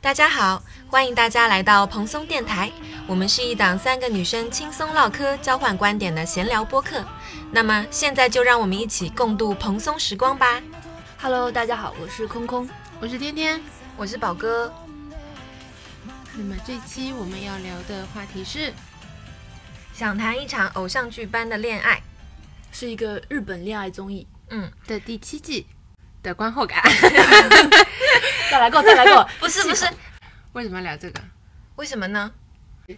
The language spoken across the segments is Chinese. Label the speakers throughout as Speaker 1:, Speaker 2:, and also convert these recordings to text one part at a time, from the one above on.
Speaker 1: 大家好，欢迎大家来到蓬松电台。我们是一档三个女生轻松唠嗑、交换观点的闲聊播客。那么现在就让我们一起共度蓬松时光吧。
Speaker 2: Hello，大家好，我是空空。
Speaker 3: 我是天天。
Speaker 1: 我是宝哥，
Speaker 3: 那么这期我们要聊的话题是，
Speaker 1: 想谈一场偶像剧般的恋爱。
Speaker 2: 是一个日本恋爱综艺。
Speaker 1: 嗯，。
Speaker 3: 的第七季的观后感。
Speaker 2: 再来过，再来过
Speaker 1: 不是不是，
Speaker 3: 为什么要聊这个？
Speaker 1: 为什么呢？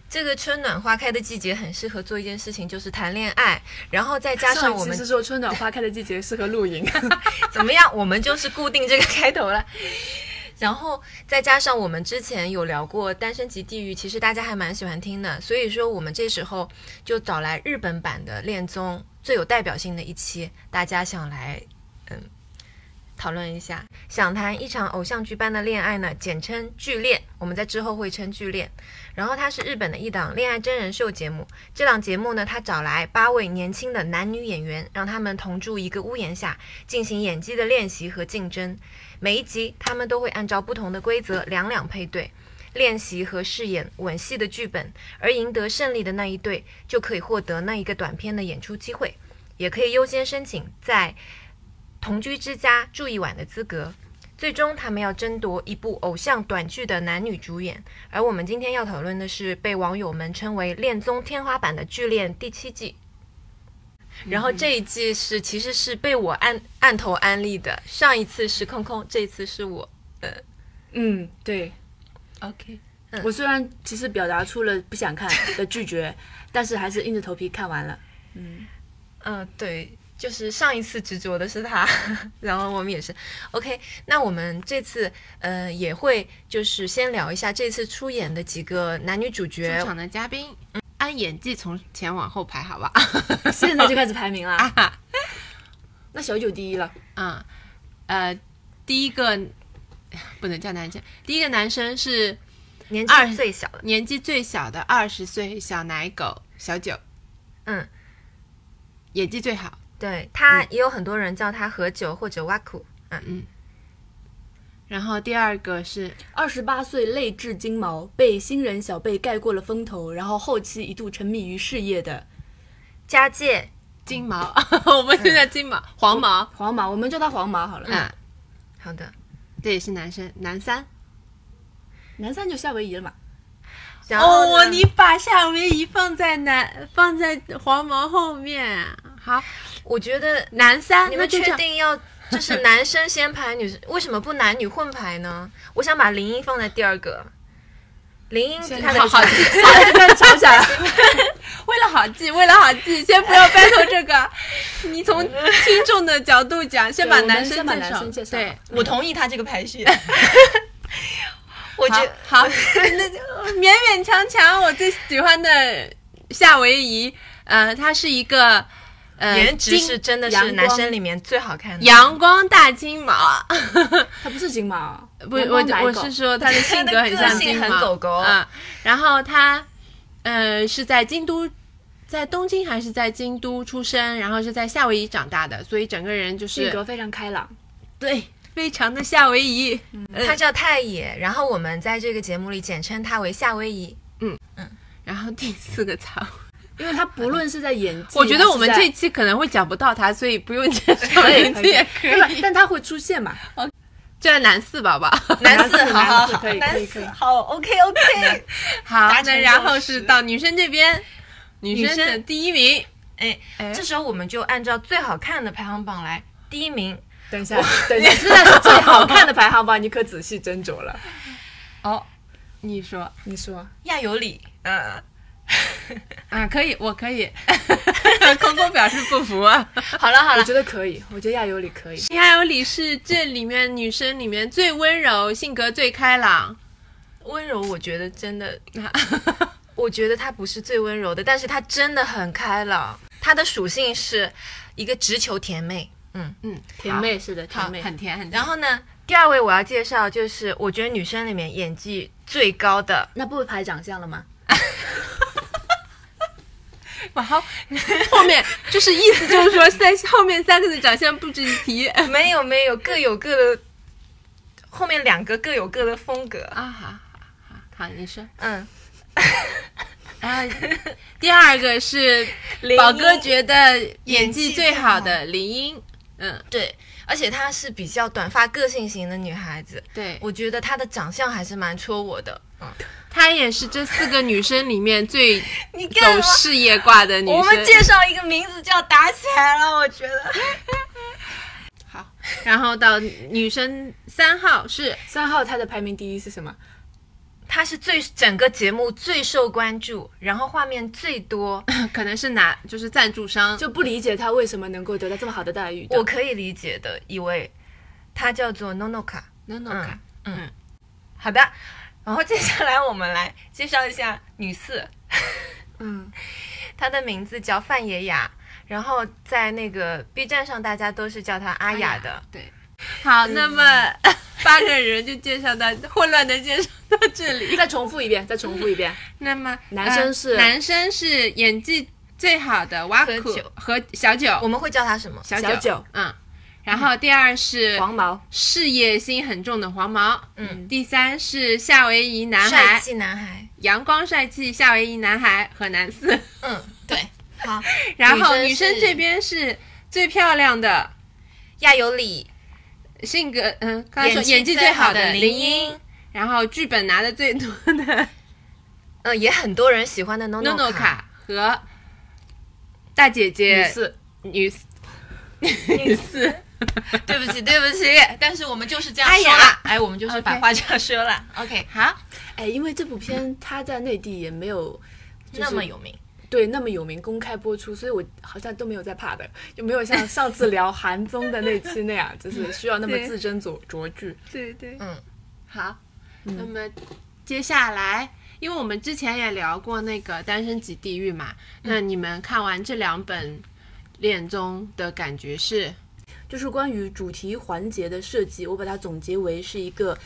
Speaker 1: 这个春暖花开的季节很适合做一件事情，就是谈恋爱，然后再加上
Speaker 2: 上
Speaker 1: 我
Speaker 2: 一期
Speaker 1: 们
Speaker 2: 是说春暖花开的季节适合露 营。
Speaker 1: 怎么样？我们就是固定这个开头了。 然后再加上我们之前有聊过《单身级地狱》，其实大家还蛮喜欢听的，所以说我们这时候就找来日本版的恋综最有代表性的一期，大家想来嗯讨论一下，想谈一场偶像剧般的恋爱呢，简称剧恋，我们在之后会称剧恋。然后它是日本的一档恋爱真人秀节目，这档节目呢，它找来八位年轻的男女演员，让他们同住一个屋檐下，进行演技的练习和竞争。每一集他们都会按照不同的规则两两配对，练习和饰演吻戏的剧本，而赢得胜利的那一队就可以获得那一个短片的演出机会，也可以优先申请在同居之家住一晚的资格。最终，他们要争夺一部偶像短剧的男女主演，而我们今天要讨论的是被网友们称为“恋综天花板”的《剧恋》第七季。然后这一季是其实是被我按按头安利的，上一次是空空，这一次是我。
Speaker 2: 嗯，对。
Speaker 3: OK，
Speaker 2: 我虽然其实表达出了不想 看的拒绝，但是还是硬着头皮看完了。
Speaker 1: 嗯，对，就是上一次执着的是他， 然后我们也是。OK，那我们这次呃也会就是先聊一下这次出演的几个男女主角
Speaker 3: 出。场的嘉宾，按演技从前往后排，好吧？
Speaker 2: 现在就开始排名
Speaker 3: 啊
Speaker 2: 啦。那小九第一了，
Speaker 3: 嗯，呃，第一个 不能叫男生，第一个男生是
Speaker 1: 年
Speaker 3: 二
Speaker 1: 纪最小的，
Speaker 3: 年纪最小的二十岁小奶狗小九，
Speaker 1: 嗯，
Speaker 3: 演技最好。
Speaker 1: 对他
Speaker 3: 嗯
Speaker 1: 也有很多人叫他何九或者哇酷，嗯，
Speaker 3: 然后第二个是
Speaker 2: 二十八岁泪至金毛，被新人小贝盖过了风头，然后后期一度沉迷于事业的
Speaker 1: 家界
Speaker 3: 金毛， 我们就叫金毛、黄毛，
Speaker 2: 黄毛，我们叫他黄毛好了。
Speaker 3: 嗯，
Speaker 1: 好的，
Speaker 3: 这也是男生，男三。
Speaker 2: 男三就夏威夷了嘛。
Speaker 1: 然后
Speaker 3: 哦，
Speaker 1: 呢
Speaker 3: 你把夏威夷放在男放在黄毛后面，好，
Speaker 1: 我觉得
Speaker 3: 男三，
Speaker 1: 你们
Speaker 3: 那就
Speaker 1: 确
Speaker 3: 这样？
Speaker 1: 定要 就是男生先排，女生为什么不男女混排呢？我想把林英放在第二个，林英她的
Speaker 3: 好 好记，
Speaker 2: 在吵起来了。
Speaker 3: 为了好记，为了好记，先不要 battle 这 个。你从听众的角度讲，先把
Speaker 2: 对我们
Speaker 3: 男生
Speaker 2: 先把男生介
Speaker 3: 介
Speaker 2: 绍
Speaker 3: 对，我同意他这个 排序。
Speaker 1: 我觉
Speaker 3: 好，好那就勉勉强强，我最喜欢的夏威夷，呃，他是一个呃
Speaker 1: 颜值
Speaker 3: 金
Speaker 1: 是真的是
Speaker 2: 阳
Speaker 1: 男
Speaker 2: 光
Speaker 1: 生里面最好看的。
Speaker 3: 阳光大金毛。
Speaker 2: 他不是金毛，
Speaker 3: 不，
Speaker 2: 阳
Speaker 3: 我
Speaker 2: 光奶
Speaker 3: 我
Speaker 2: 狗
Speaker 3: 是说他的性格很像
Speaker 1: 他的个
Speaker 3: 金
Speaker 1: 性
Speaker 3: 毛，
Speaker 1: 很狗狗
Speaker 3: 啊。然后他，呃，是在京都，在东京还是在京都出生，然后是在夏威夷长大的，所以整个人就
Speaker 2: 性
Speaker 3: 是
Speaker 2: 格非常开朗。
Speaker 3: 对，非常的夏威夷。
Speaker 1: 他叫太野，然后我们在这个节目里简称他为夏威夷。
Speaker 3: 然后第四个槽，
Speaker 2: 因为他不论是在演技，
Speaker 3: 我觉得我们
Speaker 2: 还
Speaker 3: 这
Speaker 2: 是
Speaker 3: 一期可能会讲不到他，所以不用介绍
Speaker 2: 在
Speaker 3: 名字也可
Speaker 2: 对吧
Speaker 3: 以。
Speaker 2: 但他会出现嘛？
Speaker 3: 这男四宝宝，
Speaker 1: 男四，
Speaker 2: 男四
Speaker 1: 好好好，
Speaker 2: 男四可以可
Speaker 1: 男
Speaker 2: 以
Speaker 1: 四
Speaker 2: 可以
Speaker 1: 好，OK OK。
Speaker 3: 好
Speaker 1: 达，成
Speaker 3: 那然后
Speaker 1: 共识
Speaker 3: 是到女生这边，女生
Speaker 1: 女
Speaker 3: 的
Speaker 1: 生
Speaker 3: 第一名，
Speaker 1: 哎，
Speaker 3: 哎
Speaker 1: 这时候我们就按照最好看的排行榜来，第一名
Speaker 2: 等一下，等一下，这才是最好看的排行榜，你可仔细斟酌了。
Speaker 3: 哦，你说
Speaker 2: 你 说，
Speaker 1: 亚由里，嗯，
Speaker 3: 啊，可以，我可以。 空空表示不服啊。
Speaker 1: 好了好
Speaker 2: 我
Speaker 1: 了，
Speaker 2: 觉得可以，我觉得亚由里可以。
Speaker 3: 夏有里是这里面女生里面最温柔、性格最开朗。啊
Speaker 1: 温柔，我觉得真的
Speaker 3: 呃
Speaker 1: 我觉得他不是最温柔的，但是他真的很开朗，他的属性是一个直球甜妹。嗯，
Speaker 3: 嗯，
Speaker 2: 甜妹是的，
Speaker 3: 好，
Speaker 2: 甜妹
Speaker 3: 好，很甜很甜。
Speaker 1: 然后呢，第二位我要介绍就是我觉得女生里面演技最高的，
Speaker 2: 那不排长相了吗？
Speaker 3: 然后后面就是意思就是 啊说三后面三个的长相不值一提。
Speaker 1: 没有没有各有各的后面两个各有各的风格。
Speaker 3: 啊，好好好，好，你说。
Speaker 1: 嗯，
Speaker 3: 然后第二个是
Speaker 1: 林
Speaker 3: 宝
Speaker 1: 一
Speaker 3: 哥觉得演技
Speaker 1: 技
Speaker 3: 最
Speaker 1: 最
Speaker 3: 好
Speaker 1: 好
Speaker 3: 的林英，嗯，
Speaker 1: 对，而且她是比较短发个性型的女孩子，
Speaker 3: 对，
Speaker 1: 我觉得她的长相还是蛮戳我的。嗯，
Speaker 3: 她也是这四个女生里面最
Speaker 1: 你干
Speaker 3: 走
Speaker 1: 嘛？
Speaker 3: 事业挂的女生。
Speaker 1: 我们介绍一个名字就要打起来了，我觉得。
Speaker 3: 好，然后到女生三号是
Speaker 2: 三号他的排名第一是什么？
Speaker 1: 她是最整个节目最受关注，然后画面最多，
Speaker 3: 可能是拿就是赞助商，
Speaker 2: 就不理解他为什么能够得到这么好的待遇的。
Speaker 1: 我可以理解的一位，她叫做 Nonoka。嗯
Speaker 3: no no 卡，
Speaker 1: 好的，然后接下来我们来介绍一下女四，
Speaker 2: 嗯，
Speaker 1: 她的名字叫范野雅，然后在那个 B 站上大家都是叫她阿雅的。
Speaker 3: 对。好，那么八个人就介绍到混乱的介绍到这里。
Speaker 2: 再重复一遍，再重复一遍。
Speaker 3: 那么
Speaker 2: 男生
Speaker 3: 呃
Speaker 2: 是
Speaker 3: 男生是演技最好的瓦
Speaker 1: 和
Speaker 3: 苦
Speaker 1: 九
Speaker 3: 和小九，
Speaker 1: 我们会叫她什么？
Speaker 3: 小
Speaker 2: 小九
Speaker 3: 嗯。然后第二是
Speaker 2: 黄毛，
Speaker 3: 事业心很重的黄毛，
Speaker 1: 嗯。
Speaker 3: 第三是夏威夷男
Speaker 1: 帅
Speaker 3: 孩，
Speaker 1: 气男孩。
Speaker 3: 阳光帅气夏威夷男孩和男四。
Speaker 1: 嗯，对。好，
Speaker 3: 然后女
Speaker 1: 女生
Speaker 3: 生
Speaker 1: 是
Speaker 3: 这边是最漂亮的，
Speaker 1: 亚有里，
Speaker 3: 性格嗯，刚才说
Speaker 1: 演
Speaker 3: 演
Speaker 1: 技
Speaker 3: 技
Speaker 1: 最
Speaker 3: 最
Speaker 1: 好
Speaker 3: 好
Speaker 1: 的
Speaker 3: 的
Speaker 1: 林
Speaker 3: 林
Speaker 1: 英
Speaker 3: 英，然后剧本拿的最多的
Speaker 1: 呃，也很多人喜欢的 Nono
Speaker 3: 诺诺卡和大姐
Speaker 2: 女
Speaker 3: 姐
Speaker 2: 四，
Speaker 3: 女四女四。
Speaker 1: 对 不起，对不起，但是我们就是这样
Speaker 3: 哎
Speaker 1: 说
Speaker 3: 呀
Speaker 1: 了，哎，我们就是
Speaker 3: OK
Speaker 1: 把话这样说了。OK，
Speaker 3: 好，
Speaker 2: 哎，因为这部片他在内地也没有。就是
Speaker 1: 那么有名，
Speaker 2: 对那么有名公开播出，所以我好像都没有在怕的，就没有像上次聊韩综的那期那样，就是需要那么
Speaker 3: 对
Speaker 2: 字斟酌酌句。
Speaker 3: 对对，
Speaker 1: 嗯，
Speaker 3: 好。那么接下来，因为我们之前也聊过那个《单身即地狱》嘛，那你们看完这两本恋综的感觉是？
Speaker 2: 就是关于主题环节的设计，我把它总结为是一个，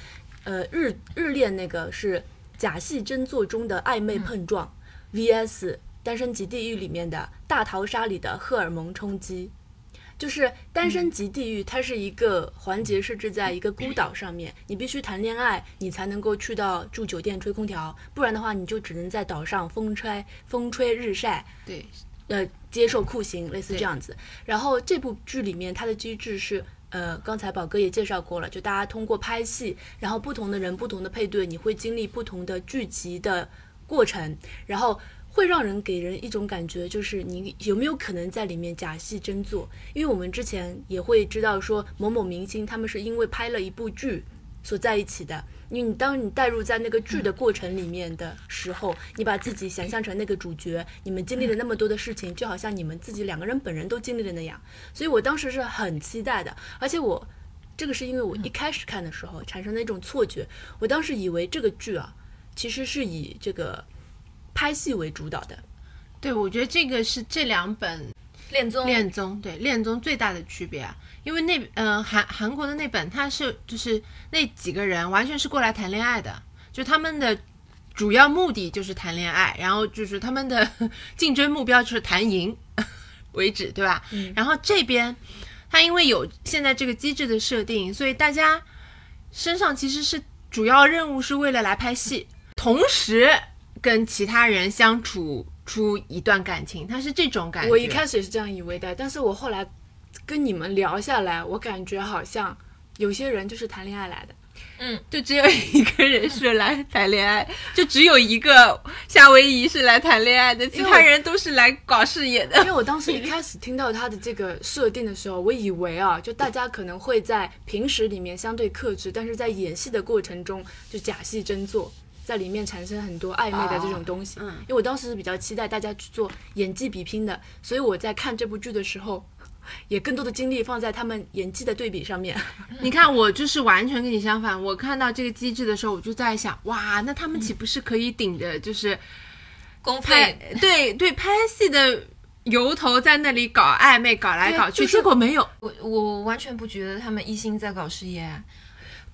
Speaker 2: 呃，日日恋那个是假戏真做中的暧昧碰撞、v s 单身即地狱里面的大逃杀里的荷尔蒙冲击。就是单身即地狱，它是一个环节设置在一个孤岛上面，你必须谈恋爱，你才能够去到住酒店吹空调，不然的话你就只能在岛上风吹风吹日晒，
Speaker 3: 对，
Speaker 2: 呃接受酷刑，类似
Speaker 3: 对
Speaker 2: 这样子。然后这部剧里面它的机制是，呃，刚才宝哥也介绍过了，就大家通过拍戏，然后不同的人、不同的配对，你会经历不同的剧集的过程，然后。会让人给人一种感觉，就是你有没有可能在里面假戏真做？因为我们之前也会知道说，某某明星他们是因为拍了一部剧所在一起的。因为你当你带入在那个剧的过程里面的时候，你把自己想象成那个主角，你们经历了那么多的事情，就好像你们自己两个人本人都经历了那样。所以我当时是很期待的，而且我这个是因为我一开始看的时候产生的一种错觉，我当时以为这个剧啊，其实是以这个拍戏为主导的，
Speaker 3: 对，我觉得这个是这两本
Speaker 1: 恋综，
Speaker 3: 恋综对恋综最大的区别啊，因为那呃韩韩国的那本它是就是那几个人完全是过来谈恋爱的，就他们的主要目的就是谈恋爱，然后就是他们的 竞争目标就是谈赢 为止，对吧？然后这边它因为有现在这个机制的设定，所以大家身上其实是主要任务是为了来拍戏，同时跟其他人相处。出一段感情，它是这种感觉。
Speaker 2: 我一开始也是这样以为的，但是我后来跟你们聊下来，我感觉好像有些人就是谈恋爱来的。
Speaker 3: 就只有一个人是来谈恋爱， 就只有一个夏威夷是来谈恋爱的，其他人都是来搞事业的
Speaker 2: 因。为我当时一开始听到他的这个设定的时候，我以为啊，就大家可能会在平时里面相对克制，但是在演戏的过程中就假戏真做，在里面产生很多暧昧的这种东西。
Speaker 3: 嗯
Speaker 2: 因为我当时是比较期待大家去做演技比拼的，所以我在看这部剧的时候，也更多的精力放在他们演技的对比上面。
Speaker 3: 你看，我就是完全跟你相反。我看到这个机制的时候，我就在想，哇，那他们岂不是可以顶着就是
Speaker 1: 公
Speaker 3: 拍
Speaker 1: 费
Speaker 3: 对对拍戏的由头在那里搞暧昧，搞来搞去，
Speaker 2: 对就是
Speaker 3: 结果没有。
Speaker 1: 我我完全不觉得他们一心在搞事业啊，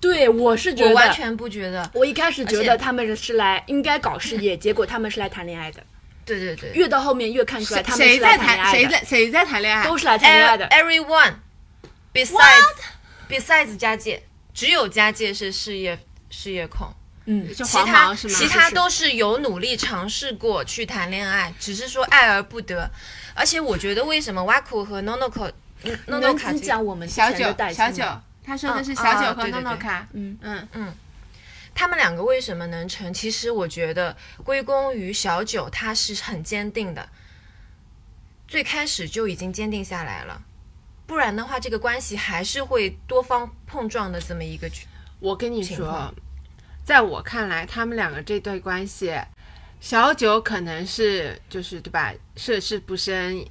Speaker 2: 对，我是觉
Speaker 1: 我
Speaker 2: 得
Speaker 1: 完全不觉得。
Speaker 2: 我一开始觉
Speaker 1: 而且
Speaker 2: 得他们是来应该搞事业，结果他们是来谈恋爱的。
Speaker 1: 对对对，
Speaker 2: 越到后面越看出来他们
Speaker 3: 谁
Speaker 2: 是来
Speaker 3: 在
Speaker 2: 谈恋爱的，
Speaker 3: 谁在谁在谈恋爱？哎
Speaker 2: 都是来谈恋爱的。
Speaker 1: Everyone besides besides 佳姐，只有家界是事业事业控，
Speaker 2: 嗯，
Speaker 3: 就
Speaker 1: 其
Speaker 3: 黄
Speaker 1: 他
Speaker 3: 毛是吗？
Speaker 1: 其他
Speaker 2: 是
Speaker 1: 都是有努力尝试过去谈恋爱，只是说爱而不得。而且我觉得为什么 Waku 和 Nonoko 嗯
Speaker 2: 能
Speaker 1: Nonoko 卡
Speaker 2: 你讲我们之
Speaker 3: 小
Speaker 2: 前
Speaker 3: 九
Speaker 2: 的代，
Speaker 3: 小
Speaker 2: 际
Speaker 3: 九
Speaker 2: 吗，
Speaker 3: 他说的是
Speaker 1: 嗯
Speaker 3: 小
Speaker 1: 啊
Speaker 3: 九和
Speaker 1: 对对
Speaker 3: 诺诺
Speaker 1: 对
Speaker 3: 卡。
Speaker 2: 嗯
Speaker 3: 嗯，
Speaker 1: 他们两个为什么能成？其实我觉得归功于小九，他是很坚定的，最开始就已经坚定下来了，不然的话，这个关系还是会多方碰撞的这么一个局。
Speaker 3: 我跟你
Speaker 1: 情
Speaker 3: 说
Speaker 1: 况，
Speaker 3: 在我看来，他们两个这对关系，小九可能是就是对吧，涉世不深，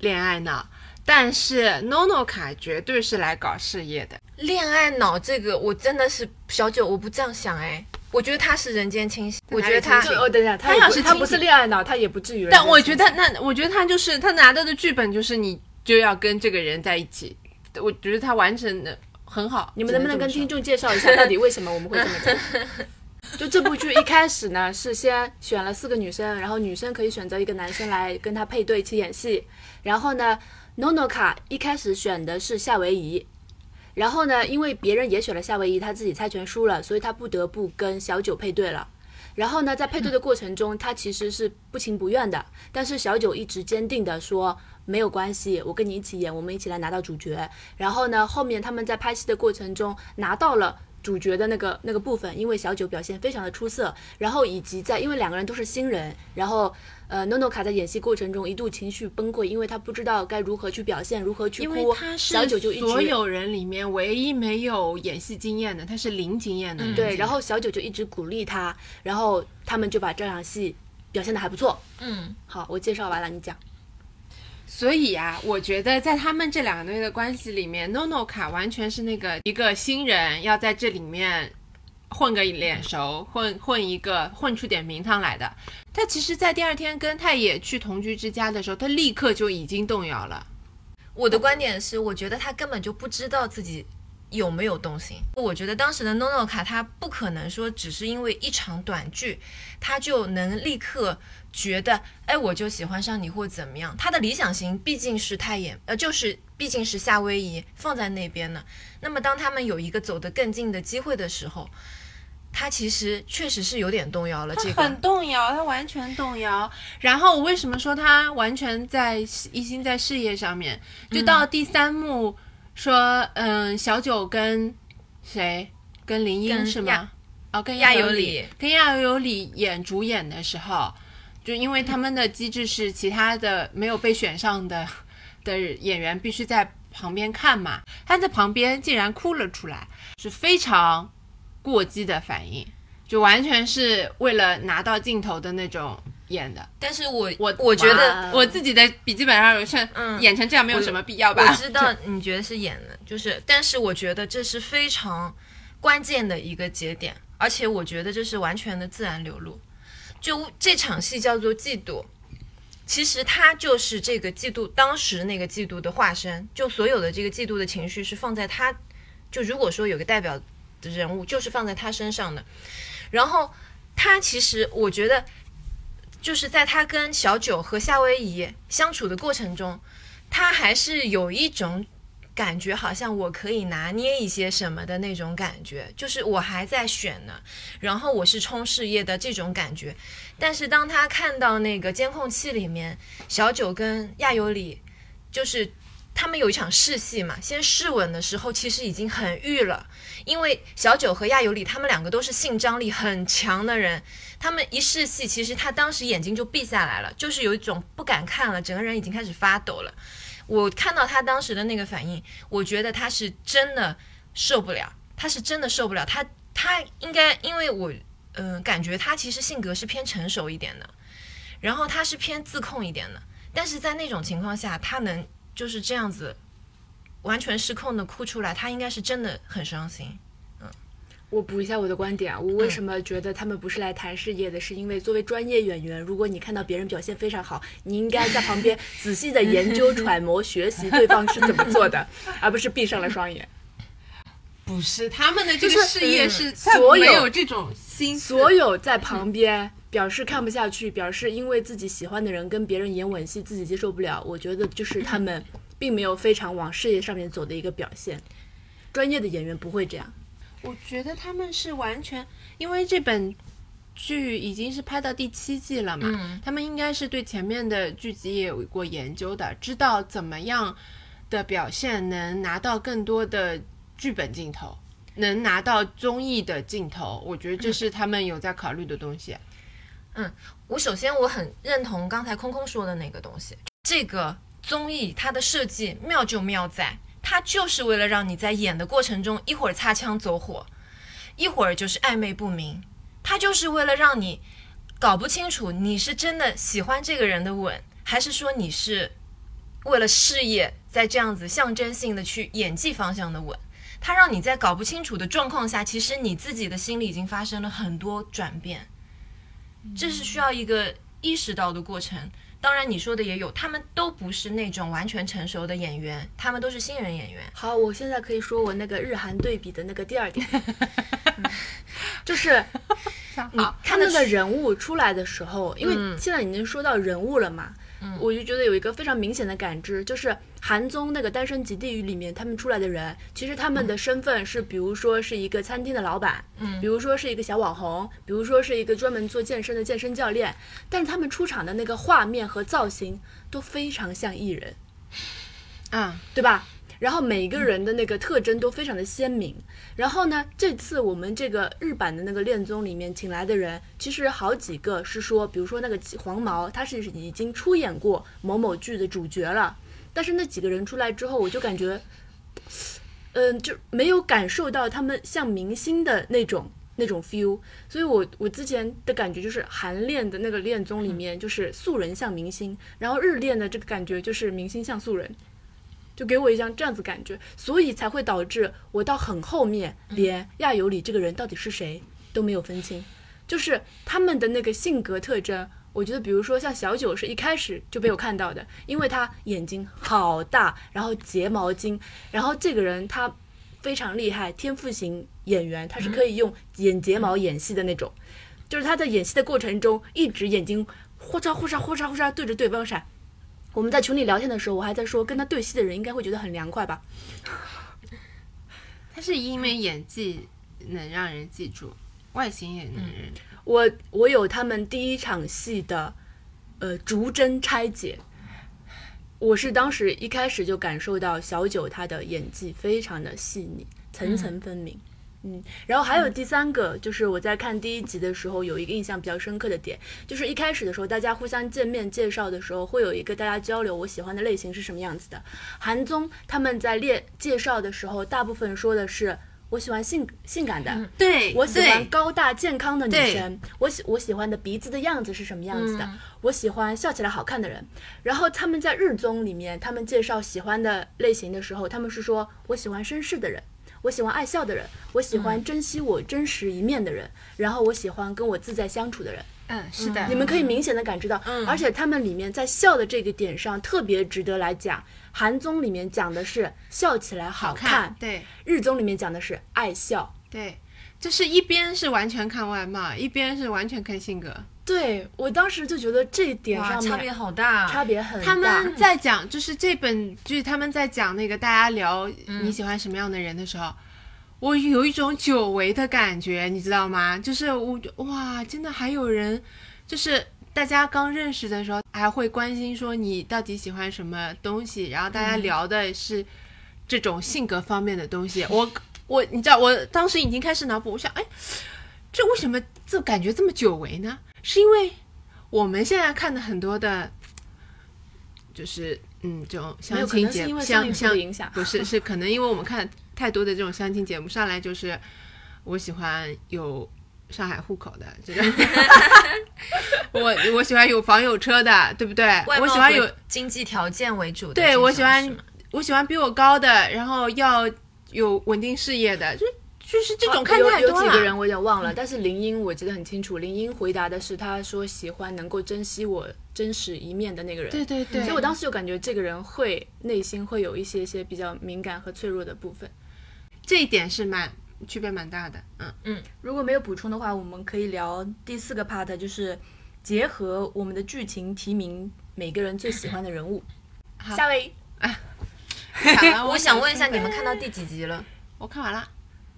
Speaker 3: 恋爱脑，但是 NONO 卡绝对是来搞事业的。
Speaker 1: 恋爱脑这个，我真的是小九，我不这样想哎，我觉得他是人间清醒，我觉得他
Speaker 3: 哪里
Speaker 2: 就
Speaker 3: 清醒
Speaker 2: 哦，等一下，他
Speaker 3: 他
Speaker 2: 也
Speaker 3: 要
Speaker 2: 不
Speaker 3: 是
Speaker 2: 他
Speaker 3: 亲
Speaker 2: 不
Speaker 3: 戚
Speaker 2: 是恋爱脑，他也不至于人家亲戚。
Speaker 3: 但我觉得那，我觉得他就是他拿到的剧本就是你就要跟这个人在一起，我觉得他完成的很好。
Speaker 2: 你们
Speaker 3: 只
Speaker 2: 能不能
Speaker 3: 这么
Speaker 2: 跟
Speaker 3: 说
Speaker 2: 听众介绍一下，到底为什么我们会这么讲？ 就这部剧一开始呢，是先选了四个女生，然后女生可以选择一个男生来跟他配对一起演戏。然后呢，NONO 卡一开始选的是夏威夷，然后呢，因为别人也选了夏威夷，他自己猜拳输了，所以他不得不跟小九配对了。然后呢，在配对的过程中，他其实是不情不愿的，但是小九一直坚定的说没有关系，我跟你一起演，我们一起来拿到主角。然后呢，后面他们在拍戏的过程中拿到了。主角的那个那个部分，因为小九表现非常的出色，然后以及在因为两个人都是新人，然后呃，NONO 卡在演戏过程中一度情绪崩溃，因为他不知道该如何去表现，如何去
Speaker 3: 因
Speaker 2: 哭。
Speaker 3: 为他是
Speaker 2: 小九就一直
Speaker 3: 所有人里面唯一没有演戏经验的，他是零经验的人。
Speaker 2: 对，然后小九就一直鼓励他，然后他们就把这场戏表现的还不错。
Speaker 1: 嗯，
Speaker 2: 好，我介绍完了，你讲。
Speaker 3: 所以啊，我觉得在他们这两个队的关系里面，NONO 卡完全是那个一个新人要在这里面混个脸熟，混混一个混出点名堂来的。他其实，在第二天跟太野去同居之家的时候，他立刻就已经动摇了。
Speaker 1: 我的观点是，我觉得他根本就不知道自己有没有动心。我觉得当时的 NONO 卡，他不可能说只是因为一场短剧，他就能立刻觉得，哎，我就喜欢上你或怎么样。他的理想型毕竟是太野，呃，就是毕竟是夏威夷放在那边呢。那么当他们有一个走得更近的机会的时候，他其实确实是有点动摇了。这
Speaker 3: 他很
Speaker 1: 个，
Speaker 3: 动摇，他完全动摇。然后我为什么说他完全在一心在事业上面？就到第三幕说，嗯，小九跟谁？跟林
Speaker 1: 跟
Speaker 3: 英是吗
Speaker 1: 亚？
Speaker 3: 哦，跟
Speaker 1: 亚
Speaker 3: 由
Speaker 1: 由
Speaker 3: 里
Speaker 1: 里，
Speaker 3: 跟亚由里演主演的时候，就因为他们的机制是其他的没有被选上的的演员必须在旁边看嘛，他在旁边竟然哭了出来，是非常过激的反应。就完全是为了拿到镜头的那种演的。
Speaker 1: 但是我
Speaker 3: 我
Speaker 1: 我觉得
Speaker 2: 哇
Speaker 3: 我自己的笔记本上有像、
Speaker 1: 嗯
Speaker 3: 演成这样没有什么必要吧？
Speaker 1: 我知道你觉得是演的，就是，但是我觉得这是非常关键的一个节点，而且我觉得这是完全的自然流露。就这场戏叫做嫉妒，其实他就是这个嫉妒，当时那个嫉妒的化身，就所有的这个嫉妒的情绪是放在他，就如果说有个代表的人物，就是放在他身上的。然后他其实我觉得，就是在他跟小九和夏威夷相处的过程中，他还是有一种感觉，好像我可以拿捏一些什么的那种感觉，就是我还在选呢，然后我是冲事业的这种感觉。但是当他看到那个监控器里面小九跟亚由里，就是他们有一场试戏嘛，先试吻的时候，其实已经很欲了，因为小九和亚由里他们两个都是性张力很强的人，他们一试戏，其实他当时眼睛就闭下来了，就是有一种不敢看了，整个人已经开始发抖了。我看到他当时的那个反应，我觉得他是真的受不了，他是真的受不了。他他应该，因为我嗯、呃感觉他其实性格是偏成熟一点的，然后他是偏自控一点的，但是在那种情况下，他能就是这样子完全失控的哭出来，他应该是真的很伤心。
Speaker 2: 我补一下我的观点啊，我为什么觉得他们不是来谈事业的？是因为作为专业演员，如果你看到别人表现非常好，你应该在旁边仔细的研究、揣摩、学习对方是怎么做的，而不是闭上了双眼。
Speaker 3: 不是他们的这个事业
Speaker 1: 嗯
Speaker 3: 是
Speaker 2: 所有
Speaker 3: 他没有这种心思，
Speaker 2: 所有在旁边表示看不下去，表示因为自己喜欢的人跟别人演吻戏，自己接受不了，我觉得就是他们并没有非常往事业上面走的一个表现。专业的演员不会这样，
Speaker 3: 我觉得他们是完全，因为这本剧已经是拍到第七季了嘛，
Speaker 1: 嗯
Speaker 3: 他们应该是对前面的剧集也有过研究的，知道怎么样的表现能拿到更多的剧本镜头，能拿到综艺的镜头，我觉得这是他们有在考虑的东西。
Speaker 1: 嗯我首先我很认同刚才空空说的那个东西，这个综艺它的设计妙就妙在，它就是为了让你在演的过程中一会儿擦枪走火，一会儿就是暧昧不明，它就是为了让你搞不清楚你是真的喜欢这个人的吻，还是说你是为了事业在这样子象征性的去演技方向的吻。它让你在搞不清楚的状况下，其实你自己的心里已经发生了很多转变。这是需要一个意识到的过程。当然，你说的也有，他们都不是那种完全成熟的演员，他们都是新人演员。
Speaker 2: 好，我现在可以说我那个日韩对比的那个第 二点，嗯就是你
Speaker 1: 他
Speaker 2: 看
Speaker 1: 们
Speaker 2: 那个人物出来的时候，因为
Speaker 1: 嗯
Speaker 2: 现在已经说到人物了嘛，我就觉得有一个非常明显的感知，就是韩综那个《单身即地狱》里面他们出来的人，其实他们
Speaker 1: 嗯
Speaker 2: 的身份是，比如说是一个餐厅的老板，嗯，比如说是一个小网红，比如说是一个专门做健身的健身教练，但是他们出场的那个画面和造型都非常像艺人。
Speaker 3: 啊，
Speaker 2: 对吧？然后每个人的那个特征都非常的鲜明。然后呢，这次我们这个日版的那个恋综里面请来的人，其实好几个是说，比如说那个黄毛，他是已经出演过某某剧的主角了。但是那几个人出来之后，我就感觉，嗯、就没有感受到他们像明星的那种那种 feel。所以我我之前的感觉就是韩恋的那个恋综里面，就是素人像明星，然后日恋的这个感觉就是明星像素人。就给我一张这样子感觉，所以才会导致我到很后面连亚由里这个人到底是谁都没有分清，就是他们的那个性格特征。我觉得，比如说像小九是一开始就被我看到的，因为他眼睛好大，然后睫毛精，然后这个人他非常厉害，天赋型演员，他是可以用眼睫毛演戏的那种，就是他在演戏的过程中一直眼睛呼嚓呼嚓呼嚓呼嚓对着对方闪，我们在群里聊天的时候，我还在说跟他对戏的人应该会觉得很凉快吧？
Speaker 3: 他是因为演技能让人记住，外形也能人。
Speaker 2: 我我有他们第一场戏的呃逐帧拆解，我是当时一开始就感受到小九他的演技非常的细腻，层层分明。嗯，然后还有第三个，就是我在看第一集的时候有一个印象比较深刻的点，就是一开始的时候大家互相见面介绍的时候，会有一个大家交流我喜欢的类型是什么样子的。韩综他们在列介绍的时候，大部分说的是我喜欢性性感的，
Speaker 3: 对
Speaker 2: 我喜欢
Speaker 3: 对
Speaker 2: 高大健康的女
Speaker 3: 对
Speaker 2: 生，我喜我喜欢的鼻子的样子是什么样子的，
Speaker 1: 嗯
Speaker 2: 我喜欢笑起来好看的人。然后他们在日综里面，他们介绍喜欢的类型的时候，他们是说我喜欢绅士的人，我喜欢爱笑的人，我喜欢珍惜我真实一面的人，然后我喜欢跟我自在相处的人。
Speaker 3: 嗯，是的，
Speaker 2: 你们可以明显的感知到，而且他们里面在笑的这个点上特别值得来讲。韩综里面讲的是笑起来好看，
Speaker 3: 看对。
Speaker 2: 日综里面讲的是爱笑。
Speaker 3: 对，就是一边是完全看外貌，一边是完全看性格。
Speaker 2: 对我当时就觉得这一点
Speaker 1: 哇，
Speaker 2: 上面
Speaker 1: 差别好大。啊
Speaker 2: 差别很大。
Speaker 3: 他们在讲，就是这本剧他们在讲那个大家聊
Speaker 2: 嗯
Speaker 3: 你喜欢什么样的人的时候，我有一种久违的感觉，你知道吗？就是我哇，真的还有人，就是大家刚认识的时候还会关心说你到底喜欢什么东西，然后大家
Speaker 2: 嗯
Speaker 3: 聊的是这种性格方面的东西。我我你知道，我当时已经开始脑补，我想哎，这为什么这感觉这么久违呢？是因为我们现在看的很多的，就是嗯，这种
Speaker 2: 没有
Speaker 3: 相
Speaker 2: 可能
Speaker 3: 亲
Speaker 2: 是
Speaker 3: 节
Speaker 2: 因
Speaker 3: 目，
Speaker 2: 为上一部
Speaker 3: 相
Speaker 2: 的
Speaker 3: 相
Speaker 2: 影响
Speaker 3: 不是，是可能因为我们看太多的这种相亲节目，上来就是我喜欢有上海户口的这个， 我我喜欢有房有车的，对不对？
Speaker 1: 外貌
Speaker 3: 我喜欢
Speaker 1: 和
Speaker 3: 有，
Speaker 1: 经济条件为主的这种，
Speaker 3: 对我喜欢
Speaker 1: 是吗
Speaker 3: 我喜欢比我高的，然后要有稳定事业的，就就是这种看太
Speaker 2: 啊有
Speaker 3: 多
Speaker 2: 有
Speaker 3: 了。
Speaker 2: 几个人我有点
Speaker 4: 嗯
Speaker 2: 忘了，但是林英我记得很清楚，林英回答的是他说喜欢能够珍惜我真实一面的那个人。
Speaker 3: 对对对，
Speaker 2: 所以我当时就感觉这个人会内心会有一些些比较敏感和脆弱的部分。
Speaker 3: 这一点是蛮区别蛮大的，嗯。
Speaker 4: 如果没有补充的话，我们可以聊第四个 part，就是结合我们的剧情提名每个人最喜欢的人物。夏威夷，
Speaker 3: 好了
Speaker 1: 我想问一下，你们看到第几集了？
Speaker 3: 我看完了，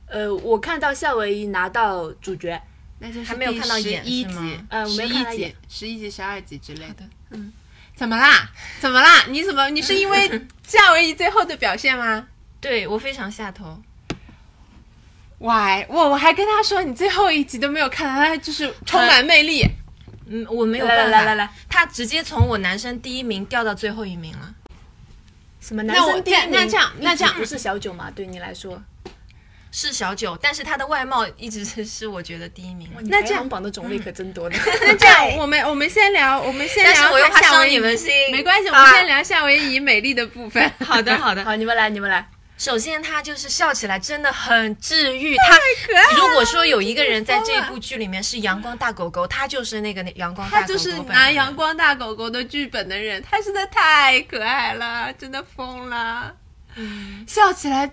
Speaker 2: 呃，我看到夏威夷拿到主角，
Speaker 3: 那就是
Speaker 1: 还没有看到演
Speaker 3: 一
Speaker 1: 是吗
Speaker 3: 集，
Speaker 2: 呃我没有看到
Speaker 3: 11
Speaker 2: 演
Speaker 3: 集，十一集、十二集之类的。
Speaker 1: 的
Speaker 3: 嗯，怎么啦？怎么啦？你怎么？你是因为夏威夷最后的表现吗？
Speaker 1: 对我非常下头。
Speaker 3: 喂，我我还跟他说，你最后一集都没有看到，他就是充满魅力。
Speaker 1: 嗯，我没有
Speaker 2: 来
Speaker 1: 办法，
Speaker 2: 来来来来，
Speaker 1: 他直接从我男生第一名掉到最后一名了。
Speaker 2: 什么男
Speaker 3: 那我
Speaker 2: 生第一
Speaker 3: 这样那
Speaker 2: 名
Speaker 3: 这样
Speaker 2: 一
Speaker 3: 那
Speaker 2: 直
Speaker 3: 这样
Speaker 2: 不是小九嘛？对你来说，
Speaker 1: 是小九，但是他的外貌一直 是是我觉得第一名。
Speaker 2: 哇你
Speaker 3: 那
Speaker 2: 排
Speaker 3: 这样
Speaker 2: 行榜的种类可真多呢。
Speaker 3: 那这样，我们我们先聊，我们先
Speaker 1: 但
Speaker 3: 聊一下
Speaker 1: 是我
Speaker 3: 夏威夷。
Speaker 1: 又怕伤你们心，
Speaker 3: 没关系，我们
Speaker 1: 啊
Speaker 3: 先聊夏威夷美丽的部分。
Speaker 1: 好 的，好的。
Speaker 2: 好，你们来，你们来。
Speaker 1: 首先，他就是笑起来真的很治愈。 他如果说有一个人在这一部剧里面是阳光大狗狗，他就是那个阳光大
Speaker 3: 他
Speaker 1: 狗狗。
Speaker 3: 就是拿阳。光大狗狗的剧本的人，他实在太可爱了，真的疯了，笑起来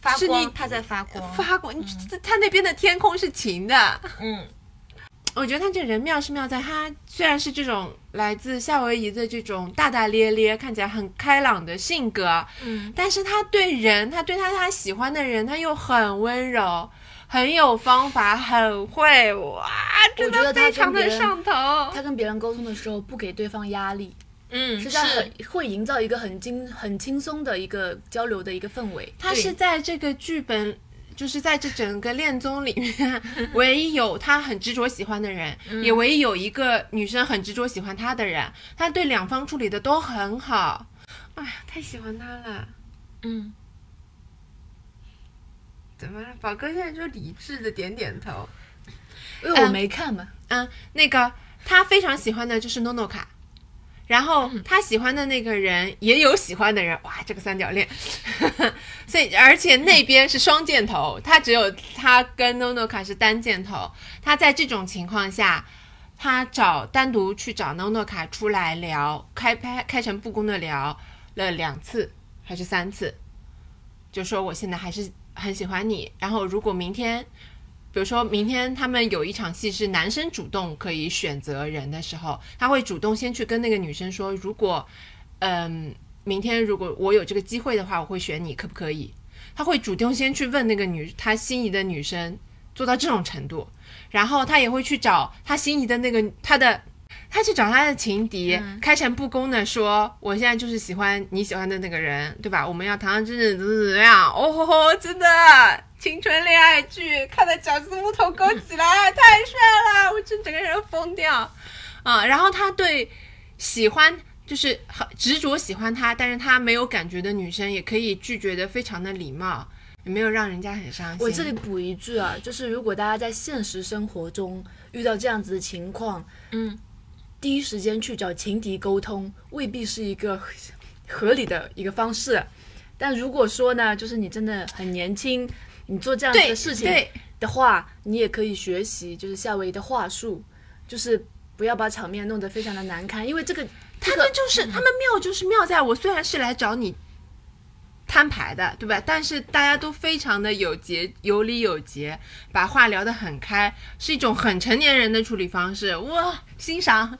Speaker 1: 发
Speaker 3: 是你
Speaker 1: 光，他在发光。
Speaker 3: 发光。你这他那边的天空是晴的，
Speaker 1: 嗯，
Speaker 3: 我觉得他这人妙是妙在，他虽然是这种来自夏威夷的这种大大咧咧、看起来很开朗的性格，
Speaker 1: 嗯，
Speaker 3: 但是他对人，他对他他喜欢的人，他又很温柔，很有方法，很会哇，真
Speaker 2: 我觉
Speaker 3: 的
Speaker 2: 得他
Speaker 3: 非常
Speaker 2: 跟
Speaker 3: 的
Speaker 2: 别人
Speaker 3: 上头。
Speaker 2: 他跟别人沟通的时候不给对方压力，
Speaker 1: 嗯，
Speaker 2: 是在很会营造一个很轻很轻松的一个交流的一个氛围。
Speaker 3: 他是在这个剧本，就是在这整个恋综里面， 唯一有他很执着喜欢的人，也唯一有一个女生很执着喜欢他的人，他对两方处理的都很好。哎呀，太喜欢他了！
Speaker 1: 嗯，
Speaker 3: 怎么了，宝哥现在就理智的点点头。
Speaker 2: 因为我没看嘛，
Speaker 3: 嗯，那个他非常喜欢的就是 NONO 卡，然后他喜欢的那个人也有喜欢的人，哇，这个三角恋， 所以而且那边是双箭头，他只有他跟 NONO 卡是单箭头，他在这种情况下。他找单独去找 NONO 卡出来聊，开拍开诚布公的聊了两次还是三次，就说我现在还是很喜欢你。然后如果明天比如说明天他们有一场戏是男生主动可以选择人的时候，他会主动先去跟那个女生说，如果，嗯，明天如果我有这个机会的话，我会选你，可不可以？他会主动先去问那个女他心仪的女生，做到这种程度，然后他也会去找他心仪的那个他的。他去找他的情敌，
Speaker 2: 嗯
Speaker 3: 开诚布公的说：“我现在就是喜欢你喜欢的那个人，对吧？我们要堂堂正正怎么怎么样？哦吼吼，真的青春恋爱剧，看得脚趾乌头勾起来，太帅了，我真整个人疯掉啊！然后他对喜欢就是很执着喜欢他，但是他没有感觉的女生，也可以拒绝的非常的礼貌，也没有让人家很伤心。
Speaker 2: 我这里补一句啊，就是如果大家在现实生活中遇到这样子的情况，
Speaker 1: 嗯，
Speaker 2: 第一时间去找情敌沟通，未必是一个 合理的一个方式。但如果说呢，就是你真的很年轻，你做这样子
Speaker 3: 对
Speaker 2: 的事情
Speaker 3: 对
Speaker 2: 的话，你也可以学习就是夏威夷的话术，就是不要把场面弄得非常的难堪，因为这个这
Speaker 3: 他
Speaker 2: 个
Speaker 3: 们就是他们妙，就是妙在我虽然是来找你摊牌的，对吧？但是大家都非常的有节有理有节，把话聊得很开，是一种很成年人的处理方式，我欣赏。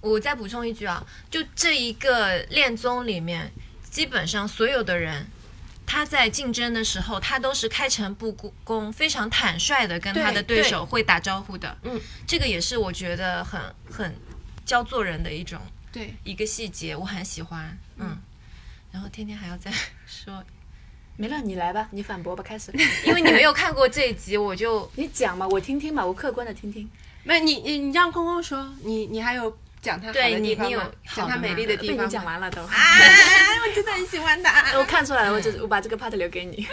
Speaker 1: 我再补充一句啊，就这一个恋综里面，基本上所有的人，他在竞争的时候，他都是开诚布公、非常坦率的跟他的
Speaker 3: 对
Speaker 1: 对手会打招呼的。
Speaker 3: 嗯，
Speaker 1: 这个也是我觉得很很教做人的一种
Speaker 3: 对，
Speaker 1: 一个细节，我很喜欢。嗯，然后天天还要再 说，
Speaker 2: 没了，你来吧，你反驳吧，开 始，
Speaker 1: 因为你没有看过这一集，我就
Speaker 2: 你讲嘛，我听听嘛，我客观的听听。
Speaker 3: 那你你你让空空说，你你还有讲她好
Speaker 1: 对
Speaker 3: 的
Speaker 1: 你
Speaker 3: 地方
Speaker 1: 你有
Speaker 3: 吗
Speaker 1: 好
Speaker 3: 讲她
Speaker 1: 的
Speaker 3: 美
Speaker 1: 吗
Speaker 3: 丽的
Speaker 2: 被
Speaker 3: 地方
Speaker 2: 你
Speaker 3: 吗？
Speaker 2: 讲完了都。
Speaker 3: 啊， 我真的很喜欢 她。
Speaker 2: 我看出来了，我就我把这个 part 留给你。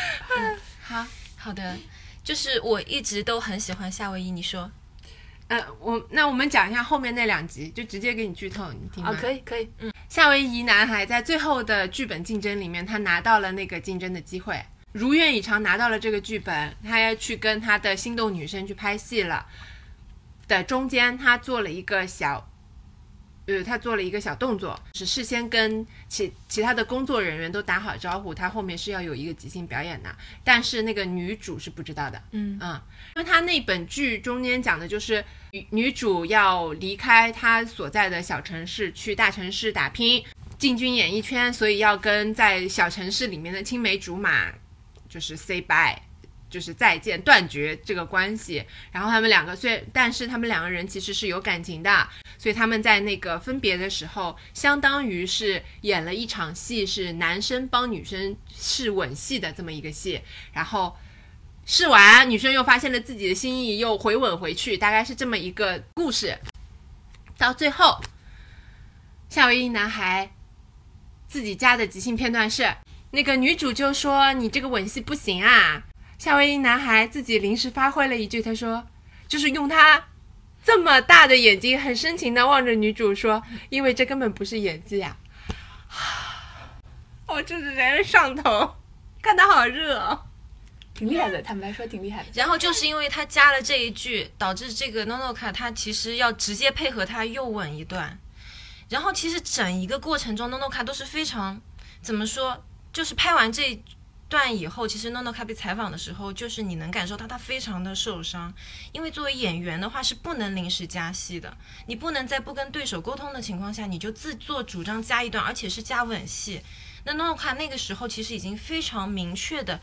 Speaker 3: 好。
Speaker 1: 好的，就是我一直都很喜欢夏威夷。你说，
Speaker 3: 呃，我那我们讲一下后面那两集，就直接给你剧透，你听吗？
Speaker 2: 啊，可以可以，
Speaker 3: 夏威夷男孩在最后的剧本竞争里面，他拿到了那个竞争的机会，如愿以偿拿到了这个剧本，他要去跟他的心动女生去拍戏了。的中间，他做了一个小，呃，他做了一个小动作，是事先跟其其他的工作人员都打好招呼，他后面是要有一个即兴表演的，但是那个女主是不知道的。
Speaker 2: 嗯
Speaker 3: 嗯，因为他那本剧中间讲的就是女女主要离开她所在的小城市，去大城市打拼，进军演艺圈，所以要跟在小城市里面的青梅竹马就是 say bye，就是再见，断绝这个关系。然后他们两个虽但是他们两个人其实是有感情的，所以他们在那个分别的时候，相当于是演了一场戏，是男生帮女生试吻戏的这么一个戏。然后试完，女生又发现了自己的心意，又回吻回去，大概是这么一个故事。到最后，夏威夷男孩自己加的即兴片段是，那个女主就说：“你这个吻戏不行啊。”夏威夷男孩自己临时发挥了一句，他说：“就是用他这么大的眼睛，很深情的望着女主说，因为这根本不是演技啊！” 我就是人上头，看他好热、哦。
Speaker 2: 挺厉害的，坦白说挺厉害的。
Speaker 1: 然后就是因为他加了这一句，导致这个 Nono 卡他其实要直接配合他又吻一段。然后其实整一个过程中，Nono 卡都是非常怎么说，就是拍完这一段以后，其实 Nono 卡被采访的时候，就是你能感受到他非常的受伤，因为作为演员的话是不能临时加戏的，你不能在不跟对手沟通的情况下，你就自作主张加一段，而且是加吻戏。那 Nono 卡那个时候其实已经非常明确的。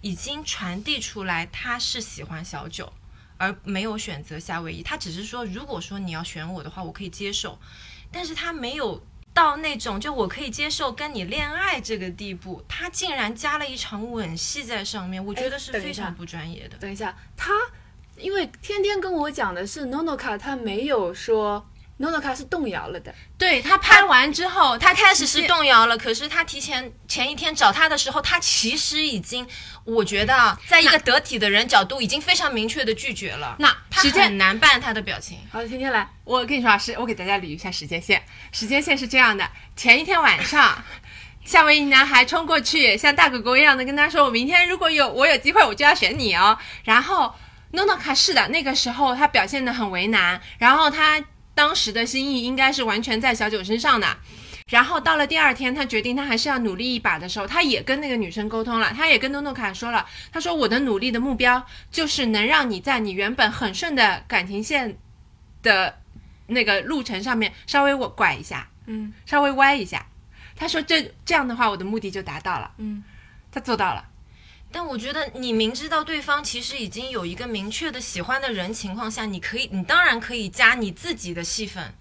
Speaker 1: 已经传递出来，他是喜欢小九，而没有选择夏威夷。他只是说，如果说你要选我的话，我可以接受，但是他没有到那种就我可以接受跟你恋爱这个地步。他竟然加了一场吻戏在上面，我
Speaker 3: 哎
Speaker 1: 觉得是非常不专业的。
Speaker 2: 等一下，他因为天天跟我讲的是 Nonoka，他没有说 Nonoka 是动摇了的。
Speaker 3: 对他拍完之后，他
Speaker 1: 他开始是动摇了，可是他提前前一天找他的时候，他其实已经，我觉得啊，在一个得体的人角度，已经非常明确的拒绝了。
Speaker 3: 那
Speaker 1: 他
Speaker 3: 时间
Speaker 1: 很难办他的表情。
Speaker 2: 好，天天来，
Speaker 3: 我跟你说啊，是我给大家捋一下时间线。时间线是这样的：前一天晚上， 夏威夷男孩冲过去，像大狗狗一样的跟他说：“我明天如果有我有机会，我就要选你哦。”然后诺诺卡是的，那个时候他表现得很为难，然后他当时的心意应该是完全在小九身上的。然后到了第二天，他决定他还是要努力一把的时候，他也跟那个女生沟通了，他也跟诺诺卡说了，他说我的努力的目标就是能让你在你原本很顺的感情线的那个路程上面稍微我拐一下，
Speaker 2: 嗯，
Speaker 3: 稍微歪一下。他说这这样的话，我的目的就达到了，
Speaker 2: 嗯，
Speaker 3: 他做到了。
Speaker 1: 但我觉得你明知道对方其实已经有一个明确的喜欢的人情况下，你可以，你当然可以加你自己的戏份，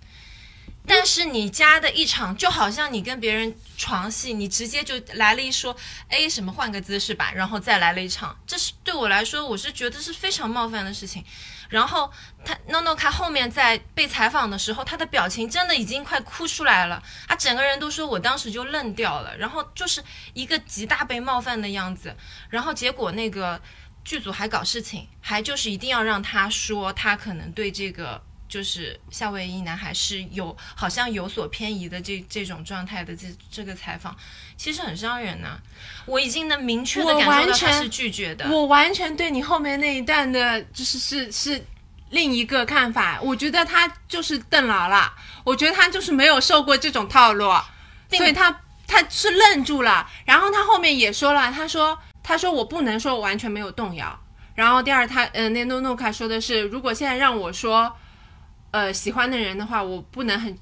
Speaker 1: 但是你加的一场就好像你跟别人床戏，你直接就来了一说，哎，什么换个姿势吧，然后再来了一场，这是对我来说，我是觉得是非常冒犯的事情。然后他 NONO 卡后面在被采访的时候，他的表情真的已经快哭出来了，他整个人都说我当时就愣掉了，然后就是一个极大被冒犯的样子。然后结果那个剧组还搞事情，还就是一定要让他说他可能对这个就是夏威夷男孩是有好像有所偏移的这这种状态的这这个采访，其实很伤人呐、我已经能明确的
Speaker 3: 我
Speaker 1: 感受
Speaker 3: 完
Speaker 1: 到他
Speaker 3: 全
Speaker 1: 是拒绝的。
Speaker 3: 我完全对你后面那一段的，就是是是另一个看法。我觉得他就是邓老了，我觉得他就是没有受过这种套路，所以他他是愣住了。然后他后面也说了，他说他说我不能说我完全没有动摇。然后第二他，呃，那诺诺卡说的是，如果现在让我说，呃，喜欢的人的话，我不能很。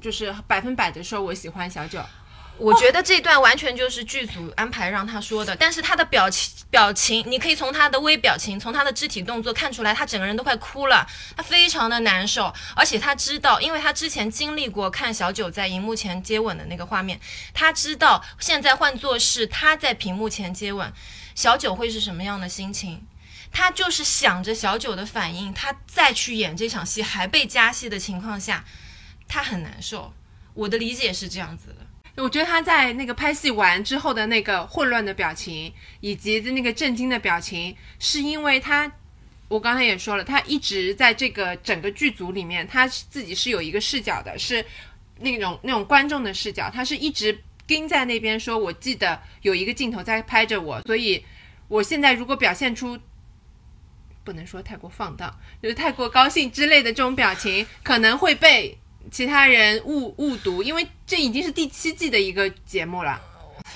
Speaker 3: 就是百分百的说我喜欢小九，
Speaker 1: 我觉得这段完全就是剧组安排让他说的，但是他的表情表情，你可以从他的微表情，从他的肢体动作看出来，他整个人都快哭了，他非常的难受，而且他知道，因为他之前经历过看小九在荧幕前接吻的那个画面，他知道现在换作是他在屏幕前接吻，小九会是什么样的心情。他就是想着小九的反应，他再去演这场戏还被加戏的情况下，他很难受。我的理解是这样子的。
Speaker 3: 我觉得他在那个拍戏完之后的那个混乱的表情，以及那个震惊的表情，是因为他，我刚才也说了，他一直在这个整个剧组里面，他是自己是有一个视角的，是那种那种观众的视角，他是一直盯在那边说，我记得有一个镜头在拍着我，所以我现在如果表现出。不能说太过放荡，就是太过高兴之类的这种表情，可能会被其他人误误读，因为这已经是第七季的一个节目了，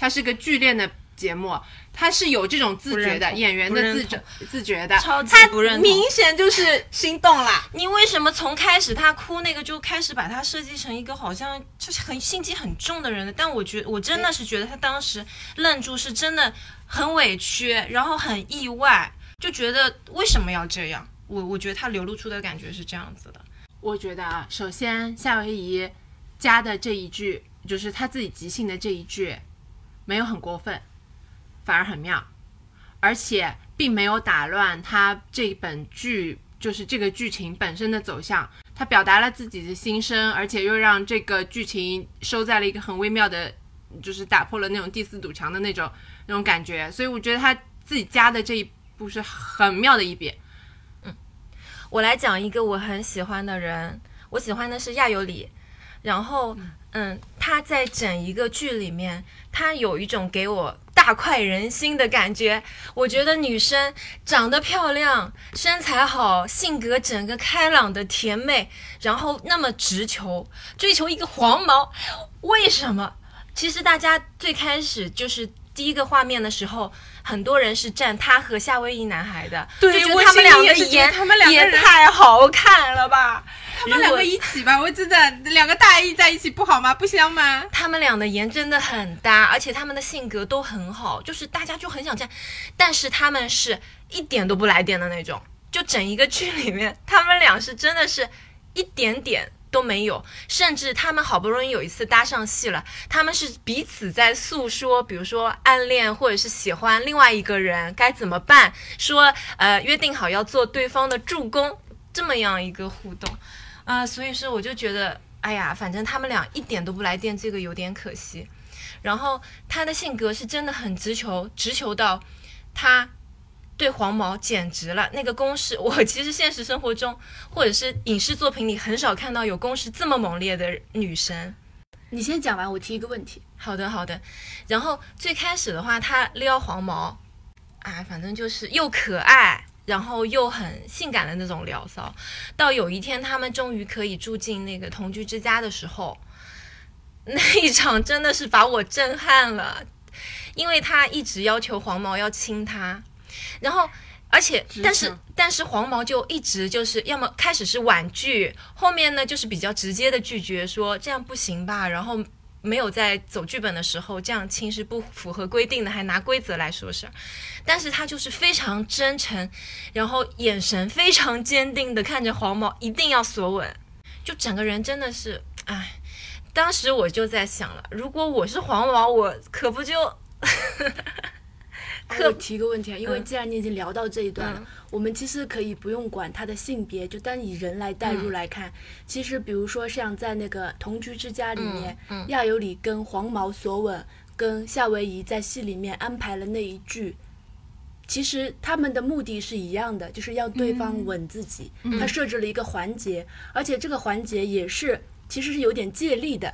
Speaker 3: 它是个剧恋的节目，它是有这种自
Speaker 1: 不
Speaker 3: 觉
Speaker 1: 认
Speaker 3: 的
Speaker 1: 同
Speaker 3: 演员
Speaker 1: 不
Speaker 3: 的
Speaker 1: 认
Speaker 3: 自
Speaker 1: 同
Speaker 3: 觉自觉的，
Speaker 1: 超级
Speaker 3: 他
Speaker 1: 不认同
Speaker 3: 明显就是心动了。
Speaker 1: 你为什么从开始他哭那个就开始把他设计成一个好像就是很心机很重的人呢？但我觉我真的是觉得他当时愣住是真的
Speaker 5: 很委屈，然后很意外，就觉得为什么要这样？我我觉得他流露出的感觉是这样子的。
Speaker 3: 我觉得啊，首先夏威夷加的这一句，就是他自己即兴的这一句，没有很过分，反而很妙，而且并没有打乱他这本剧，就是这个剧情本身的走向。他表达了自己的心声，而且又让这个剧情收在了一个很微妙的，就是打破了那种第四堵墙的那种那种感觉。所以我觉得他自己加的这一步是很妙的一笔。
Speaker 1: 我来讲一个我很喜欢的人，我喜欢的是亚由里，然后嗯，他在整一个剧里面，他有一种给我大快人心的感觉。我觉得女生长得漂亮、身材好、性格整个开朗的甜妹，然后那么直球，追求一个黄毛，为什么？其实大家最开始就是第一个画面的时候，很多人是站他和夏威夷男孩的，
Speaker 5: 对
Speaker 1: 就觉
Speaker 5: 我
Speaker 1: 得他
Speaker 5: 心
Speaker 1: 们
Speaker 5: 里
Speaker 1: 两个
Speaker 5: 也是觉得
Speaker 1: 颜
Speaker 5: 他们两个
Speaker 1: 也
Speaker 5: 人
Speaker 1: 太好看了吧？
Speaker 3: 他们两个一起吧，我真的两个大 E 在一起不好吗？不香吗？
Speaker 1: 他们俩的颜真的很搭，而且他们的性格都很好，就是大家就很想这样，但是他们是一点都不来电的那种，就整一个剧里面，他们俩是真的是一点点。都没有，甚至他们好不容易有一次搭上戏了，他们是彼此在诉说，比如说暗恋或者是喜欢另外一个人该怎么办，说呃约定好要做对方的助攻，这么样一个互动。啊、所以说我就觉得，哎呀，反正他们俩一点都不来电，这个有点可惜。然后他的性格是真的很直球，直球到他对黄毛简直了。那个攻势， 我其实现实生活中或者是影视作品里很少看到有攻势这么猛烈的女生。
Speaker 2: 你先讲完，我提一个问题。
Speaker 1: 好的，好的。然后最开始的话，他撩黄毛，啊，反正就是又可爱，然后又很性感的那种聊骚。到有一天，他们终于可以住进那个同居之家的时候， 那一场真的是把我震撼了，因为他一直要求黄毛要亲他，然后。而且
Speaker 3: 直，
Speaker 1: 但是
Speaker 3: 球
Speaker 1: 但是黄毛就一直就是要么开始是婉拒，后面呢就是比较直接的拒绝说这样不行吧，然后没有在走剧本的时候这样亲是不符合规定的，还拿规则来说事儿。但是他就是非常真诚，然后眼神非常坚定的看着黄毛，一定要索吻，就整个人真的是，唉，当时我就在想了，如果我是黄毛，我可 不就
Speaker 2: 哎
Speaker 1: 可
Speaker 2: 我提一个问题啊，因为
Speaker 1: 嗯
Speaker 2: 既然你已经聊到这一段了，
Speaker 1: 嗯
Speaker 2: 我们其实可以不用管他的性别，就单以人来代
Speaker 1: 嗯
Speaker 2: 入来看。其实，比如说像在那个《同居之家》里面，
Speaker 1: 嗯嗯
Speaker 2: 亚由里跟黄毛索吻，跟夏威夷在戏里面安排了那一句。其实他们的目的是一样的，就是要对
Speaker 1: 嗯
Speaker 2: 方吻自己。他设置了一个环节，而且这个环节也是其实是有点借力的。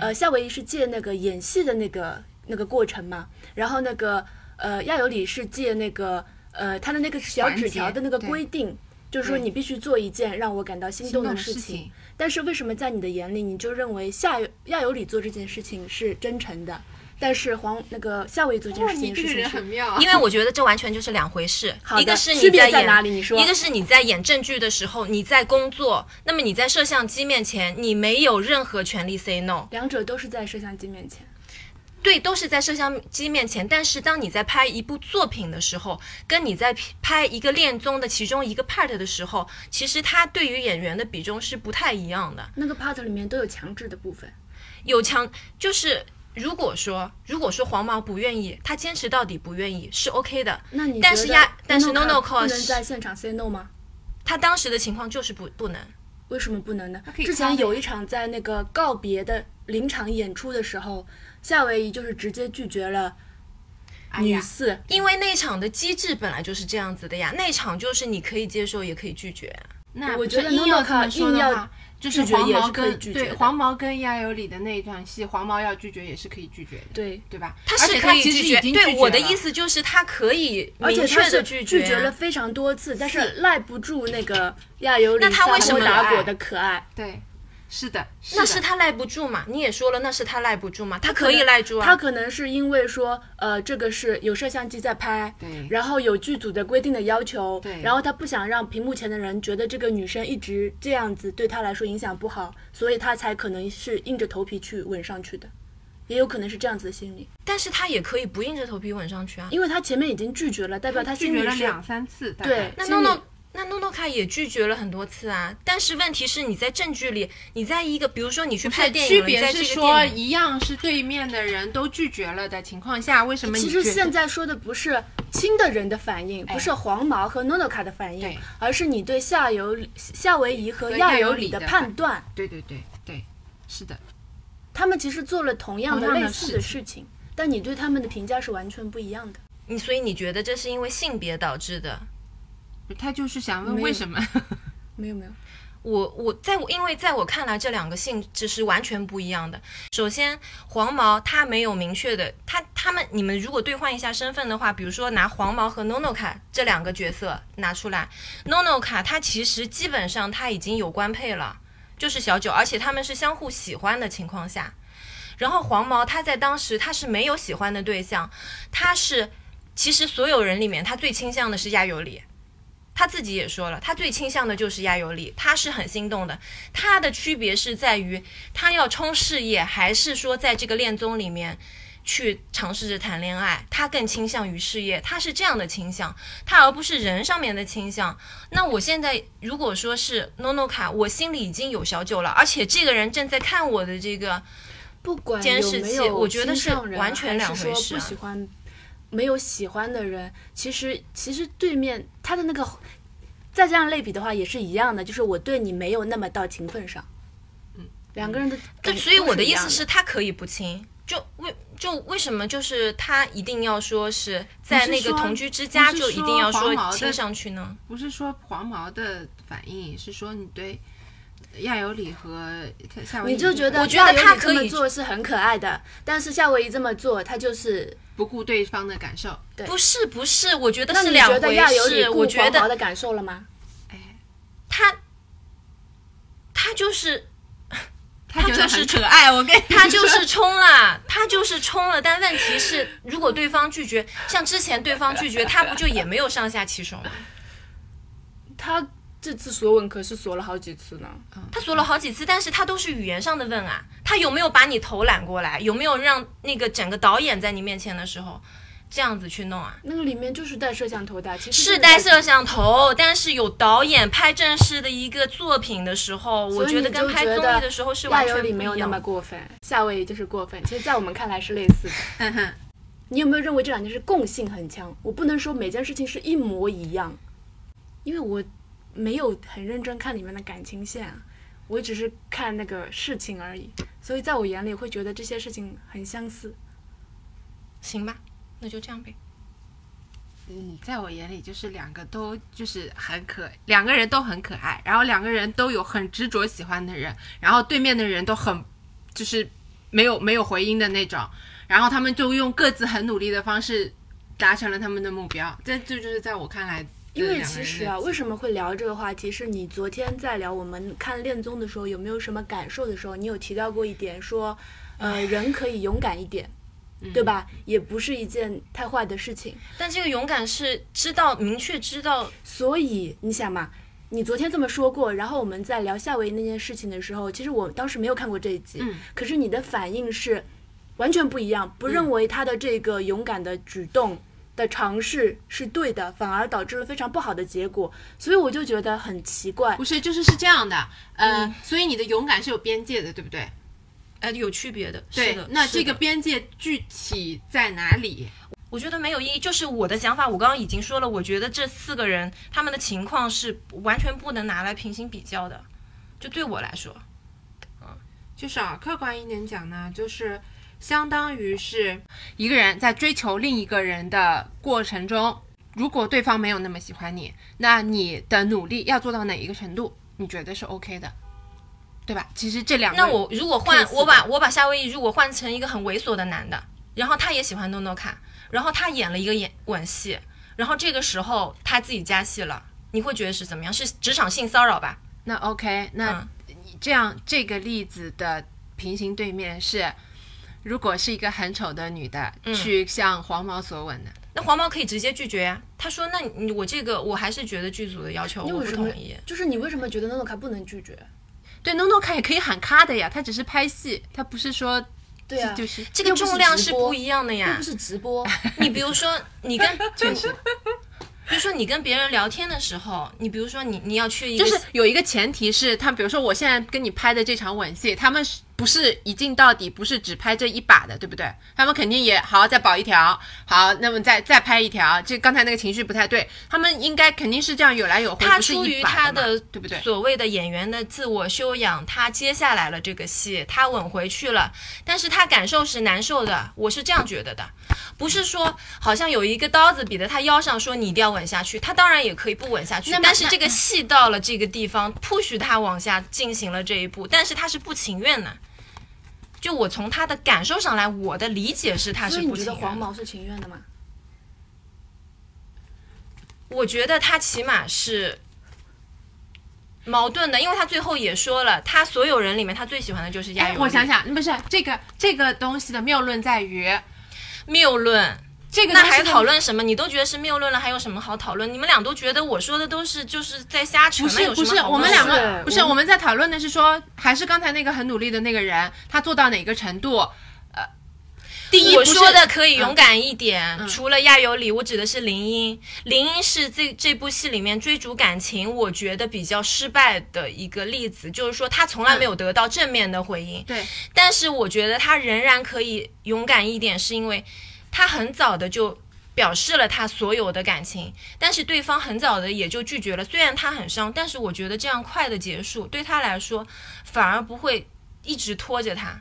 Speaker 2: 呃，夏威夷是借那个演戏的那个那个过程嘛，然后那个呃亚由里是借那个呃他的那个小
Speaker 3: 环
Speaker 2: 纸
Speaker 3: 节
Speaker 2: 条的那个
Speaker 3: 对
Speaker 2: 规定，就是说
Speaker 3: 对
Speaker 2: 你必须做一件让我感到心动的事
Speaker 3: 心动的事
Speaker 2: 情
Speaker 3: 情。
Speaker 2: 但是为什么在你的眼里，你就认为夏亚由里做这件事情是真诚的，但是黄那个夏威夷做这件事情事情是
Speaker 3: 妙啊
Speaker 1: 因为我觉得这完全就是两回事
Speaker 2: 好，的
Speaker 1: 一个是你
Speaker 2: 区别在
Speaker 1: 演
Speaker 2: 哪里你说
Speaker 1: 一个是你在演正剧的时候，你在工作，那么你在摄像机面前，你没有任何权利 say no，
Speaker 2: 两者都是在摄像机面前。
Speaker 1: 对，都是在摄像机面前。但是当你在拍一部作品的时候，跟你在拍一个恋综的其中一个 part 的时候，其实它对于演员的比重是不太一样的。
Speaker 2: 那个 part 里面都有强制的部分，
Speaker 1: 有强就是。如果说，如果说黄毛不愿意，他坚持到底不愿意是 OK 的，
Speaker 2: 那你
Speaker 1: 但是
Speaker 2: 觉得
Speaker 1: 呀但是
Speaker 2: no
Speaker 1: no no
Speaker 2: call 不
Speaker 1: call
Speaker 2: 能
Speaker 1: 是
Speaker 2: 在现场 say no 吗？
Speaker 1: 他当时的情况就是不不能。
Speaker 2: 为什么不能呢？
Speaker 3: 可以
Speaker 2: 之
Speaker 3: 插
Speaker 2: 前
Speaker 3: 的
Speaker 2: 有一场在那个告别的临场演出的时候，夏威夷就是直接拒绝了
Speaker 1: 哎
Speaker 3: 哎
Speaker 2: 女四，
Speaker 1: 因为那场的机制本来就是这样子的呀，那场就是你可以接受也可以拒绝。
Speaker 3: 那
Speaker 2: 我觉得
Speaker 3: 这硬要
Speaker 2: Nono
Speaker 3: 这么说
Speaker 2: 硬要
Speaker 3: 的话，就是
Speaker 2: 拒绝
Speaker 3: 黄
Speaker 2: 也
Speaker 3: 毛
Speaker 2: 是可以
Speaker 3: 跟
Speaker 2: 拒绝的
Speaker 3: 对黄毛跟亚由里的那一段戏，黄毛要拒绝也是可以拒绝的，
Speaker 2: 对。
Speaker 3: 对吧？
Speaker 1: 他
Speaker 3: 而
Speaker 1: 是
Speaker 3: 且
Speaker 1: 可以
Speaker 3: 其实
Speaker 1: 拒绝，
Speaker 3: 已经
Speaker 1: 对
Speaker 3: 绝
Speaker 1: 我的
Speaker 3: 了
Speaker 1: 意，思就是他可以
Speaker 2: 而且
Speaker 1: 明
Speaker 2: 他
Speaker 1: 确
Speaker 2: 是
Speaker 1: 的拒
Speaker 2: 拒
Speaker 1: 绝。
Speaker 2: 绝了非常多次，但是赖不住那个亚由里
Speaker 1: 那他为什么
Speaker 2: 撒泼打
Speaker 3: 可爱
Speaker 2: 滚的可爱？
Speaker 3: 对，是的，
Speaker 1: 那
Speaker 3: 是
Speaker 1: 是
Speaker 3: 的
Speaker 1: 他赖不住嘛？你也说了，那是他赖不住嘛？他
Speaker 2: 可
Speaker 1: 可以
Speaker 2: 能
Speaker 1: 赖住啊。
Speaker 2: 他可能是因为说，呃，这个是有摄像机在拍，
Speaker 3: 对
Speaker 2: 然后有剧组的规定的要求，
Speaker 3: 对
Speaker 2: 然后他不想让屏幕前的人觉得这个女生一直这样子对他来说影响不好，所以他才可能是硬着头皮去吻上去的。也有可能是这样子的心理，
Speaker 1: 但是他也可以不硬着头皮吻上去啊。
Speaker 2: 因为他前面已经拒绝了，代表他
Speaker 3: 拒
Speaker 2: 心
Speaker 3: 绝
Speaker 2: 里
Speaker 3: 了
Speaker 2: 是
Speaker 3: 两三次，大
Speaker 2: 对
Speaker 3: 概。
Speaker 1: 那
Speaker 2: 心里
Speaker 1: NONO 那 NONO 卡也拒绝了很多次啊。但是问题是，你在证据里，你在一个，比如说你去
Speaker 3: 不
Speaker 1: 拍
Speaker 3: 是
Speaker 1: 电
Speaker 3: 区
Speaker 1: 影了，你
Speaker 3: 别
Speaker 1: 在
Speaker 3: 是
Speaker 1: 这个
Speaker 3: 说
Speaker 1: 电影，
Speaker 3: 一样是对面的人都拒绝了的情况下，为什么你
Speaker 2: 其实
Speaker 3: 觉得
Speaker 2: 现在说的不是亲的人的反应，不是黄毛和诺诺卡的反应
Speaker 3: 对，
Speaker 2: 而是你对夏游夏威夷和
Speaker 3: 和
Speaker 2: 亚
Speaker 3: 亚
Speaker 2: 尤
Speaker 3: 尤
Speaker 2: 里
Speaker 3: 里
Speaker 2: 的
Speaker 3: 的
Speaker 2: 判断，
Speaker 3: 对对对对，是的，
Speaker 2: 他们其实做了同样的
Speaker 3: 同样
Speaker 2: 类
Speaker 3: 的
Speaker 2: 似
Speaker 3: 事
Speaker 2: 的事情，但你对他们的评价是完全不一样的。
Speaker 1: 你所以你觉得这是因为性别导致的？
Speaker 3: 他就是想问
Speaker 2: 没有
Speaker 3: 为什么？
Speaker 2: 没有没有，
Speaker 1: 我我在我因为在我看来，这两个性质是完全不一样的。首先，黄毛他没有明确的，他他们你们如果兑换一下身份的话，比如说拿黄毛和 NONO 卡这两个角色拿出来，NONO 卡他其实基本上他已经有官配了，就是小九，而且他们是相互喜欢的情况下，然后黄毛他在当时他是没有喜欢的对象，他是其实所有人里面他最倾向的是亚由里。他自己也说了，他最倾向的就是亚由里，他是很心动的。他的区别是在于他要冲事业，还是说在这个恋综里面去尝试着谈恋爱？他更倾向于事业，他是这样的倾向，他而不是人上面的倾向。那我现在如果说是 NONO 卡，我心里已经有小九了，而且这个人正在看我的这个，
Speaker 2: 不管
Speaker 1: 监
Speaker 2: 有
Speaker 1: 视
Speaker 2: 没
Speaker 1: 器
Speaker 2: 有
Speaker 1: 我觉得
Speaker 2: 欣
Speaker 1: 是
Speaker 2: 赏人
Speaker 1: 完全
Speaker 2: 还
Speaker 1: 两
Speaker 2: 是
Speaker 1: 回
Speaker 2: 说
Speaker 1: 事
Speaker 2: 不
Speaker 1: 啊
Speaker 2: 喜欢，没有喜欢的人，其实其实对面他的那个，再这样类比的话也是一样的，就是我对你没有那么到情分上。两个人的感
Speaker 1: 嗯对，
Speaker 2: 觉
Speaker 1: 所以
Speaker 2: 都
Speaker 1: 我
Speaker 2: 是
Speaker 1: 的
Speaker 2: 一
Speaker 1: 意
Speaker 2: 样
Speaker 1: 思是，他可以不亲。就为就为什么就是他一定要说是在
Speaker 3: 你
Speaker 1: 那
Speaker 3: 是
Speaker 1: 个
Speaker 3: 说
Speaker 1: 同居之家
Speaker 3: 你是
Speaker 1: 就一定
Speaker 3: 说
Speaker 1: 要
Speaker 3: 黄
Speaker 1: 说
Speaker 3: 毛的
Speaker 1: 亲上去呢？
Speaker 3: 不是说黄毛的反应，是说你对亚尤里和夏威夷
Speaker 2: 你就觉得
Speaker 1: 我觉得
Speaker 2: 亚由
Speaker 1: 他
Speaker 2: 里
Speaker 1: 可
Speaker 2: 这么
Speaker 1: 以
Speaker 2: 做是很可爱的，但是夏威夷这么做，他就是
Speaker 3: 不顾对方的感受，
Speaker 2: 对
Speaker 1: 不是不是，我觉得
Speaker 2: 那
Speaker 1: 是
Speaker 2: 你
Speaker 1: 两
Speaker 2: 觉得
Speaker 1: 回
Speaker 2: 亚由里
Speaker 1: 事。我
Speaker 2: 顾
Speaker 1: 觉
Speaker 2: 黄毛
Speaker 1: 得
Speaker 2: 的感受了吗？
Speaker 3: 哎，
Speaker 1: 他他 就是
Speaker 3: 他
Speaker 1: 他
Speaker 3: 觉
Speaker 1: 就
Speaker 3: 得
Speaker 1: 是
Speaker 3: 很可爱，我跟你
Speaker 1: 他就
Speaker 3: 说
Speaker 1: 是冲了，他就是冲了。但问题是，如果对方拒绝，像之前对方拒绝，他不就也没有上下其手吗？
Speaker 4: 他这次索吻可是索了好几次呢。
Speaker 1: 他锁了好几次，但是他都是语言上的问啊，他有没有把你头揽过来？有没有让那个整个导演在你面前的时候这样子去弄啊？
Speaker 2: 那个里面就是带摄像头的，其实就是
Speaker 1: 带摄像头，但是有导演拍正式的一个作品的时候，我
Speaker 2: 所以
Speaker 1: 觉得
Speaker 2: 你
Speaker 1: 跟
Speaker 2: 就
Speaker 1: 拍
Speaker 2: 觉
Speaker 1: 综
Speaker 2: 得
Speaker 1: 艺的时候是
Speaker 2: 亚
Speaker 1: 完
Speaker 2: 由
Speaker 1: 全
Speaker 2: 里
Speaker 1: 不
Speaker 2: 没有
Speaker 1: 一
Speaker 2: 那
Speaker 1: 样
Speaker 2: 么。过分，夏威夷就是过分。其实，在我们看来是类似的。你有没有认为这两件事共性很强？我不能说每件事情是一模一样，因为我没有很认真看里面的感情线啊，我只是看那个事情而已，所以在我眼里会觉得这些事情很相似。
Speaker 1: 行吧，那就这样呗。
Speaker 3: 嗯，在我眼里就是两个都就是很可，两个人都很可爱，然后两个人都有很执着喜欢的人，然后对面的人都很就是没有没有回音的那种，然后他们就用各自很努力的方式达成了他们的目标，这这就是在我看来的
Speaker 2: 因为
Speaker 3: 两个
Speaker 2: 其
Speaker 3: 人
Speaker 2: 实
Speaker 3: 的
Speaker 2: 啊，为什么会聊这个话题？是你昨天在聊我们看恋综的时候，有没有什么感受的时候，你有提到过一点，说，呃，人可以勇敢一点，
Speaker 3: 嗯
Speaker 2: 对吧？也不是一件太坏的事情。
Speaker 1: 但这个勇敢是知道明确知道，
Speaker 2: 所以你想嘛，你昨天这么说过，然后我们在聊夏威夷那件事情的时候，其实我当时没有看过这一集，
Speaker 3: 嗯
Speaker 2: 可是你的反应是完全不一样，不
Speaker 3: 嗯
Speaker 2: 认为他的这个勇敢的举动的尝试是对的，反而导致了非常不好的结果，所以我就觉得很奇怪
Speaker 3: 不。是就是是这样的，呃，所以你的勇敢是有边界的，对不对？
Speaker 1: 呃，有区别的。是
Speaker 3: 对
Speaker 1: 的，
Speaker 3: 那
Speaker 1: 是
Speaker 3: 这
Speaker 1: 的
Speaker 3: 个边界具体在哪里？
Speaker 1: 我觉得没有意义。就是我的想法，我刚刚已经说了，我觉得这四个人他们的情况是完全不能拿来平行比较的。就对我来说，
Speaker 3: 就是啊，客观一点讲呢，就是相当于是一个人在追求另一个人的过程中，如果对方没有那么喜欢你，那你的努力要做到哪一个程度，你觉得是 OK 的，对吧？其实这两个
Speaker 1: 那我如果换
Speaker 3: case
Speaker 1: 我把我把夏威夷如果换成一个很猥琐的男的，然后他也喜欢诺诺卡，然后他演了一个演吻戏，然后这个时候他自己加戏了，你会觉得是怎么样？是职场性骚扰吧？
Speaker 3: 那 OK，那
Speaker 1: 嗯
Speaker 3: 你这样这个例子的平行对面是，如果是一个很丑的女的、
Speaker 1: 嗯
Speaker 3: 去向黄毛索吻的，
Speaker 1: 那黄毛可以直接拒绝呀、他说：“那你我这个我还是觉得剧组的要求
Speaker 2: 你
Speaker 1: 我
Speaker 2: 为
Speaker 1: 不
Speaker 2: 什么
Speaker 1: 同意。”
Speaker 2: 就是你为什么觉得诺诺卡不能拒绝？
Speaker 3: 对，NONO 卡也可以喊卡的呀，他只是拍戏，他不是说
Speaker 2: 对啊，
Speaker 3: 就是
Speaker 6: 这个重量是不一样的
Speaker 2: 又
Speaker 6: 呀
Speaker 2: 不。是直播，
Speaker 1: 你比如说，你跟 就是，比如说你跟别人聊天的时候，你比如说你你要去一个，
Speaker 3: 就是有一个前提是，他比如说我现在跟你拍的这场吻戏，他们是不是一镜到底，不是只拍这一把的，对不对？他们肯定也好再保一条，好，那么再再拍一条。这刚才那个情绪不太对，他们应该肯定是这样有来有回，
Speaker 1: 他
Speaker 3: 不是
Speaker 1: 出于
Speaker 3: 一把
Speaker 1: 他
Speaker 3: 的嘛
Speaker 1: 的
Speaker 3: 对不对？
Speaker 1: 所谓的演员的自我修养，他接下来了这个戏，他吻回去了，但是他感受是难受的，我是这样觉得的，不是说好像有一个刀子比在他腰上，说你一定要吻下去，他当然也可以不吻下去
Speaker 3: 那，么
Speaker 1: 但是这个戏到了这个地方，不许他往下进行了这一步，但是他是不情愿的。就我从他的感受上来，我的理解是他是
Speaker 2: 所以
Speaker 1: 不
Speaker 2: 你觉
Speaker 1: 情
Speaker 2: 得
Speaker 1: 愿的
Speaker 2: 黄毛是情愿的吗？
Speaker 1: 我觉得他起码是矛盾的，因为他最后也说了，他所有人里面他最喜欢的就是亚
Speaker 3: 哎
Speaker 1: 油，。
Speaker 3: 我想，想，不是这个这个东西的谬论在于
Speaker 1: 谬论，
Speaker 3: 这个
Speaker 1: 那
Speaker 3: 东西
Speaker 1: 还
Speaker 3: 的
Speaker 1: 讨论什么？你都觉得是谬论了，还有什么好讨论？你们俩都觉得我说的都是就是在瞎扯，
Speaker 3: 不
Speaker 1: 那
Speaker 3: 是
Speaker 1: 有什
Speaker 3: 不
Speaker 1: 么
Speaker 3: 是，
Speaker 1: 好
Speaker 3: 我们
Speaker 1: 论
Speaker 3: 两
Speaker 1: 的
Speaker 3: 个不是我们在讨论的是说，还是刚才那个很努力的那个人，他做到哪个程度？呃，第一
Speaker 1: 我
Speaker 3: 不是
Speaker 1: 说的可以勇
Speaker 3: 嗯
Speaker 1: 敢一点，除了亚由里，我指的是林英。林英是这这部戏里面追逐感情，我觉得比较失败的一个例子，就是说他从来没有
Speaker 3: 嗯
Speaker 1: 得到正面的回应。
Speaker 3: 对，
Speaker 1: 但是我觉得他仍然可以勇敢一点，是因为他很早的就。表示了他所有的感情，但是对方很早的也就拒绝了。虽然他很伤，但是我觉得这样快的结束对他来说反而不会一直拖着他。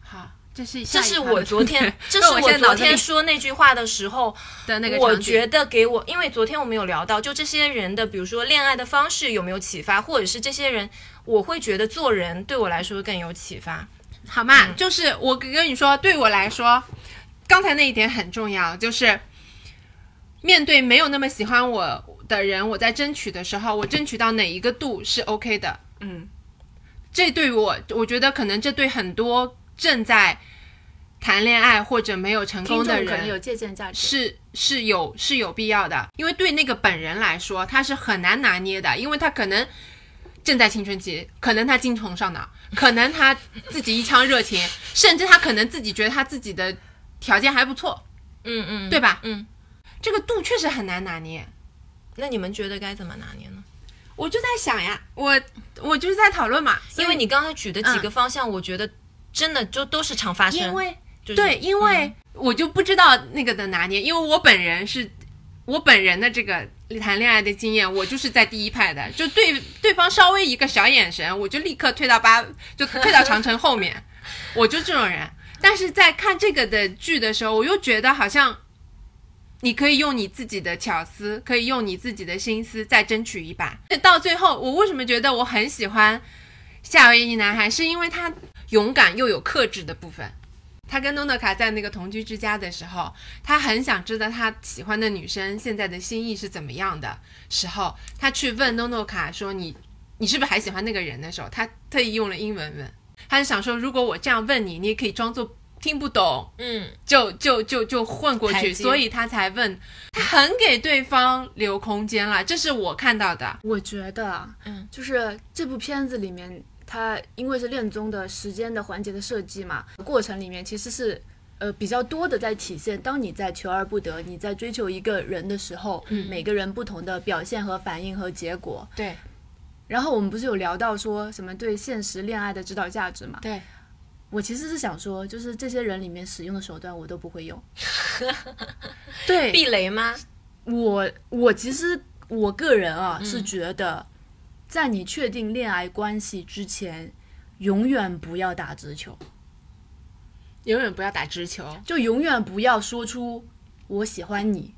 Speaker 3: 好，这是
Speaker 1: 这
Speaker 3: 这
Speaker 1: 是我昨 天，这是
Speaker 3: 那我现
Speaker 1: 我
Speaker 3: 在脑
Speaker 1: 昨
Speaker 3: 子里
Speaker 1: 天说那句话的时候，
Speaker 3: 的那个
Speaker 1: 我
Speaker 3: 场景
Speaker 1: 觉得给我，因为昨天我们有聊到，就这些人的，比如说恋爱的方式有没有启发，或者是这些人，我会觉得做人对我来说更有启发。
Speaker 3: 好嘛，
Speaker 1: 嗯
Speaker 3: 就是我跟你说，对我来说，刚才那一点很重要，就是面对没有那么喜欢我的人，我在争取的时候，我争取到哪一个度是 OK 的。
Speaker 2: 嗯，
Speaker 3: 这对于我，我觉得可能这对很多正在谈恋爱或者没有成
Speaker 2: 听
Speaker 3: 功
Speaker 2: 众
Speaker 3: 的
Speaker 2: 可能有
Speaker 3: 人
Speaker 2: 借鉴价值。
Speaker 3: 是是有是有必要的，因为对那个本人来说，他是很难拿捏的，因为他可能正在青春期，可能他精虫上脑， 可能他自己一腔热情， 甚至他可能自己觉得他自己的条件还不错，
Speaker 1: 嗯嗯，
Speaker 3: 对吧？
Speaker 1: 嗯，
Speaker 3: 这个度确实很难拿捏。
Speaker 1: 那你们觉得该怎么拿捏呢？
Speaker 3: 我就在想呀，我我就是在讨论嘛，
Speaker 1: 因为
Speaker 3: 你。
Speaker 1: 你刚才举的几个方向，我觉得真的就都是常发生。
Speaker 3: 因为、
Speaker 1: 就是
Speaker 3: 对，因为我就不知道那个的拿捏，因为我本人是，我本人的这个谈恋爱的经验，我就是在第一派的，就对对方稍微一个小眼神，我就立刻退到八，就退到长城后面，我就这种人。但是在看这个的剧的时候，我又觉得好像。你可以用你自己的巧思，可以用你自己的心思再争取一把。到最后，我为什么觉得我很喜欢夏威夷男孩，是因为他勇敢又有克制的部分。他跟诺诺卡在那个同居之家的时候，他很想知道他喜欢的女生现在的心意是怎么样的时候，他去问诺诺卡说你你是不是还喜欢那个人的时候，他特意用了英文问，他是想说如果我这样问你，你也可以装作听不懂，
Speaker 1: 嗯，
Speaker 3: 就就就就混过
Speaker 1: 台
Speaker 3: 去，
Speaker 1: 阶
Speaker 3: 所以他才问，他很给对方留空间了，这是我看到的。
Speaker 2: 我觉得啊，
Speaker 1: 嗯，
Speaker 2: 就是这部片子里面，它因为是恋综的时间的环节的设计嘛，过程里面其实是。呃，比较多的在体现，当你在求而不得，你在追求一个人的时候，每个人不同的表现和反应和结果。
Speaker 3: 嗯对
Speaker 2: 然后我们不是有聊到说什么对现实恋爱的指导价值嘛？
Speaker 3: 对，
Speaker 2: 我其实是想说，就是这些人里面使用的手段我都不会 用。
Speaker 3: 对，
Speaker 1: 避雷吗？
Speaker 2: 我我其实我个人
Speaker 3: 嗯
Speaker 2: 啊、是觉得，在你确定恋爱关系之前，永远不要打直球，
Speaker 3: 永远不要打直球，
Speaker 2: 就永远不要说出“我喜欢你”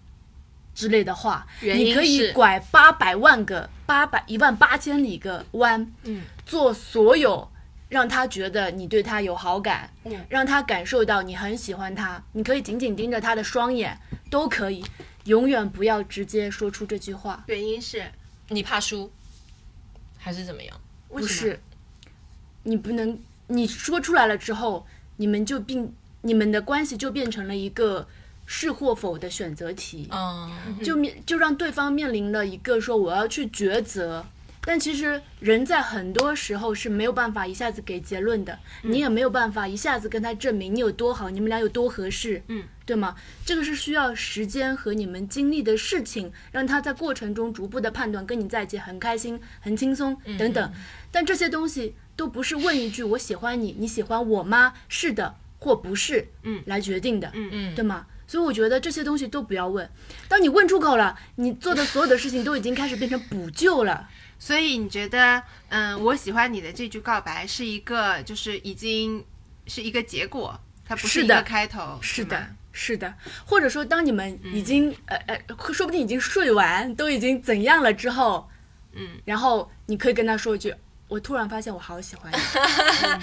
Speaker 2: 之类的话。
Speaker 3: 原因
Speaker 2: 你可以
Speaker 3: 是
Speaker 2: 拐八百万个八百一万八千里个弯，
Speaker 3: 嗯，
Speaker 2: 做所有让他觉得你对他有好感，
Speaker 3: 嗯
Speaker 2: 让他感受到你很喜欢他，你可以紧紧盯着他的双眼，都可以。永远不要直接说出这句话。
Speaker 3: 原因是
Speaker 1: 你怕输，还是怎么样？
Speaker 3: 不
Speaker 2: 不是，你不能，你说出来了之后，你们就并你们的关系就变成了一个是或否的选择题，
Speaker 1: 嗯，
Speaker 2: 就面就让对方面临了一个说我要去抉择，但其实人在很多时候是没有办法一下子给结论的，
Speaker 3: 嗯
Speaker 2: 你也没有办法一下子跟他证明你有多好，你们俩有多合适，
Speaker 3: 嗯，
Speaker 2: 对吗？这个是需要时间和你们经历的事情，让他在过程中逐步的判断跟你在一起很开心、很轻松
Speaker 3: 嗯
Speaker 2: 等等。但这些东西都不是问一句“我喜欢你，你喜欢我吗？”是的或不是，
Speaker 3: 嗯，
Speaker 2: 来决定的，
Speaker 3: 嗯
Speaker 7: 嗯
Speaker 2: 对吗？所以我觉得这些东西都不要问。当你问出口了，你做的所有的事情都已经开始变成补救了。
Speaker 3: 所以你觉得，嗯，我喜欢你的这句告白是一个，就是已经是一个结果，它不
Speaker 2: 是
Speaker 3: 一
Speaker 2: 的
Speaker 3: 个开头，
Speaker 2: 是
Speaker 3: 吗
Speaker 2: 的，是的，或者说，当你们已经、呃呃，说不定已经睡完，都已经怎样了之后，
Speaker 3: 嗯，
Speaker 2: 然后你可以跟他说一句：“我突然发现我好喜 欢你。嗯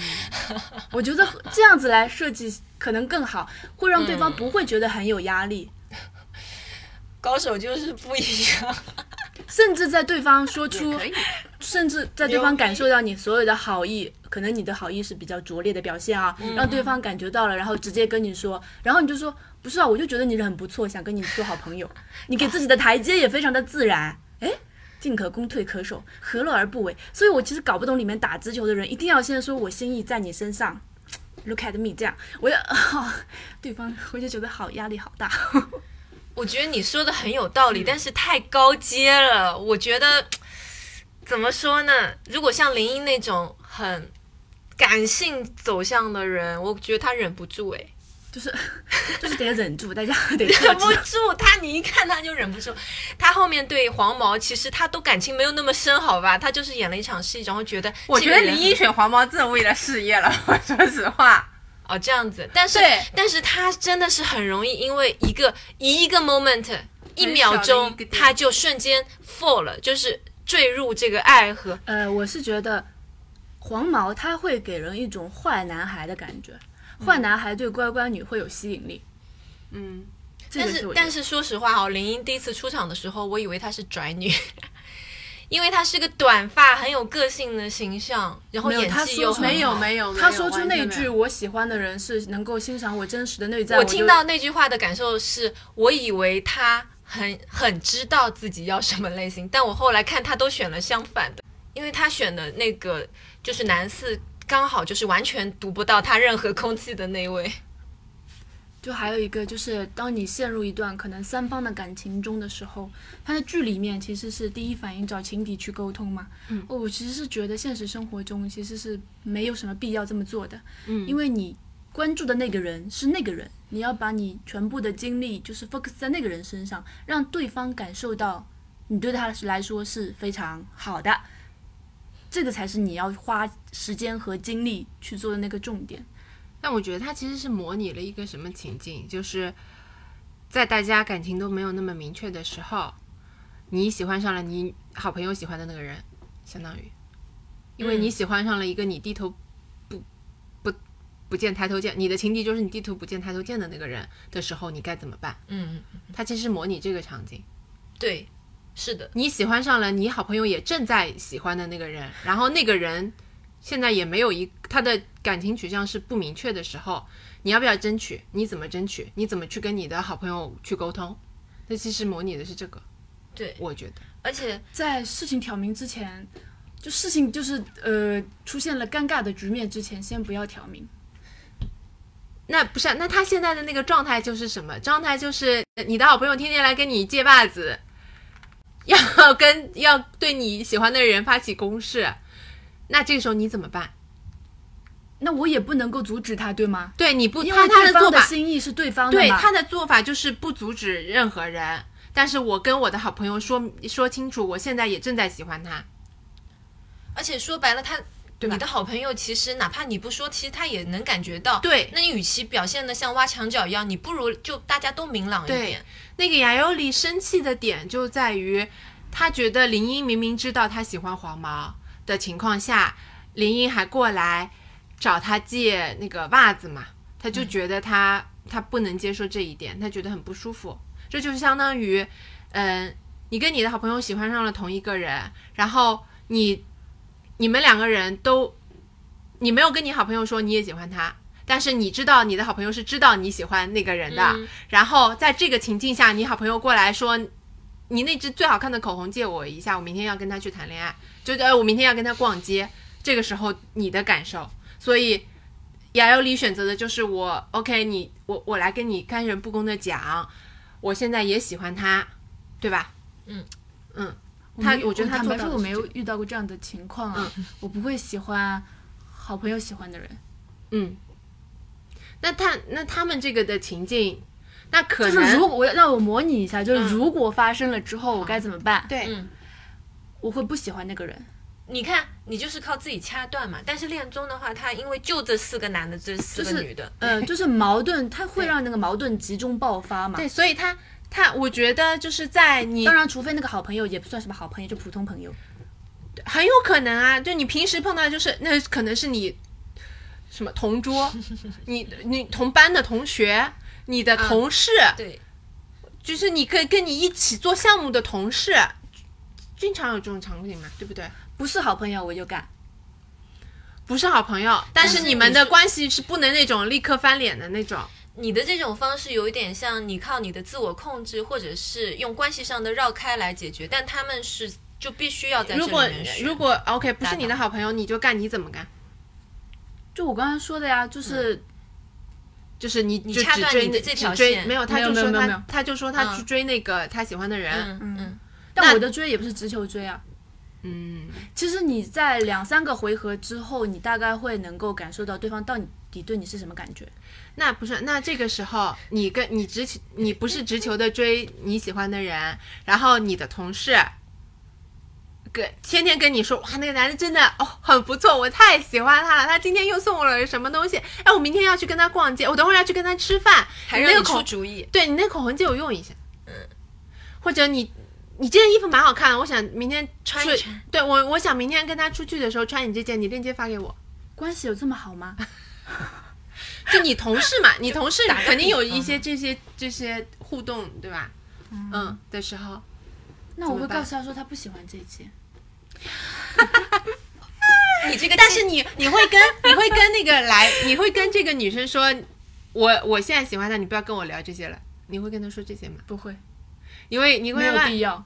Speaker 2: 我觉得这样子来设计可能更好，会让对方不会觉得很有压力，
Speaker 1: 高手就是不一样。
Speaker 2: 甚至在对方说
Speaker 3: 也
Speaker 2: 出
Speaker 3: 可以，
Speaker 2: 甚至在对方感受到你所有的好意，可能你的好意是比较拙劣的表现啊，让对方感觉到了，然后直接跟你说，然后你就说不是啊，我就觉得你人很不错，想跟你做好朋友，你给自己的台阶也非常的自然，哎。进可攻，退可守，何乐而不为？所以我其实搞不懂里面打直球的人一定要先说我心意在你身上，look at me 这样，我就、哦对方我就觉得好压力好大。
Speaker 1: 我觉得你说的很有道理，但是太高阶了。我觉得怎么说呢？如果像林一那种很感性走向的人，我觉得他忍不住哎，
Speaker 2: 就是 就是得忍住，大家 得克
Speaker 1: 忍
Speaker 2: 制
Speaker 1: 不住他，你一看他就忍不住。他后面对黄毛其实他都感情没有那么深，好吧？他就是演了一场戏，然后觉得
Speaker 3: 我
Speaker 1: 这
Speaker 3: 觉
Speaker 1: 个
Speaker 3: 得
Speaker 1: 人
Speaker 3: 林一选黄毛真的为了事业了， 我说实话。
Speaker 1: 哦这样子，但是
Speaker 3: 对
Speaker 1: 但是他真的是很容易因为一个一个 moment 一秒
Speaker 3: 一
Speaker 1: 钟
Speaker 3: 个点
Speaker 1: 他就瞬间 fall 了，就是坠入这个爱河。
Speaker 2: 呃，我是觉得黄毛他会给人一种坏男孩的感觉，
Speaker 1: 嗯
Speaker 2: 坏男孩对乖乖女会有吸引力。
Speaker 3: 嗯，
Speaker 2: 这
Speaker 1: 但
Speaker 2: 个
Speaker 1: 是
Speaker 2: 我觉
Speaker 1: 但
Speaker 2: 得
Speaker 1: 是说实话哦，林英第一次出场的时候，我以为她是拽女， 因为她是个短发、很有个性的形象，然后
Speaker 2: 没有
Speaker 1: 演
Speaker 2: 她
Speaker 1: 技
Speaker 2: 说
Speaker 1: 又
Speaker 2: 出
Speaker 1: 很
Speaker 3: 没有
Speaker 1: 好
Speaker 3: 没有，没有
Speaker 2: 他说出
Speaker 3: 完
Speaker 2: 那
Speaker 3: 全没
Speaker 2: 句“
Speaker 3: 有
Speaker 2: 我喜欢的人是能够欣赏我真实的内在”，
Speaker 1: 我
Speaker 2: 我
Speaker 1: 听
Speaker 2: 就
Speaker 1: 到那句话的感受是，我以为她很很知道自己要什么类型，但我后来看她都选了相反的，因为她选的那个就是男四，刚好就是完全读不到她任何空气的那位。
Speaker 2: 就还有一个就是，当你陷入一段可能三方的感情中的时候，他的剧里面其实是第一反应找情敌去沟通嘛。
Speaker 3: 嗯
Speaker 2: 哦，我其实是觉得现实生活中其实是没有什么必要这么做的，
Speaker 3: 嗯
Speaker 2: 因为你关注的那个人是那个人，你要把你全部的精力就是 focus 在那个人身上，让对方感受到你对他来说是非常好的，这个才是你要花时间和精力去做的那个重点。
Speaker 3: 但我觉得他其实是模拟了一个什么情境，就是在大家感情都没有那么明确的时候，你喜欢上了你好朋友喜欢的那个人，相当于，因为你喜欢上了一个你低头不不不见抬头见，你的情敌就是你低头不见抬头见的那个人的时候，你该怎么办？
Speaker 1: 嗯，
Speaker 3: 他其实是模拟这个场景。
Speaker 1: 对，是的，
Speaker 3: 你喜欢上了你好朋友也正在喜欢的那个人，然后那个人现在也没有一他的感情取向是不明确的时候，你要不要争取？你怎么争取？你怎么去跟你的好朋友去沟通？ 这其实模拟的是这个，
Speaker 1: 对，
Speaker 3: 我觉得
Speaker 1: 而且
Speaker 2: 在事情挑明之前，就事情就是呃出现了尴尬的局面之前，先不要挑明。
Speaker 3: 那不是啊、那他现在的那个状态就是什么？状态就是你的好朋友天天来跟你借把子，要跟 要对你喜欢的人发起攻势，那这个时候你怎么办？
Speaker 2: 那我也不能够阻止他，对吗？
Speaker 3: 对你不
Speaker 2: 因
Speaker 3: 他
Speaker 2: 为
Speaker 3: 他
Speaker 2: 对
Speaker 3: 的做
Speaker 2: 方的
Speaker 3: 法
Speaker 2: 心意是对方的
Speaker 3: 对
Speaker 2: 嘛。
Speaker 3: 他的做法就是不阻止任何人，但是我跟我的好朋友说说清楚，我现在也正在喜欢他。
Speaker 1: 而且说白了，他
Speaker 3: 对吧
Speaker 1: 你的好朋友其实哪怕你不说，其实他也能感觉到。
Speaker 3: 对
Speaker 1: 那你与其表现的像挖墙脚一样，你不如就大家都明朗一
Speaker 3: 对
Speaker 1: 点。
Speaker 3: 那个雅优里生气的点就在于，他觉得林英明明知道他喜欢黄毛的情况下，林英还过来找他借那个袜子嘛，他就觉得他、他不能接受这一点，他觉得很不舒服。这就是相当于，嗯，你跟你的好朋友喜欢上了同一个人，然后你你们两个人都，你没有跟你好朋友说你也喜欢他。但是你知道你的好朋友是知道你喜欢那个人的，然后在这个情境下，你好朋友过来说你那支最好看的口红借我一下，我明天要跟他去谈恋爱，就呃我明天要跟他逛街。这个时候你的感受，所以雅优里选择的就是我，OK，你我我来跟你开诚布公的讲，我现在也喜欢他，对吧？
Speaker 1: 嗯
Speaker 3: 嗯，他
Speaker 2: 没
Speaker 3: 我觉得他
Speaker 2: 坦
Speaker 3: 做
Speaker 2: 白
Speaker 3: 到
Speaker 2: 说
Speaker 3: 的
Speaker 2: 我
Speaker 3: 是
Speaker 2: 没
Speaker 3: 这嗯
Speaker 2: 有
Speaker 3: 个，
Speaker 2: 遇到过这样的情况啊，我不会喜欢好朋友喜欢的人。
Speaker 3: 嗯。那他那他们这个的情境，那可
Speaker 2: 就是
Speaker 3: 能
Speaker 2: 如果我要让我模拟一下，就是
Speaker 3: 嗯
Speaker 2: 如果发生了之后，我该怎么办？
Speaker 3: 对
Speaker 1: 嗯，
Speaker 2: 我会不喜欢那个人。
Speaker 1: 你看，你就是靠自己掐断嘛。但是恋综的话，他因为就这四个男的，这四
Speaker 2: 就是
Speaker 1: 个女的，
Speaker 2: 嗯，就是矛盾，它会让那个矛盾集中爆发嘛。
Speaker 3: 对，所以他他我觉得就是在你
Speaker 2: 当然，除非那个好朋友也不算什么好朋友，就普通朋友。
Speaker 3: 很有可能啊，就你平时碰到就是那可能是你什么 同桌，你你同班的同学，你
Speaker 1: 嗯
Speaker 3: 的同事，
Speaker 1: 对，
Speaker 3: 就是你可以跟你一起做项目的同事，经常有这种场景嘛，对不对？
Speaker 2: 不是好朋友我就干，
Speaker 3: 不是好朋友，但是你们的关系是不能那种立刻翻脸的那种。
Speaker 1: 你的这种方式有一点像你靠你的自我控制，或者是用关系上的绕开来解决，但他们是就必须要在这
Speaker 3: 如
Speaker 1: 里
Speaker 3: 果
Speaker 1: 面选
Speaker 3: 如果 OK 不是你的好朋友，你就干你怎么干？
Speaker 2: 就我刚刚说的呀，
Speaker 1: 嗯
Speaker 2: 就是、
Speaker 3: 就是你就
Speaker 1: 掐
Speaker 3: 只
Speaker 1: 断
Speaker 3: 追
Speaker 1: 你
Speaker 3: 那
Speaker 1: 的这条
Speaker 3: 只追
Speaker 1: 线
Speaker 3: 没有，他
Speaker 2: 没有
Speaker 3: 就
Speaker 2: 没有
Speaker 3: 说
Speaker 2: 没有没有
Speaker 3: 他他就说他去
Speaker 1: 嗯
Speaker 3: 追那个他喜欢的人，
Speaker 1: 嗯嗯，
Speaker 2: 但我的追也不是直球追啊。
Speaker 3: 嗯
Speaker 2: 其实你在两三个回合之后，你大概会能够感受到对方到底对你是什么感觉。
Speaker 3: 那不是，那这个时候你跟你直球，你不是直球的追你喜欢的人，然后你的同事跟天天跟你说，哇，那个男的真的哦很不错，我太喜欢他了，他今天又送我了什么东西，哎，我明天要去跟他逛街，我等会儿要去跟他吃饭，
Speaker 1: 还
Speaker 3: 你
Speaker 1: 让
Speaker 3: 那
Speaker 1: 你
Speaker 3: 个
Speaker 1: 出嗯
Speaker 3: 口，
Speaker 1: 主 意，
Speaker 3: 对你那口红借我用一下，或者你你这件衣服蛮好看的，我想明天
Speaker 1: 穿
Speaker 3: 出
Speaker 1: 一穿，
Speaker 3: 对我我想明天跟他出去的时候穿你这件，你链接发给我。
Speaker 2: 关系有这么好吗？
Speaker 3: 就你同事 嘛，你同事肯定有一些这些这些互动，对吧？嗯，的时候，
Speaker 2: 那我
Speaker 3: 怎么
Speaker 2: 会
Speaker 3: 办
Speaker 2: 告诉他说他不喜欢这一期。
Speaker 1: 你这个
Speaker 3: 但是你你会 跟你会跟那个来，你会跟这个女生说，我我现在喜欢她，你不要跟我聊这些了。你会跟她说这些吗？
Speaker 2: 不会，
Speaker 3: 因为你会
Speaker 2: 没有
Speaker 3: 问
Speaker 2: 必要。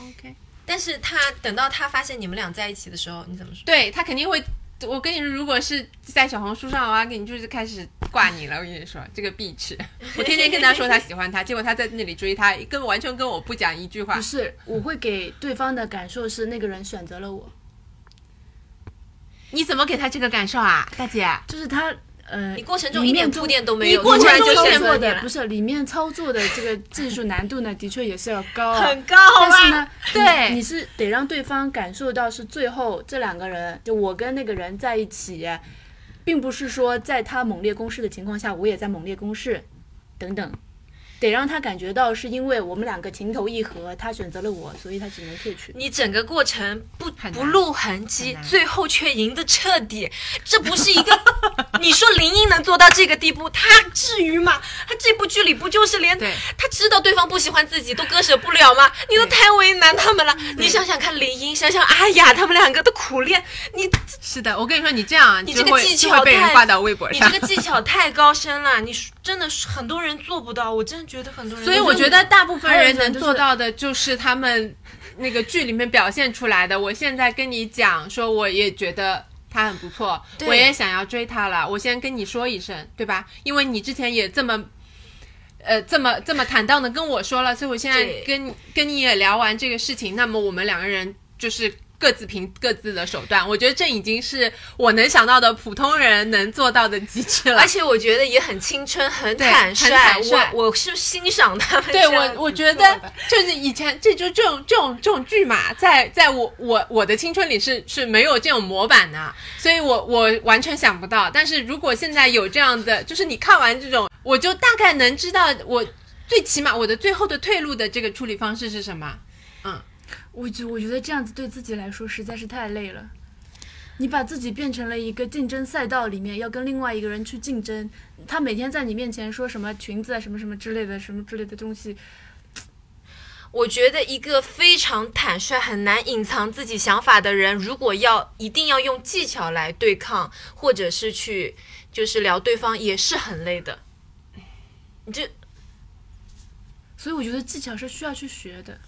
Speaker 3: ，OK，
Speaker 1: 但是他等到他发现你们俩在一起的时候，你怎么说？
Speaker 3: 对她肯定会。我跟你说，如果是在小红书上，我要啊给你就是开始挂你了。我跟你说，这个必 吃。我天天跟她说她喜欢他，结果她在那里追他，跟完全跟我不讲一句话
Speaker 2: 不。是，我会给对方的感受是那个人选择了我，
Speaker 3: 你怎么给她这个感受啊，大姐？
Speaker 2: 就是他呃，
Speaker 1: 你过程中
Speaker 2: 里
Speaker 1: 一点
Speaker 2: 面
Speaker 1: 铺垫都没有，
Speaker 3: 你过
Speaker 1: 突
Speaker 3: 程
Speaker 1: 然
Speaker 3: 中
Speaker 1: 就
Speaker 2: 操
Speaker 1: 选择
Speaker 2: 作
Speaker 1: 你
Speaker 2: 的
Speaker 1: 了
Speaker 2: 不，是里面操作的这个技术难度呢，的确也是要高啊，
Speaker 3: 高，
Speaker 2: 但是呢，
Speaker 3: 对
Speaker 2: 你你是得让对方感受到是最后这两个人，就我跟那个人在一起，并不是说在他猛烈攻势的情况下，我也在猛烈攻势，等等，得让他感觉到是因为我们两个情投意合，他选择了我，所以他只能退去。
Speaker 1: 你整个过程不
Speaker 3: 很难
Speaker 1: 不露痕迹
Speaker 3: 很，难
Speaker 1: 最后却赢得彻底，这不是一 个你说林英能做到这个地步，她至于吗？她这部剧里不就是连
Speaker 3: 对
Speaker 1: 她知道对方不喜欢自己都割舍不了吗？你都
Speaker 3: 对
Speaker 1: 太为难他们了。你想想看，林英，想想阿雅他们两个的苦恋，你
Speaker 3: 是的，我跟你说，你这样啊，
Speaker 1: 你
Speaker 3: 就
Speaker 1: 这个
Speaker 3: 会
Speaker 1: 技
Speaker 3: 就
Speaker 1: 巧
Speaker 3: 会被人
Speaker 1: 太
Speaker 3: 挂到微博
Speaker 1: 你
Speaker 3: 上
Speaker 1: 这。个技巧太高深了，你是真的是很多人做不到，我真的觉得很多人都做
Speaker 3: 所
Speaker 1: 不到。
Speaker 3: 以我觉得大部分
Speaker 2: 还有一
Speaker 3: 人
Speaker 2: 种
Speaker 3: 能
Speaker 2: 就是
Speaker 3: 做到的就是他们那个剧里面表现出来的。我现在跟你讲，说我也觉得他很不错，
Speaker 1: 对
Speaker 3: 我也想要追他了。我先跟你说一声，对吧？因为你之前也这么。呃，这么这么坦荡的跟我说了，所以我现在
Speaker 1: 对
Speaker 3: 跟你跟你也聊完这个事情，那么我们两个人就是各自凭各自的手段，我觉得这已经是我能想到的普通人能做到的极致了
Speaker 1: 而。且我觉得也很青春，很
Speaker 3: 对
Speaker 1: 坦
Speaker 3: 很坦率
Speaker 1: 我我是欣赏他 们这样
Speaker 3: 对
Speaker 1: 子做的。
Speaker 3: 我，我觉得就是以前这就这种这种这种剧嘛，在在我我我的青春里是是没有这种模板的，所以我我完全想不到。但是如果现在有这样的，就是你看完这种，我就大概能知道我最起码我的最后的退路的这个处理方式是什么。
Speaker 2: 我觉我觉得这样子对自己来说实在是太累了。你把自己变成了一个竞争赛道里面，要跟另外一个人去竞争，他每天在你面前说什么裙子啊、什么什么之类的、什么之类的东西，
Speaker 1: 我觉得一个非常坦率、很难隐藏自己想法的人，如果要一定要用技巧来对抗，或者是去就是聊对方，也是很累的。你这
Speaker 2: 所以我觉得技巧是需要去学的。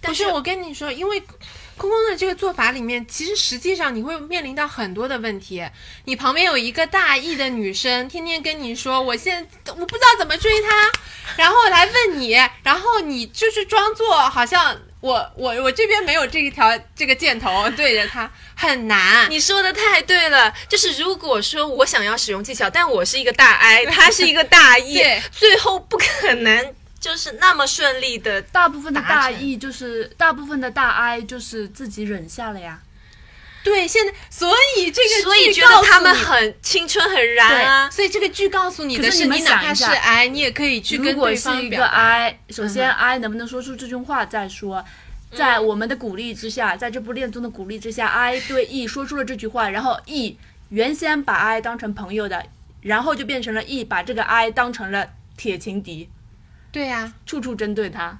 Speaker 1: 但
Speaker 3: 不是，我跟你说，因为空空的这个做法里面，其实实际上你会面临到很多的问题。你旁边有一个大意的女生，天天跟你说，我现在我不知道怎么追她，然后来问你，然后你就是装作好像我我我这边没有这一条这个箭头对着她，很难。
Speaker 1: 你说的太对了，就是如果说我想要使用技巧，但我是一个大 I，他是一个大 E，
Speaker 3: 对
Speaker 1: 最后不可能就是那么顺利的。
Speaker 2: 大部分的
Speaker 1: 达
Speaker 2: 大
Speaker 1: 成
Speaker 2: E 就是大部分的大 I 就是自己忍下了呀。
Speaker 3: 对，现在所以这个
Speaker 1: 所以
Speaker 3: 剧
Speaker 1: 觉得
Speaker 3: 告诉
Speaker 1: 他们
Speaker 3: 你
Speaker 1: 很青春很燃啊。
Speaker 3: 所以这个剧告诉你的
Speaker 2: 可是
Speaker 3: 是，
Speaker 2: 你们
Speaker 3: 你哪
Speaker 2: 想
Speaker 3: 怕
Speaker 2: 一
Speaker 3: 是
Speaker 2: 下
Speaker 3: 癌，你也可以去
Speaker 2: 如
Speaker 3: 跟
Speaker 2: 果
Speaker 3: 对
Speaker 2: 是
Speaker 3: 方
Speaker 2: 一
Speaker 3: 表
Speaker 2: 个
Speaker 3: 达。嗯
Speaker 2: I，首先 I 能不能说出这句话再说。在我们的鼓励之下，在这部恋综的鼓励之下，I 对 E 说出了这句话，然后 E 原先把 I 当成朋友的，然后就变成了 E 把这个 I 当成了铁情敌，
Speaker 3: 对啊呀、
Speaker 2: 处处针对他。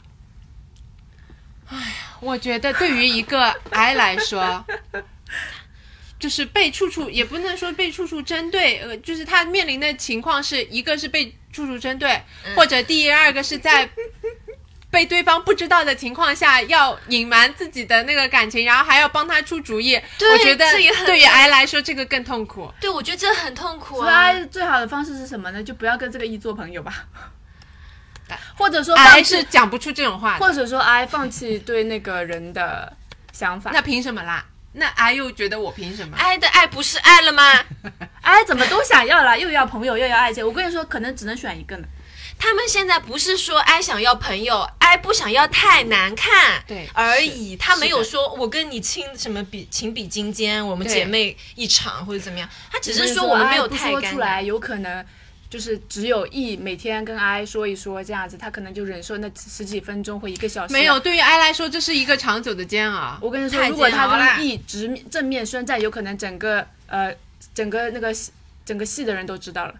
Speaker 3: 我觉得对 于一个 I 来说，就是被处处也不能说被处处针对，呃，就是他面临的情况是一个是被处处针对，
Speaker 1: 嗯
Speaker 3: 或者第二个 是在被对方不知道的情况下要隐瞒自己的那个感情，然后还要帮他出主意。我觉得
Speaker 1: 这也很
Speaker 3: 对于 I 来说，这个更痛苦。
Speaker 1: 对，我觉得这很痛苦
Speaker 2: 所以
Speaker 1: 啊。
Speaker 2: I 最好的方式是什么呢？就不要跟这个 E 做朋友吧，或者说放
Speaker 3: 哎 I
Speaker 2: 弃
Speaker 3: 是讲不出这种话的，
Speaker 2: 或者说 I 放弃对那个人的想法。
Speaker 3: 那凭什么啦？那 I 又觉得我凭什么？
Speaker 1: 爱的爱不是爱了吗？
Speaker 2: 哎，怎么都想要 了，又要朋友，又要爱情。我跟你说，可能只能选一个呢。
Speaker 1: 他们现在不是说爱想要朋友，爱不想要太难看，
Speaker 3: 对
Speaker 1: 而已。他没有
Speaker 3: 是的
Speaker 1: 说我跟你亲什么比情比金坚，我们
Speaker 3: 对
Speaker 1: 姐妹一场或者怎么样，他只是
Speaker 2: 说
Speaker 1: 说
Speaker 2: 哎
Speaker 1: 我们没有
Speaker 2: 不
Speaker 1: 太
Speaker 2: 说
Speaker 1: 尴
Speaker 2: 出
Speaker 1: 尬。
Speaker 2: 来，有可能就是只有 E 每天跟 I 说一说这样子，他可能就忍受那十几分钟或一个小时。啊
Speaker 3: 没有，，对于 I 来说，这是一个长久的煎熬。
Speaker 2: 我跟你说，
Speaker 3: 太
Speaker 2: 如果
Speaker 3: 煎熬
Speaker 2: 他
Speaker 3: 了
Speaker 2: 跟 E 直面正面宣战，有可能整个呃整个那个戏整个戏的人都知道了。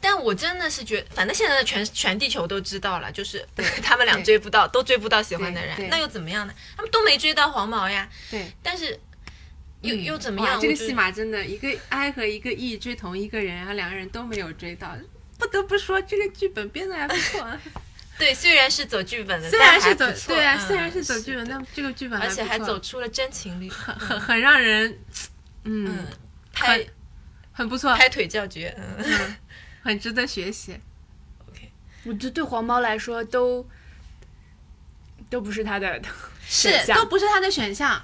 Speaker 1: 但我真的是觉反正现在全全地球都知道了，就是 他们俩追不到，都追不到喜欢的
Speaker 3: 对
Speaker 1: 人
Speaker 3: 对，
Speaker 1: 那又怎么样呢？他们都没追到黄毛呀。
Speaker 3: 对，
Speaker 1: 但是又、又怎么
Speaker 3: 嗯哇
Speaker 1: 样？
Speaker 3: 这
Speaker 1: 我
Speaker 3: 个
Speaker 1: 觉
Speaker 3: 戏
Speaker 1: 得
Speaker 3: 码真的，一个 I 和一个 E 追同一个人，然后两个人都没有追到。不得不说，这个剧本编的还不 错啊，
Speaker 1: 对，虽然是走剧本的，
Speaker 3: 虽然
Speaker 1: 但还
Speaker 3: 是走
Speaker 1: 不错
Speaker 3: 对啊，
Speaker 1: 嗯
Speaker 3: 虽然是走剧本，
Speaker 1: 的
Speaker 3: 但这个剧本
Speaker 1: 而且还
Speaker 3: 不
Speaker 1: 走
Speaker 3: 错
Speaker 1: 出了真情侣，
Speaker 3: 很很让人，嗯
Speaker 1: 嗯，，拍
Speaker 3: 很不错，
Speaker 1: 拍腿叫绝，嗯，
Speaker 3: 很值得学习。
Speaker 2: 我觉得对黄毛来说都都不是他 的
Speaker 3: 是
Speaker 2: 选项
Speaker 3: 都不是他的选项，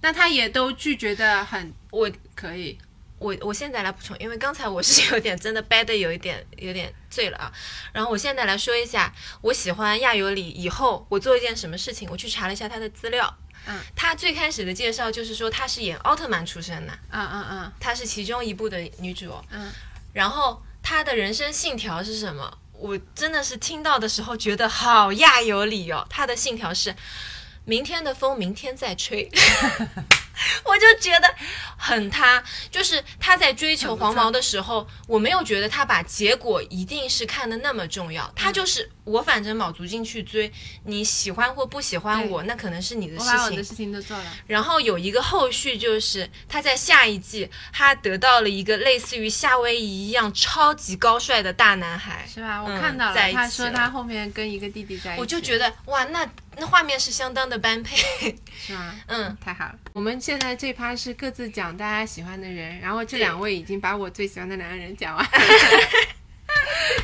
Speaker 3: 那他也都拒绝的很，
Speaker 1: 我
Speaker 3: 可以。
Speaker 1: 我我现在来补充，因为刚才我是有点真的掰的有一点有点醉了啊。然后我现在来说一下，我喜欢亚由里以后，我做一件什么事情，我去查了一下他的资料。
Speaker 3: 嗯，
Speaker 1: 他最开始的介绍就是说他是演奥特曼出身的，
Speaker 3: 嗯嗯嗯，
Speaker 1: 她是其中一部的女主。
Speaker 3: 嗯，
Speaker 1: 然后她的人生信条是什么？我真的是听到的时候觉得好亚有理哦。她的信条是：明天的风，明天再吹。 我就觉得很她，就是她在追求黄毛的时候，我没有觉得她把结果一定是看得那么重要，她就是我反正卯足劲去追，你喜欢或不喜欢
Speaker 3: 对
Speaker 1: 我，那可能是你的
Speaker 3: 我
Speaker 1: 事
Speaker 3: 把我
Speaker 1: 情
Speaker 3: 的。事情都做了。
Speaker 1: 然后有一个后续就是他在下一季，他得到了一个类似于夏威夷一样超级高帅的大男孩，
Speaker 3: 是吧？我
Speaker 1: 嗯
Speaker 3: 看到了，
Speaker 1: 在一
Speaker 3: 他
Speaker 1: 起
Speaker 3: 说
Speaker 1: 了
Speaker 3: 他后面跟一个弟弟在一起，
Speaker 1: 我就觉得哇，那那画面是相当的般配，
Speaker 3: 是吗？
Speaker 1: 嗯，
Speaker 3: 太好了。我们现在这趴是各自讲大家喜欢的人，然后这两位已经把我最喜欢的两个人讲 完了。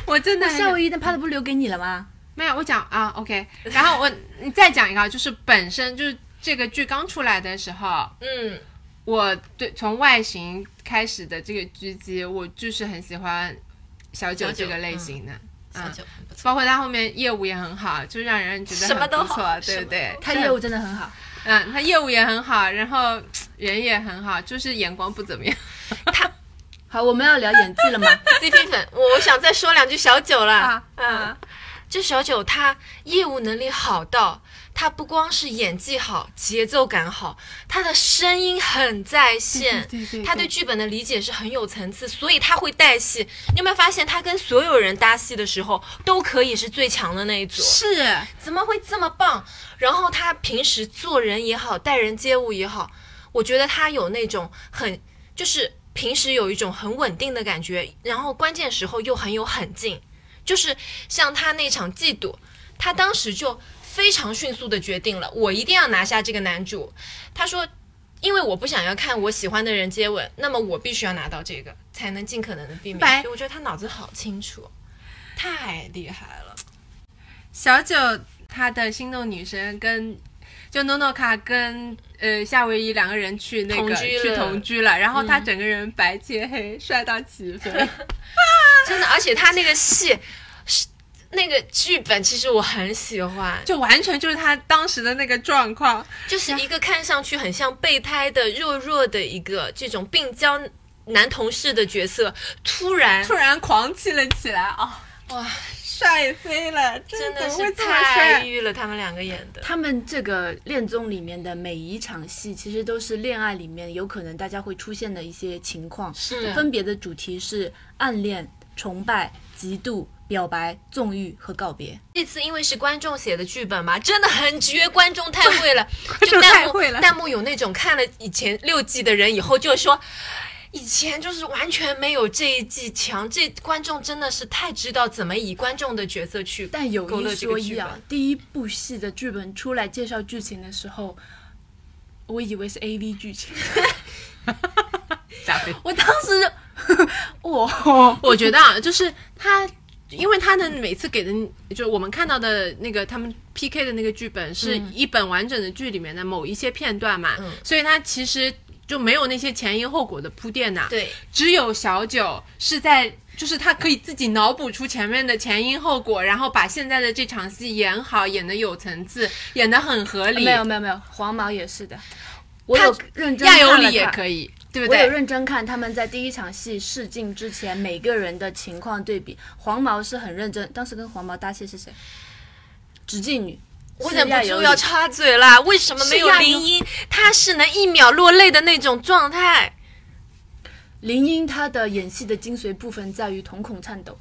Speaker 3: 我真的很
Speaker 2: 夏威夷的拍的
Speaker 1: 嗯
Speaker 2: 不是留给你了吗？
Speaker 3: 没有，我讲啊，OK。然后我你再讲一个啊，就是本身就是这个剧刚出来的时候，
Speaker 1: 嗯，
Speaker 3: 我对从外形开始的这个狙击，我就是很喜欢小九
Speaker 1: 小九
Speaker 3: 这个类型的。
Speaker 1: 小
Speaker 3: 嗯
Speaker 1: 九很不错，
Speaker 3: 包括他后面业务也很好，就让人觉得
Speaker 1: 什么
Speaker 3: 很
Speaker 1: 都
Speaker 3: 不
Speaker 1: 好什
Speaker 3: 错，对
Speaker 1: 么
Speaker 3: 不对？
Speaker 2: 他业务真的很好，
Speaker 3: 嗯，他业务也很好，然后人也很好，就是眼光不怎么样。
Speaker 2: 好，我们要聊演技了吗？
Speaker 1: CP 粉，我我想再说两句小九了，
Speaker 3: 啊
Speaker 1: 嗯，这小九他业务能力好到，他不光是演技好，节奏感好，他的声音很在线，
Speaker 3: 对对对对
Speaker 1: 他对剧本的理解是很有层次，所以他会带戏。你有没有发现他跟所有人搭戏的时候都可以是最强的那一组？
Speaker 3: 是，
Speaker 1: 怎么会这么棒？然后他平时做人也好，待人接物也好，我觉得他有那种很就是平时有一种很稳定的感觉，然后关键时候又很有狠劲，就是像他那场嫉妒，他当时就非常迅速的决定了，我一定要拿下这个男主。他说，因为我不想要看我喜欢的人接吻，那么我必须要拿到这个，才能尽可能的避免。
Speaker 3: 白
Speaker 1: 所以我觉得他脑子好清楚，太厉害了。
Speaker 3: 小九他的心动女神跟就诺诺卡跟呃夏威夷两个人去那个
Speaker 1: 同居了嗯
Speaker 3: 去同居了，然后他整个人白切黑，帅到起飞。
Speaker 1: 真的，而且他那个戏是那个剧本，其实我很喜欢，
Speaker 3: 就完全就是他当时的那个 状况，
Speaker 1: 就是一
Speaker 3: 啊
Speaker 1: 个看上去很像备胎的弱弱的一个这种病娇男同事的角色，突然
Speaker 3: 突然狂气了起来啊！
Speaker 1: 哇，
Speaker 3: 帅飞了，
Speaker 1: 真
Speaker 3: 的
Speaker 1: 的
Speaker 3: 怎么
Speaker 1: 是
Speaker 3: 会这么帅
Speaker 1: 太？遇了他们两个演的。
Speaker 2: 他们这个恋综里面的每一场戏，其实都是恋爱里面有可能大家会出现的一些情况，
Speaker 1: 是的
Speaker 2: 分别的主题是暗恋、崇拜、嫉妒、表白、纵欲和告别。
Speaker 1: 这次因为是观众写的剧本嘛，真的很绝，观众太会 了，
Speaker 3: 众
Speaker 1: 就
Speaker 3: 太
Speaker 1: 弹幕
Speaker 3: 会了
Speaker 1: 弹幕有那种看了以前六季的人以后就说。以前就是完全没有这一季强，这观众真的是太知道怎么以观众的角色去
Speaker 2: 但有
Speaker 1: 勾
Speaker 2: 一
Speaker 1: 勒这个
Speaker 2: 说
Speaker 1: 剧
Speaker 2: 一
Speaker 1: 本
Speaker 2: 啊，，第一部戏的剧本出来介绍剧情的时候，我以为是 A V 剧情，
Speaker 3: 加菲
Speaker 2: 我当时就， 哇，
Speaker 3: 我觉得啊，就是他，因为他的每次给的，就是我们看到的那个他们 PK 的那个剧本，是一本完整的剧里面的某一些片段嘛，
Speaker 2: 嗯
Speaker 3: 所以他其实就没有那些前因后果的铺垫呐、，
Speaker 1: 对，
Speaker 3: 只有小九是在。就是他可以自己脑补出前面的前因后果，然后把现在的这场戏演好，演的有层次，演的很合理。
Speaker 2: 没有没有没有，黄毛也是的，我有认真
Speaker 3: 亚
Speaker 2: 看
Speaker 3: 有
Speaker 2: 了
Speaker 3: 里也
Speaker 2: 看
Speaker 3: 可以，对不
Speaker 2: 我有
Speaker 3: 对？
Speaker 2: 认真看他们在第一场戏试镜之前每个人的情况对比，黄毛是很认真，当时跟黄毛搭戏是谁？直径女，
Speaker 1: 我
Speaker 2: 是
Speaker 1: 忍不
Speaker 2: 亚
Speaker 1: 住
Speaker 2: 由
Speaker 1: 要
Speaker 2: 里
Speaker 1: 插嘴啦，为什么没有
Speaker 3: 亚
Speaker 1: 林音？她是能一秒落泪的那种状态，
Speaker 2: 林英她的演戏的精髓部分在于瞳孔颤抖，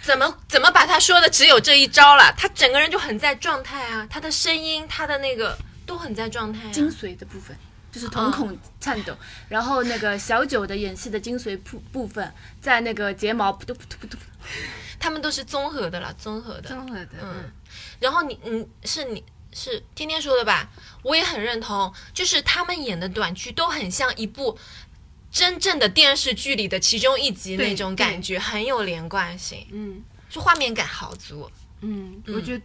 Speaker 1: 怎么怎么把她说的只有这一招了？她整个人就很在状态啊，她的声音，她的那个都很在状态、啊。
Speaker 2: 精髓的部分就是瞳孔颤抖。然后那个小九的演戏的精髓部部分在那个睫毛噗嘟噗嘟噗嘟，
Speaker 1: 他们都是综合的啦，综合的。
Speaker 3: 综合的，嗯
Speaker 1: 嗯，然后你你是你是天天说的吧？我也很认同，就是他们演的短剧都很像一部真正的电视剧里的其中一集
Speaker 3: 对
Speaker 1: 那种感觉，很有连贯性，
Speaker 3: 嗯。
Speaker 1: 就画面感好足。
Speaker 3: 嗯，我觉得，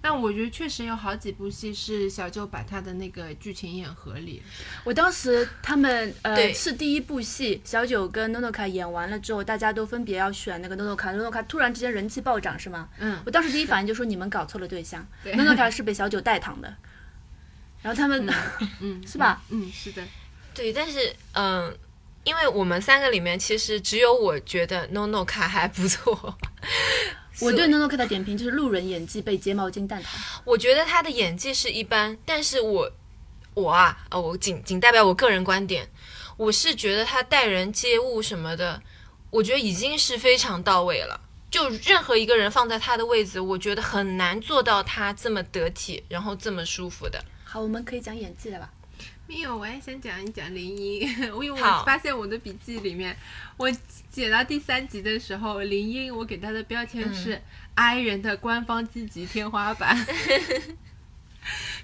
Speaker 3: 但我觉得确实有好几部戏是小舅把他的那个剧情演合理。
Speaker 2: 我当时他们呃
Speaker 1: 对
Speaker 2: 是第一部戏，小九跟诺诺卡演完了之后，大家都分别要选那个诺诺卡，诺诺卡突然之间人气暴涨是吗？
Speaker 3: 嗯，
Speaker 2: 我当时第一反应就说你们搞错了对象，诺诺卡是被小九带躺的，然后他们、
Speaker 3: 嗯，
Speaker 2: 是吧？
Speaker 3: 嗯，是的，
Speaker 1: 对，但是嗯。因为我们三个里面，其实只有我觉得 No No 卡还不错。
Speaker 2: 我对诺诺卡的点评就是路人演技被睫毛巾蛋疼，
Speaker 1: 我觉得他的演技是一般，但是我我啊，呃，我仅仅代表我个人观点，我是觉得他待人接物什么的，我觉得已经是非常到位了。就任何一个人放在他的位置，我觉得很难做到他这么得体，然后这么舒服的。
Speaker 2: 好，我们可以讲演技了吧？
Speaker 3: 没有，我还想讲一 讲林英，我因为我
Speaker 1: 好
Speaker 3: 发现我的笔记里面，我写到第三集的时候，林英我给他的标签是 “i 人的官方积极天花板”，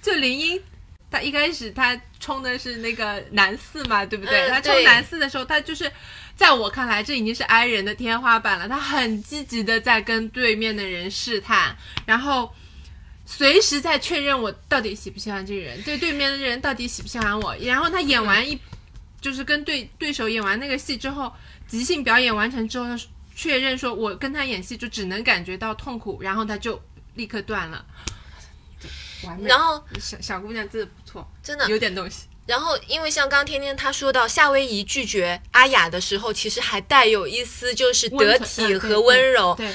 Speaker 3: 就林英。他一开始他冲的是那个男四嘛，对不对？
Speaker 1: 嗯
Speaker 3: 他冲
Speaker 1: 对
Speaker 3: 男四的时候，他就是在我看来，这已经是 i 人的天花板了。他很积极的在跟对面的人试探，然后随时在确认我到底喜不喜欢这个人，对对面的人到底喜不喜欢我。然后他演完一，就是跟对对手演完那个戏之后，即兴表演完成之后，他确认说我跟他演戏就只能感觉到痛苦，然后他就立刻断了。完美
Speaker 1: 然后
Speaker 3: 小小姑娘真的不错，
Speaker 1: 真的
Speaker 3: 有点东西。
Speaker 1: 然后，因为像刚天天他说到夏威夷拒绝阿雅的时候，其实还带有一丝就是得
Speaker 3: 啊
Speaker 1: 体和温柔。
Speaker 3: 对，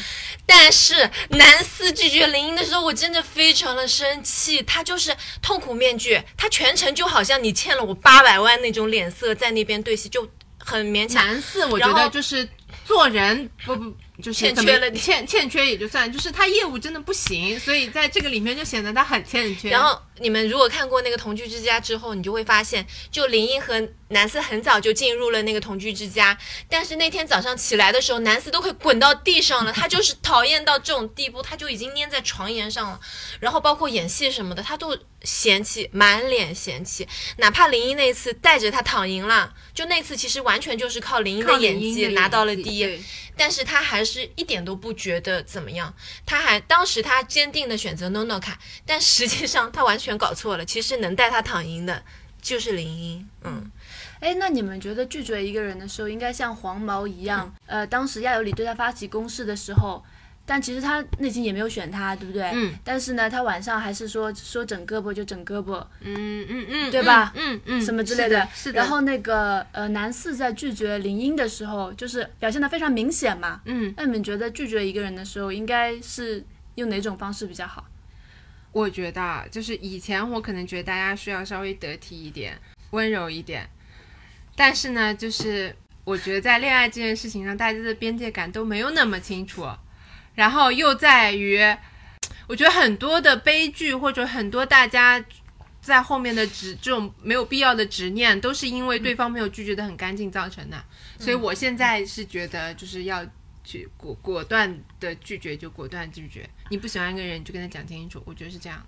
Speaker 1: 但是男四拒绝林英的时候，我真的非常的生气。他就是痛苦面具，他全程就好像你欠了我八百万那种脸色，在那边对戏就很勉强。
Speaker 3: 男四我
Speaker 1: 然
Speaker 3: 觉
Speaker 1: 后
Speaker 3: 得就是做人不不就是
Speaker 5: 欠
Speaker 3: 怎么
Speaker 5: 缺了点
Speaker 3: 欠欠缺也就算，就是他业务真的不行，所以在这个里面就显得他很欠缺。
Speaker 1: 然后你们如果看过那个《同居之家》之后，你就会发现，就林一和南斯很早就进入了那个同居之家，但是那天早上起来的时候，南斯都快滚到地上了，他就是讨厌到这种地步，他就已经粘在床沿上了。然后包括演戏什么的，他都嫌弃，满脸嫌弃。哪怕林一那次带着他躺赢了，就那次其实完全就是靠林一
Speaker 3: 靠
Speaker 1: 的
Speaker 3: 李
Speaker 1: 演
Speaker 3: 英
Speaker 1: 技
Speaker 3: 的
Speaker 1: 拿到了
Speaker 3: 演技
Speaker 1: 第一。
Speaker 3: 对
Speaker 1: 但是他还是一点都不觉得怎么样，他还当时他坚定的选择 NONO 卡，但实际上他完全搞错了，其实能带他躺赢的就是林一，嗯，
Speaker 2: 哎，那你们觉得拒绝一个人的时候，应该像黄毛一样，呃，当时亚由里对他发起攻势的时候，但其实他内心也没有选他，对不对？
Speaker 3: 嗯。
Speaker 2: 但是呢，他晚上还是说说整胳膊就整胳膊，
Speaker 3: 嗯嗯嗯，
Speaker 2: 对吧
Speaker 3: 嗯嗯，
Speaker 2: 什么之
Speaker 3: 是
Speaker 2: 类
Speaker 3: 的。是的
Speaker 2: 然后那个呃，男四在拒绝林英的时候，就是表现的非常明显嘛。
Speaker 3: 嗯，
Speaker 2: 那你们觉得拒绝一个人的时候，应该是用哪种方式比较好？
Speaker 3: 我觉得啊就是以前我可能觉得大家需要稍微得体一点、温柔一点，但是呢，就是我觉得在恋爱这件事情上，大家的边界感都没有那么清楚，然后又在于，我觉得很多的悲剧或者很多大家。在后面的执这种没有必要的执念，都是因为对方没有拒绝的很干净造成的。所以我现在是觉得，就是要去果果断的拒绝就果断拒绝。你不喜欢一个人，你就跟他讲清楚。我觉得是这样。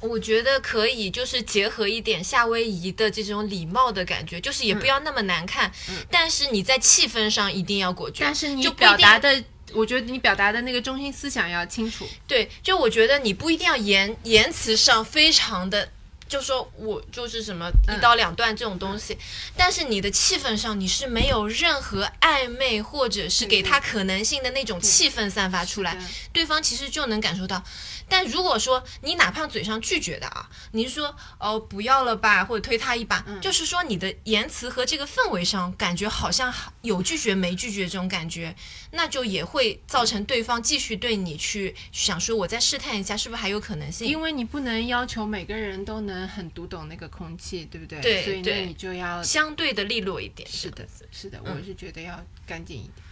Speaker 1: 我觉得可以就是结合一点夏威夷的这种礼貌的感觉，就是也不要那么难看，但是你在气氛上一定要果决，
Speaker 3: 但是你
Speaker 1: 就不一定
Speaker 3: 表达的，我觉得你表达的那个中心思想要清楚。
Speaker 1: 对，就我觉得你不一定要言言辞上非常的，就说我就是什么
Speaker 3: 嗯
Speaker 1: 一刀两断这种东西，但是你的气氛上你是没有任何暧昧或者
Speaker 3: 嗯
Speaker 1: 是给他可能性的那种气氛散发出来
Speaker 3: 是的，
Speaker 1: 对方其实就能感受到。但如果说你哪怕嘴上拒绝的啊，你说哦不要了吧，或者推他一把，
Speaker 3: 嗯
Speaker 1: 就是说你的言辞和这个氛围上，感觉好像有拒绝没拒绝这种感觉，那就也会造成对方继续对你去想说，我再试探一下，是不是还有可能性？
Speaker 3: 因为你不能要求每个人都能很读懂那个空气，对不对？
Speaker 1: 对
Speaker 3: 所以那
Speaker 1: 对
Speaker 3: 你就要
Speaker 1: 相对的利落一点。
Speaker 3: 是的，是的，我是觉得要干净一点。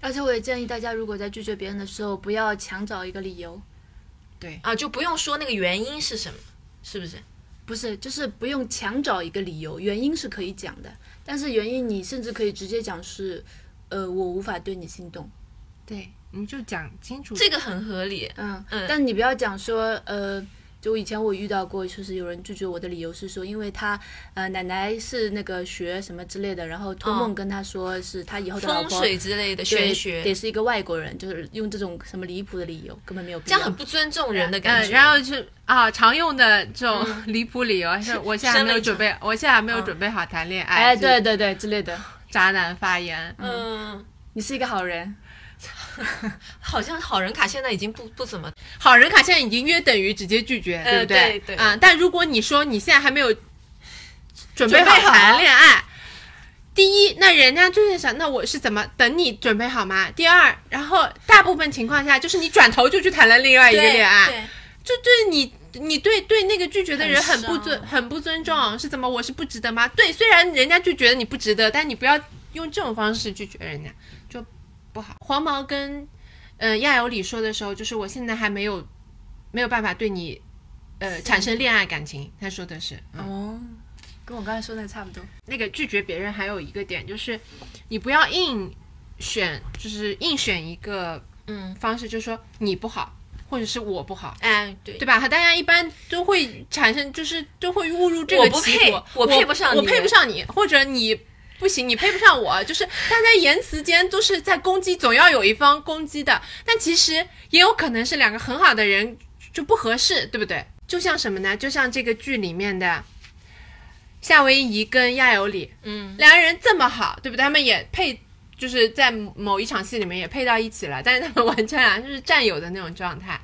Speaker 2: 而且我也建议大家，如果在拒绝别人的时候，不要强找一个理由，
Speaker 1: 啊，就不用说那个原因是什么，是不是？
Speaker 2: 不是，就是不用强找一个理由，原因是可以讲的，但是原因你甚至可以直接讲是，呃，我无法对你心动，
Speaker 3: 对，你就讲清楚。
Speaker 1: 这个很合理。
Speaker 2: 嗯，但你不要讲说，呃，就以前我遇到过，就是有人拒绝我的理由是说，因为他，呃，奶奶是那个学什么之类的，然后托梦跟他说是他以后的老
Speaker 3: 啊
Speaker 1: 风
Speaker 2: 婆。
Speaker 1: 水之类的
Speaker 2: 对
Speaker 1: 玄学，
Speaker 2: 得是一个外国人，就是用这种什么离谱的理由，根本没有必
Speaker 1: 这
Speaker 2: 要。
Speaker 1: 样很不尊重人的感
Speaker 3: 嗯，
Speaker 1: 觉。
Speaker 3: 然后是啊，常用的这种离谱理由，还是我现在还没有准备，我现在还没有准备好谈恋爱。
Speaker 2: 哎，
Speaker 3: 就是
Speaker 2: 对对对，之类的。
Speaker 3: 渣男发言，
Speaker 1: 嗯，
Speaker 2: 你是一个好人，
Speaker 1: 好像好人卡现在已经不不怎么，
Speaker 3: 好人卡现在已经约等于直接拒绝，
Speaker 1: 呃
Speaker 3: 不
Speaker 1: 对
Speaker 3: 对？
Speaker 1: 对
Speaker 3: 啊，但如果你说你现在还没有
Speaker 1: 准
Speaker 3: 准备
Speaker 1: 备好
Speaker 3: 谈恋爱，第一，那人家就是想，那我是怎么等你准备好吗？第二，然后大部分情况下就是你转头就去谈了另外一个恋爱，
Speaker 1: 对
Speaker 3: 就对你。你对对那个拒绝的人很
Speaker 1: 很
Speaker 3: 不
Speaker 1: 伤
Speaker 3: 尊很不尊重，是怎么？我是不值得吗？对，虽然人家就觉得你不值得，但你不要用这种方式拒绝人家，就不好。黄毛跟呃亚由里说的时候，就是我现在还没有没有办法对你呃产生恋爱感情，他说的是，嗯，
Speaker 2: 哦，跟我刚才说的差不多。
Speaker 3: 那个拒绝别人还有一个点就是，你不要硬选，就是硬选一个
Speaker 1: 嗯，
Speaker 3: 方式，就是说你不好，或者是我不好。
Speaker 1: 哎，对
Speaker 3: 对吧？大家一般都会产生，就是都会误入这个
Speaker 1: 我不
Speaker 3: 歧
Speaker 1: 配
Speaker 3: 途。
Speaker 1: 我配不上
Speaker 3: 我
Speaker 1: 你
Speaker 3: 配不上你，或者你不行，你配不上我。就是大家言辞间都是在攻击，总要有一方攻击的。但其实也有可能是两个很好的人就不合适，对不对？就像什么呢？就像这个剧里面的夏威夷跟亚由里，
Speaker 1: 嗯，
Speaker 3: 两个人这么好，对不对？他们也配，就是在某一场戏里面也配到一起了，但是他们 完全俩就是战友的那种状态。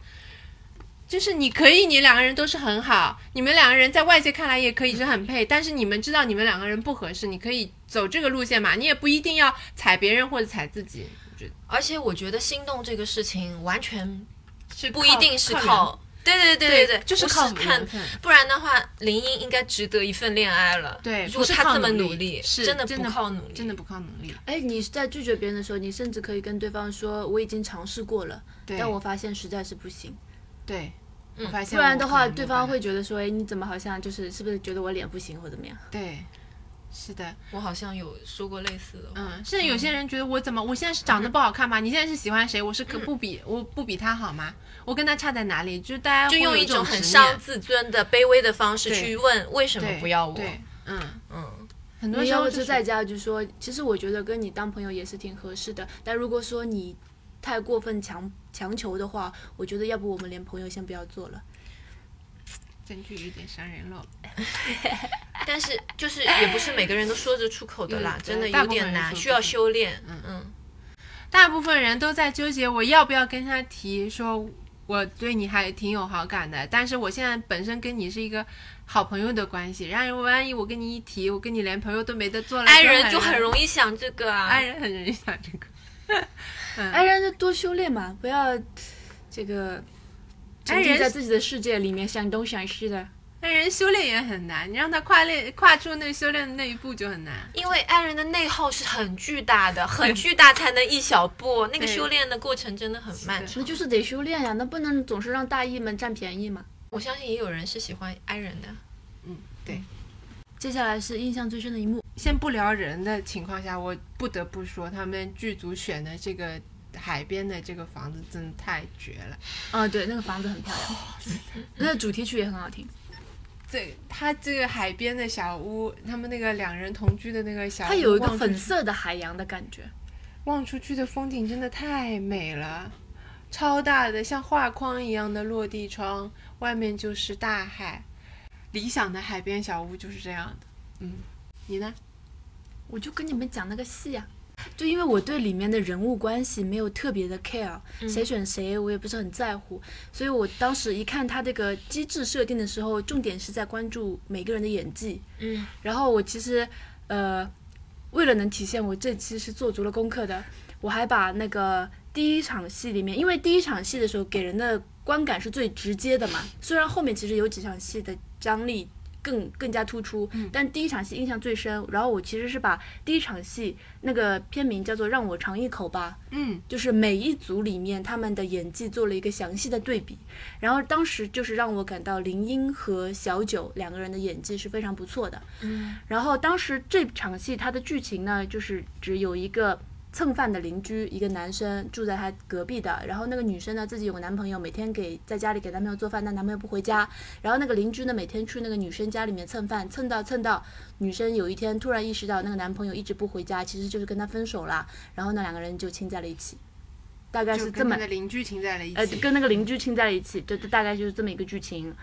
Speaker 3: 就是你可以，你两个人都是很好，你们两个人在外界看来也可以是很配，但是你们知道你们两个人不合适，你可以走这个路线嘛，你也不一定要踩别人或者踩自己。我觉得
Speaker 1: 而且我觉得心动这个事情完全
Speaker 3: 是
Speaker 1: 不一定是靠对对对对，
Speaker 3: 就是
Speaker 1: 不
Speaker 3: 靠
Speaker 1: 看
Speaker 3: 缘分。
Speaker 1: 不然的话，林英应该值得一份恋爱了。
Speaker 3: 对，
Speaker 1: 如
Speaker 3: 不
Speaker 1: 果
Speaker 3: 是
Speaker 1: 她
Speaker 3: 靠
Speaker 1: 这么
Speaker 3: 努
Speaker 1: 力，
Speaker 3: 是
Speaker 1: 真的
Speaker 3: 真
Speaker 1: 不
Speaker 3: 的
Speaker 1: 靠努力，
Speaker 3: 真的不靠努力。
Speaker 2: 哎，你在拒绝别人的时候，你甚至可以跟对方说：“我已经尝试过了，
Speaker 3: 对
Speaker 2: 但我发现实在是不行。
Speaker 3: 对，我发”现
Speaker 2: 不然
Speaker 3: 我
Speaker 2: 的
Speaker 3: 可
Speaker 2: 话，
Speaker 3: 能没
Speaker 2: 对
Speaker 3: 有
Speaker 2: 方
Speaker 3: 办法
Speaker 2: 会觉得说：“哎，你怎么好像就是是不是觉得我脸不行或怎么样
Speaker 3: 对，嗯是的，
Speaker 1: 我好像有说过类似的话。
Speaker 3: 嗯，甚至有些人觉得我怎么，我现在是长得不好看吗？你现在是喜欢谁？我是可不比我不比他好吗？我跟他差在哪里？就是大家
Speaker 1: 就
Speaker 3: 会
Speaker 1: 用
Speaker 3: 有
Speaker 1: 一
Speaker 3: 这
Speaker 1: 种
Speaker 3: 种
Speaker 1: 很
Speaker 3: 执
Speaker 1: 伤
Speaker 3: 念
Speaker 1: 自尊的卑微的方式
Speaker 3: 对
Speaker 1: 去问为什么
Speaker 3: 对
Speaker 1: 不要我。
Speaker 3: 对，嗯，
Speaker 1: 嗯，
Speaker 3: 很？”多
Speaker 2: 你
Speaker 3: 时
Speaker 2: 要
Speaker 3: 候
Speaker 2: 不
Speaker 3: 就
Speaker 2: 就是在家就说：“其实我觉得跟你当朋友也是挺合适的，但如果说你太过分强强求的话，我觉得要不我们连朋友先不要做了。
Speaker 3: 证据有点伤人了，
Speaker 1: 但是就是也不是每个人都说得出口的啦，
Speaker 3: 对
Speaker 1: 真的
Speaker 3: 大
Speaker 1: 有
Speaker 3: 部分
Speaker 1: 点
Speaker 3: 人
Speaker 1: 难，
Speaker 3: 说
Speaker 1: 需
Speaker 3: 不
Speaker 1: 要
Speaker 3: 出
Speaker 1: 修炼。嗯嗯，
Speaker 3: 大部分人都在纠结我要不要跟他提说。我对你还挺有好感的，但是我现在本身跟你是一个好朋友的关系，然后万一我跟你一提，我跟你连朋友都没得做了，
Speaker 1: 爱人就
Speaker 3: 很
Speaker 1: 很
Speaker 3: 易，
Speaker 1: 容易想这个啊。
Speaker 3: 爱人很容易想这个，
Speaker 2: 哎，让他多修炼嘛，不要这个沉
Speaker 3: 哎
Speaker 2: 浸
Speaker 3: 人
Speaker 2: 在
Speaker 3: 是
Speaker 2: 自己的世界里面想东想西的。
Speaker 3: 爱人修炼也很难，你让他跨练跨出那修炼的那一步就很难。
Speaker 1: 因为爱人的内耗是很巨大的，很巨大才能一小步，那个
Speaker 3: 对
Speaker 1: 修炼的过程真的很漫
Speaker 3: 是
Speaker 1: 长。
Speaker 2: 那就是得修炼呀、那不能总是让大义们占便宜嘛。
Speaker 1: 我相信也有人是喜欢爱人的，
Speaker 3: 嗯，对。
Speaker 2: 接下来是印象最深的一幕，
Speaker 3: 先不聊人的情况下，我不得不说，他们剧组选的这个海边的这个房子真的太绝了。
Speaker 2: 啊，对，那个房子很漂亮， 那个主题曲也很好听。
Speaker 3: 这他这个海边的小屋，他们那个两人同居的那个小屋，
Speaker 2: 它有一个
Speaker 3: 望出
Speaker 2: 粉
Speaker 3: 去
Speaker 2: 色的海洋的感觉，
Speaker 3: 望出去的风景真的太美了，超大的像画框一样的落地窗，外面就是大海。理想的海边小屋就是这样的。嗯，你呢？
Speaker 2: 我就跟你们讲那个戏呀、就因为我对里面的人物关系没有特别的 care，、谁选谁我也不是很在乎，所以我当时一看它这个机制设定的时候，重点是在关注每个人的演技。
Speaker 1: 嗯，
Speaker 2: 然后我其实呃，为了能体现我这期是做足了功课的，我还把那个第一场戏里面，因为第一场戏的时候给人的观感是最直接的嘛，虽然后面其实有几场戏的张力更更加突出，但第一场戏印象最深。然后我其实是把第一场戏那个片名叫做《让我尝一口吧》，
Speaker 3: 嗯，
Speaker 2: 就是每一组里面他们的演技做了一个详细的对比。然后当时就是让我感到林英和小九两个人的演技是非常不错的。嗯，然后当时这场戏它的剧情呢，就是只有一个。蹭饭的邻居，一个男生住在他隔壁的，然后那个女生呢自己有个男朋友，每天给在家里给男朋友做饭，但男朋友不回家，然后那个邻居呢每天去那个女生家里面蹭饭，蹭到蹭到，女生有一天突然意识到那个男朋友一直不回家，其实就是跟她分手啦，然后那两个人就亲在了一起，大概
Speaker 3: 就是
Speaker 2: 这
Speaker 3: 跟
Speaker 2: 么
Speaker 3: 他的邻居停在了一起。
Speaker 2: 呃，跟那个邻居亲在一起，就就大概就是这么一个剧情。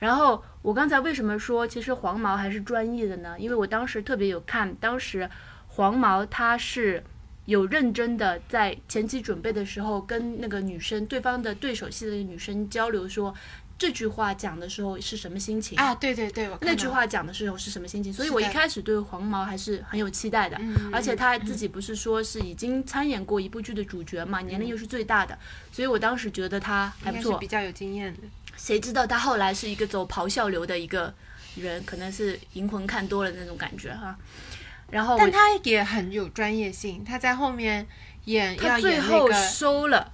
Speaker 2: 然后我刚才为什么说其实黄毛还是专业的呢？因为我当时特别有看，当时黄毛他是有认真的在前期准备的时候跟那个女生对方的对手戏的女生交流说这句话讲的时候是什么心情
Speaker 3: 啊，对对对，我看
Speaker 2: 那句
Speaker 3: 到了
Speaker 2: 话讲的时候是什么心情，所以
Speaker 3: 是
Speaker 2: 我一
Speaker 3: 的嗯
Speaker 2: 开始对黄毛还是很有期待的，而且他自己不是说是已经参演过一部剧的主角嘛，年龄又是最大的，所以我当时觉得他还不
Speaker 3: 应该是
Speaker 2: 错
Speaker 3: 比。较有经验的。
Speaker 2: 谁知道他后来是一个走咆哮流的一个人，可能是银魂看多了那种感觉哈、然后我
Speaker 3: 但他也很有专业性，他在后面演要
Speaker 2: 他最
Speaker 3: 演那
Speaker 2: 后
Speaker 3: 个，
Speaker 2: 收了，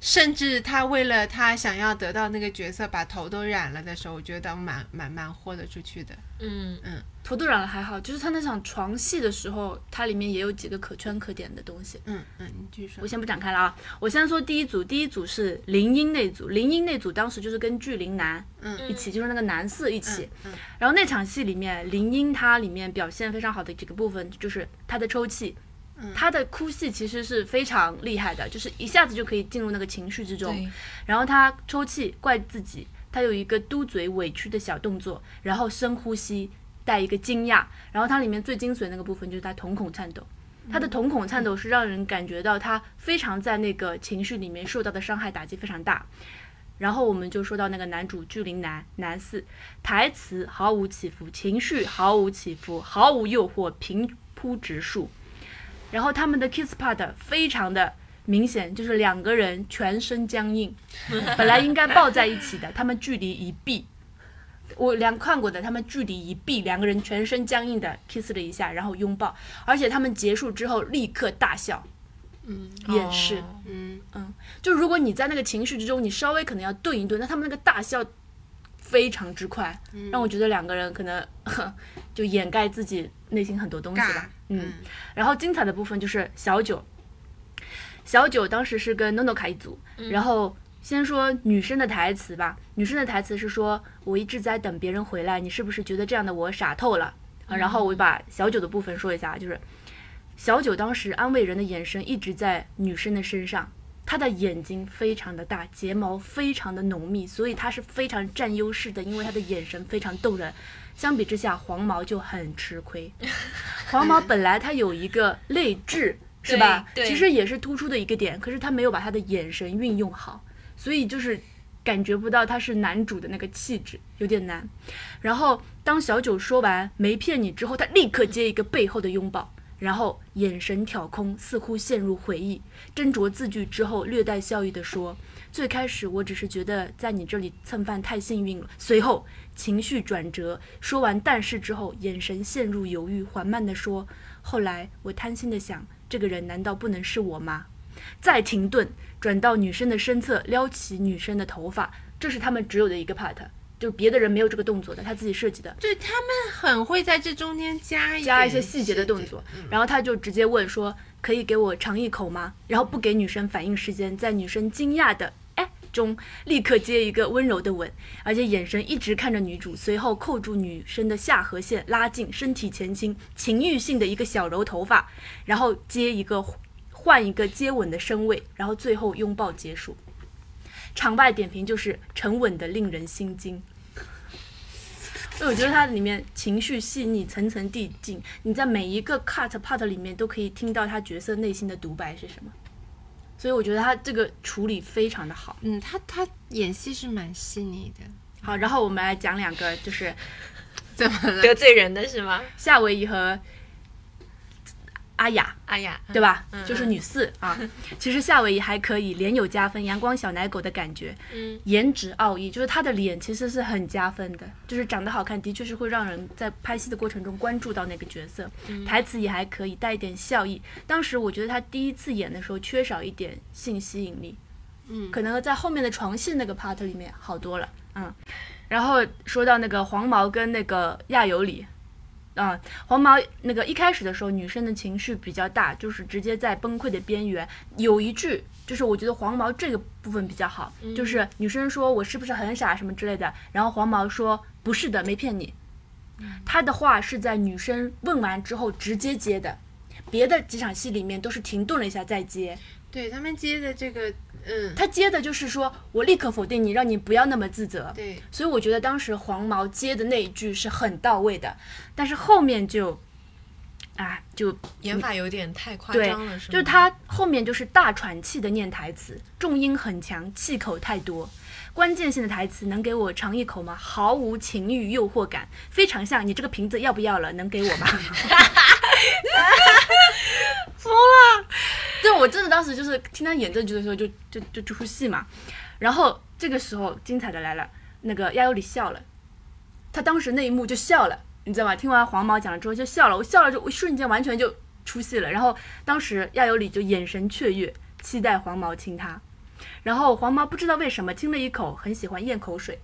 Speaker 3: 甚至他为了他想要得到那个角色，把头都染了的时候，我觉得蛮蛮蛮豁得出去的。
Speaker 1: 嗯，
Speaker 2: 头都染了还好，就是他那场床戏的时候，它里面也有几个可圈可点的东西。
Speaker 3: 嗯嗯，你继续说
Speaker 2: 我。先不展开了啊，我先说第一组，第一组是林英那组，林英那组当时就是跟巨灵男，
Speaker 3: 嗯
Speaker 2: 一起就是那个男四一起，
Speaker 3: 嗯嗯
Speaker 2: 然后那场戏里面，林英她里面表现非常好的几个部分就是她的抽泣，她的哭戏其实是非常厉害的，就是一下子就可以进入那个情绪之中
Speaker 1: 对，
Speaker 2: 然后她抽泣怪自己，她有一个嘟嘴委屈的小动作，然后深呼吸带一个惊讶，然后它里面最精髓那个部分就是她瞳孔颤抖。他的瞳孔颤抖是让人感觉到他非常在那个情绪里面受到的伤害打击非常大。然后我们就说到那个男主巨灵男男四，台词毫无起伏，情绪毫无起伏，毫无诱惑，平铺直述。然后他们的 kiss part 非常的明显就是两个人全身僵硬，本来应该抱在一起的，他们距离一臂。我两看过的，他们距离一臂，两个人全身僵硬的 kiss 了一下，然后拥抱，而且他们结束之后立刻大笑，
Speaker 3: 嗯
Speaker 2: 掩饰。
Speaker 1: 哦
Speaker 3: 嗯，
Speaker 2: 就如果你在那个情绪之中，你稍微可能要顿一顿，但他们那个大笑非常之快，
Speaker 3: 嗯
Speaker 2: 让我觉得两个人可能 就掩盖自己内心很多东西
Speaker 3: 尬
Speaker 2: 吧。，嗯，然后精彩的部分就是小九，小九当时是跟 NONO 卡一组，然后先说女生的台词吧，女生的台词是说我一直在等别人回来，你是不是觉得这样的我傻透了？啊，然后我把小九的部分说一下，就是小九当时安慰人的眼神一直在女生的身上。她的眼睛非常的大，睫毛非常的浓密，所以她是非常占优势的，因为她的眼神非常动人。相比之下，黄毛就很吃 亏。黄毛本来他有一个泪痣，是吧？
Speaker 5: 对对
Speaker 2: 其实也是突出的一个点，可是他没有把他的眼神运用好，所以就是感觉不到他是男主的那个气质，有点难。然后当小九说完“没骗你”之后，他立刻接一个背后的拥抱，然后眼神挑空，似乎陷入回忆，斟酌字句之后，略带笑意地说：“最开始我只是觉得在你这里蹭饭太幸运了。”随后情绪转折，说完“但是”之后，眼神陷入犹豫，缓慢地说：“后来我贪心地想，这个人难道不能是我吗？”再停顿，转到女生的身侧，撩起女生的头发，这是他们只有的一个 part，就别的人没有这个动作的，他自己设计的。
Speaker 3: 对他们很会在这中间加一
Speaker 2: 加
Speaker 3: 加
Speaker 2: 一些细节的动作，然后他就直接问说：“可以给我尝一口吗？”然后不给女生反应时间，在女生惊讶的“哎”中，立刻接一个温柔的吻，而且眼神一直看着女主，随后扣住女生的下颌线，拉近身体前倾，情欲性的一个小揉头发，然后接一个换一个接吻的身位，然后最后拥抱结束。场外点评就是沉稳的令人心惊。所以我觉得它里面情绪细腻，层层递进，你在每一个 cut part 里面都可以听到他角色内心的独白是什么。所以我觉得他这个处理非常的好。
Speaker 3: 嗯，他他演戏是蛮细腻的。
Speaker 2: 好，然后我们来讲两个，就是
Speaker 3: 怎么了？
Speaker 5: 得罪人的是吗？
Speaker 2: 夏威夷和阿雅，
Speaker 5: 哎呀，
Speaker 1: 嗯
Speaker 2: 对吧？就是女四啊。其实夏威夷还可以，脸有加分，阳光小奶狗的感觉，
Speaker 5: 嗯，
Speaker 2: 颜值奥义，就是她的脸其实是很加分的，就是长得好看，的确是会让人在拍戏的过程中关注到那个角色。台词也还可以，带一点笑意。当时我觉得她第一次演的时候缺少一点性吸引力，嗯，可能在后面的床戏那个 part 里面好多了，嗯。然后说到那个黄毛跟那个亚由里，啊，黄毛那个一开始的时候，女生的情绪比较大，就是直接在崩溃的边缘。有一句就是我觉得黄毛这个部分比较好，就是女生说我是不是很傻什么之类的，然后黄毛说不是的，没骗你。他的话是在女生问完之后直接接的，别的几场戏里面都是停顿了一下再接。
Speaker 3: 对他们接的这个，嗯，
Speaker 2: 他接的就是说我立刻否定你，让你不要那么自责。
Speaker 3: 对，
Speaker 2: 所以我觉得当时黄毛接的那一句是很到位的，但是后面就，啊，就
Speaker 1: 演法有点太夸
Speaker 2: 对
Speaker 1: 张了，，是吗？
Speaker 2: 就是他后面就是大喘气的念台词，重音很强，气口太多。关键性的台词能给我尝一口吗？毫无情欲诱惑感，非常像你这个瓶子要不要了？能给我吗？疯了！对，我真的当时就是听他演这句的时候就就就出戏嘛。然后这个时候精彩的来了，那个亚优里笑了，他当时那一幕就笑了，你知道吗？听完黄毛讲了之后就笑了，我笑了就我瞬间完全就出戏了。然后当时亚由里就眼神雀跃，期待黄毛亲她。然后黄毛不知道为什么亲了一口，很喜欢咽口水，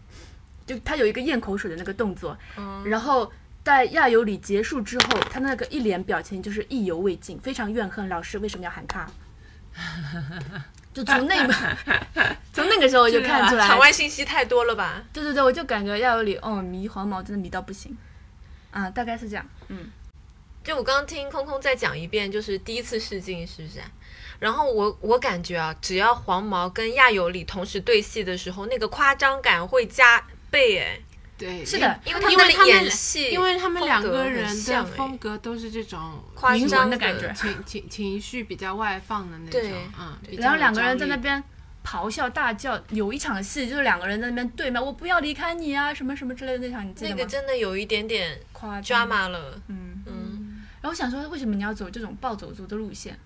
Speaker 2: 就他有一个咽口水的那个动作。
Speaker 5: 嗯
Speaker 2: 然后在亚由里结束之后，他那个一脸表情就是意犹未尽，非常怨恨老师为什么要喊 他。就从那个从那个时候
Speaker 1: 啊
Speaker 2: 就看出来，
Speaker 5: 场外信息太多了吧？
Speaker 2: 对对对，我就感觉亚由里，哦，迷黄毛真的迷到不行，啊，大概是这样。
Speaker 5: 嗯
Speaker 1: 就我刚刚听空空再讲一遍，就是第一次试镜是不是啊？然后我我感觉啊，只要黄毛跟亚由里同时对戏的时候，那个夸张感会加倍哎，
Speaker 3: 对，
Speaker 2: 是的，
Speaker 1: 因为他
Speaker 3: 因
Speaker 1: 们
Speaker 3: 为
Speaker 1: 的
Speaker 3: 他们
Speaker 1: 演戏，
Speaker 3: 因为他们
Speaker 1: 风
Speaker 3: 两
Speaker 1: 格
Speaker 3: 个
Speaker 1: 很
Speaker 3: 人的
Speaker 1: 像哎
Speaker 3: 风格都是这种
Speaker 1: 夸
Speaker 2: 灵
Speaker 1: 张
Speaker 2: 魂的感觉
Speaker 3: 情情情绪比较外放的那种
Speaker 1: 对，
Speaker 3: 嗯，比较
Speaker 2: 然后
Speaker 3: 有
Speaker 2: 两个人
Speaker 3: 张
Speaker 2: 在那
Speaker 3: 力
Speaker 2: 边咆哮大叫，有一场戏就是两个人在那边对骂，我不要离开你啊，什么什么之类的那场，你记得
Speaker 1: 那
Speaker 2: 吗？
Speaker 1: 个真的有一点点
Speaker 2: 夸张。
Speaker 1: drama 了，
Speaker 2: 嗯。
Speaker 1: 嗯，
Speaker 2: 然后我想说，为什么你要走这种暴走族的路线？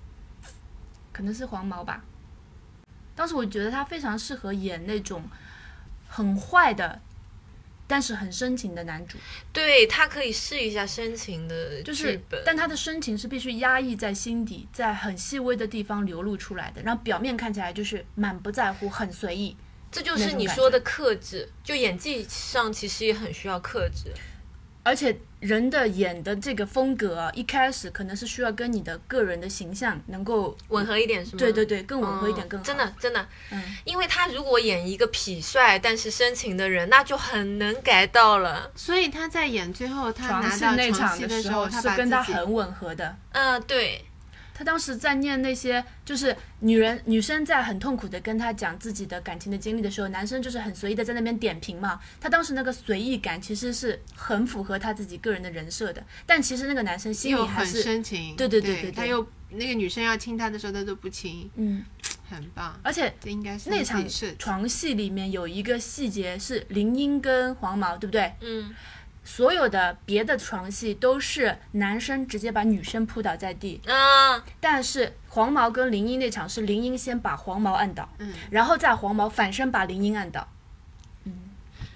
Speaker 2: 可能是黄毛吧。当时我觉得他非常适合演那种很坏的，但是很深情的男主，
Speaker 1: 对他可以试一下深情的
Speaker 2: 就是
Speaker 1: 剧本，，
Speaker 2: 但他的深情是必须压抑在心底，在很细微的地方流露出来的，然后表面看起来就是满不在乎，很随意。
Speaker 1: 这就是你说的克制，就演技上其实也很需要克制。
Speaker 2: 而且人的演的这个风格啊，一开始可能是需要跟你的个人的形象能够
Speaker 1: 吻合一点是吗？
Speaker 2: 对对对更吻合一点
Speaker 1: 嗯
Speaker 2: 更好
Speaker 1: 真的真的，
Speaker 2: 嗯
Speaker 1: 因为他如果演一个痞帅但是深情的人，那就很能 get 到了。
Speaker 3: 所以他在演最后他
Speaker 2: 床
Speaker 3: 拿
Speaker 2: 戏
Speaker 3: 到
Speaker 2: 那
Speaker 3: 床
Speaker 2: 场
Speaker 3: 戏
Speaker 2: 的
Speaker 3: 时
Speaker 2: 时候
Speaker 3: 他
Speaker 2: 是
Speaker 3: 把
Speaker 2: 跟他
Speaker 3: 自己
Speaker 2: 很吻合的。
Speaker 1: 嗯、对，
Speaker 2: 他当时在念那些，就是女人女生在很痛苦的跟他讲自己的感情的经历的时候，男生就是很随意的在那边点评嘛。他当时那个随意感其实是很符合他自己个人的人设的，但其实那个男生心里
Speaker 3: 又
Speaker 2: 还
Speaker 3: 很
Speaker 2: 是，
Speaker 3: 深情，
Speaker 2: 对
Speaker 3: 对
Speaker 2: 对对对对
Speaker 3: 他又那个女生要亲他的时候，他都不亲，
Speaker 2: 嗯，
Speaker 3: 很棒。
Speaker 2: 而且
Speaker 3: 这应该是
Speaker 2: 那
Speaker 3: 他自
Speaker 2: 场
Speaker 3: 己设计
Speaker 2: 床戏里面有一个细节是林英跟黄毛，对不对？
Speaker 1: 嗯，
Speaker 2: 所有的别的床戏都是男生直接把女生扑倒在地，
Speaker 1: 啊、
Speaker 2: 但是黄毛跟林英那场是林英先把黄毛按倒，
Speaker 3: 嗯，
Speaker 2: 然后再黄毛反身把林英按倒。嗯，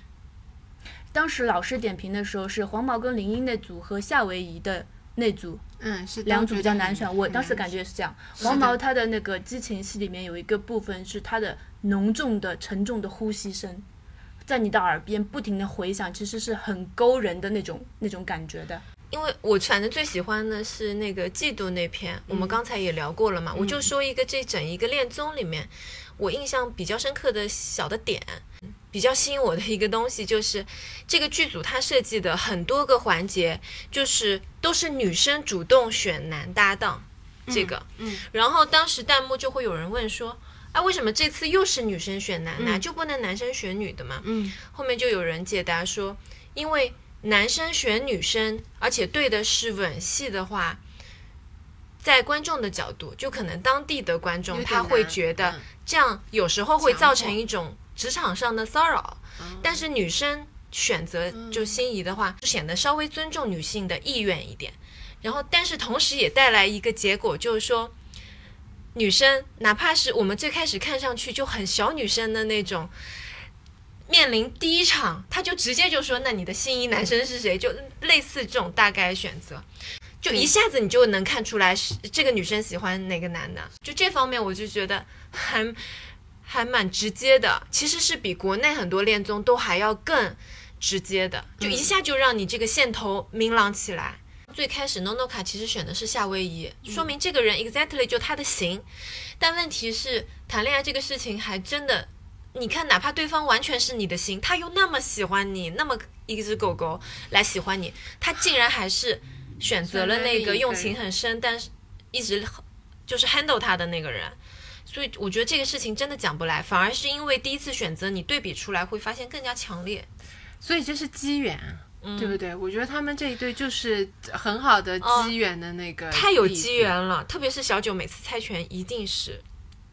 Speaker 2: 当时老师点评的时候是黄毛跟林英那组和夏威夷的那组
Speaker 3: 嗯，是
Speaker 2: 两组
Speaker 3: 主
Speaker 2: 比较难选，我
Speaker 8: 嗯
Speaker 2: 当
Speaker 3: 嗯
Speaker 2: 时感觉也是这样。黄毛他的那个激情戏里面有一个部分是他的浓重的、沉重的呼吸声，在你的耳边不停的回响，其实是很勾人的那种那种感觉的。
Speaker 1: 因为我反正最喜欢的是那个嫉妒那篇，我
Speaker 3: 嗯
Speaker 1: 们刚才也聊过了嘛，我就说一个这整一个恋综里面，我印象比较深刻的小的点。比较吸引我的一个东西就是，这个剧组它设计的很多个环节，就是都是女生主动选男搭档，这个，
Speaker 3: 嗯
Speaker 1: 然后当时弹幕就会有人问说，啊，为什么这次又是女生选男呢？就不能男生选女的吗？
Speaker 3: 嗯
Speaker 1: 后面就有人解答说，因为男生选女生，而且对的是吻戏的话，在观众的角度，就可能当地的观众
Speaker 3: 有点
Speaker 1: 他会
Speaker 3: 难
Speaker 1: 觉得
Speaker 3: 嗯
Speaker 1: 这样有时候会
Speaker 3: 强
Speaker 1: 造
Speaker 3: 迫
Speaker 1: 成一种职场上的骚扰，
Speaker 3: 嗯
Speaker 1: 但是女生选择就心仪的话，就显得稍微尊重女性的意愿一点。然后，但是同时也带来一个结果，就是说，女生哪怕是我们最开始看上去就很小女生的那种，面临第一场，她就直接就说：“那你的心仪男生是谁？”就类似这种大概选择。就一下子你就能看出来是这个女生喜欢哪个男的，就这方面我就觉得还还蛮直接的，其实是比国内很多恋综都还要更直接的，就一下就让你这个线头明朗起来。最开始 NONO 卡其实选的是夏威夷，说明这个人 exactly 就他的型，但问题是谈恋爱这个事情还真的，你看哪怕对方完全是你的型，他又那么喜欢你，那么一只狗狗来喜欢你，他竟然还是选择了那个用情很深，但是一直就是 handle 他的那个人。所以我觉得这个事情真的讲不来，反而是因为第一次选择你对比出来会发现更加强烈。
Speaker 3: 所以这是机缘啊，
Speaker 1: 嗯
Speaker 3: 对不对？我觉得他们这一对就是很好的机缘的那个例子，
Speaker 1: 嗯太有机缘了，特别是小九每次猜拳一定是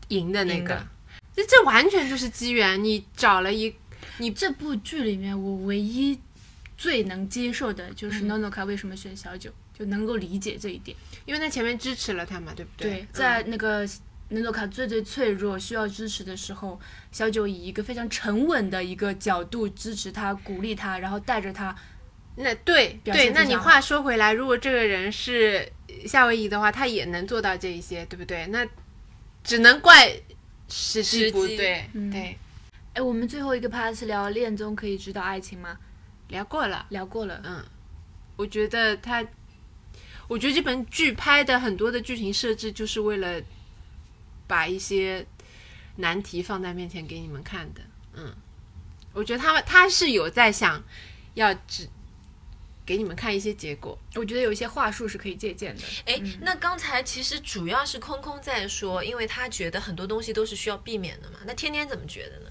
Speaker 3: 赢的那
Speaker 1: 赢
Speaker 3: 个
Speaker 1: 的，
Speaker 3: 这这完全就是机缘。你找了一
Speaker 8: 这部剧里面，我唯一最能接受的就是
Speaker 2: 嗯
Speaker 8: NONO 卡为什么选小九，就能够理解这一点。
Speaker 3: 因为他前面支持了他嘛，对不对？嗯
Speaker 8: 在那个南诺卡最最脆弱、需要支持的时候，小九以一个非常沉稳的一个角度支持他、鼓励他，然后带着他。
Speaker 3: 那对
Speaker 8: 表
Speaker 3: 对，
Speaker 8: 现
Speaker 3: 那
Speaker 8: 非
Speaker 3: 你
Speaker 8: 常
Speaker 3: 话
Speaker 8: 好
Speaker 3: 说回来，如果这个人是夏威夷的话，他也能做到这一些，对不对？那只能怪时机
Speaker 1: 时
Speaker 3: 不
Speaker 1: 机
Speaker 3: 对，对，
Speaker 8: 哎，我们最后一个趴是聊恋综可以指导爱情吗？
Speaker 3: 聊过了。
Speaker 8: 聊过了，
Speaker 3: 嗯，我觉得他，我觉得这本剧拍的很多的剧情设置，就是为了把一些难题放在面前给你们看的。嗯，我觉得他们他是有在想要只给你们看一些结果。
Speaker 8: 我觉得有一些话术是可以借鉴的。
Speaker 1: 哎，那刚才其实主要是空空在说，因为他觉得很多东西都是需要避免的嘛。那天天怎么觉得呢？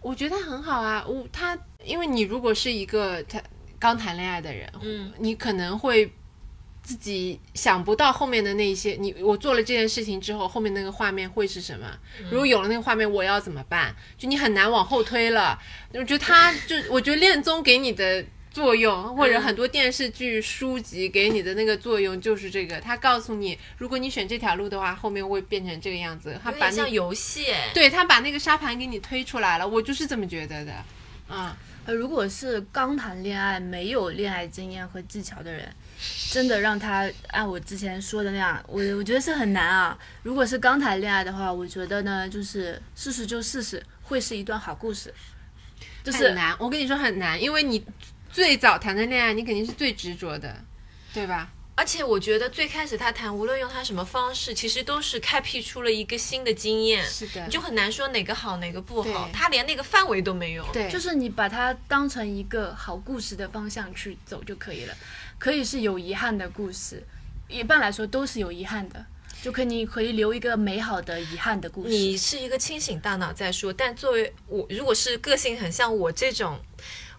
Speaker 3: 我觉得很好啊，我他因为你如果是一个他刚谈恋爱的人，
Speaker 1: 嗯，
Speaker 3: 你可能会自己想不到后面的那一些，你我做了这件事情之后，后面那个画面会是什么？
Speaker 1: 嗯
Speaker 3: 如果有了那个画面，我要怎么办？就你很难往后推了。我觉得他就，我觉得恋综给你的作
Speaker 1: 嗯
Speaker 3: 用，或者很多电视剧、书籍给你的那个作用就是这个，它告诉你，如果你选这条路的话，后面会变成这个样子。它
Speaker 1: 有
Speaker 3: 把
Speaker 1: 点像
Speaker 3: 那
Speaker 1: 游戏哎，
Speaker 3: 对它把那个沙盘给你推出来了，我就是这么觉得的。嗯，
Speaker 2: 呃，如果是刚谈恋爱没有恋爱经验和技巧的人，真的让他按我之前说的那样，我我觉得是很难啊。如果是刚谈恋爱的话，我觉得呢，就是试试就试试，会是一段好故事。就
Speaker 3: 很
Speaker 2: 是
Speaker 3: 难，我跟你说很难，因为你最早谈的恋爱，你肯定是最执着的，对吧？
Speaker 1: 而且我觉得最开始他谈，无论用他什么方式，其实都是开辟出了一个新的经验，
Speaker 3: 是的
Speaker 1: 你就很难说哪个好哪个不好
Speaker 3: 对，
Speaker 1: 他连那个范围都没有。
Speaker 3: 对，
Speaker 2: 就是是你把它当成一个好故事的方向去走就可以了，可以是有遗憾的故事，一般来说都是有遗憾的，就可以你可以留一个美好的遗憾的故事。
Speaker 1: 你是一个清醒大脑在说，但作为我，如果是个性很像我这种，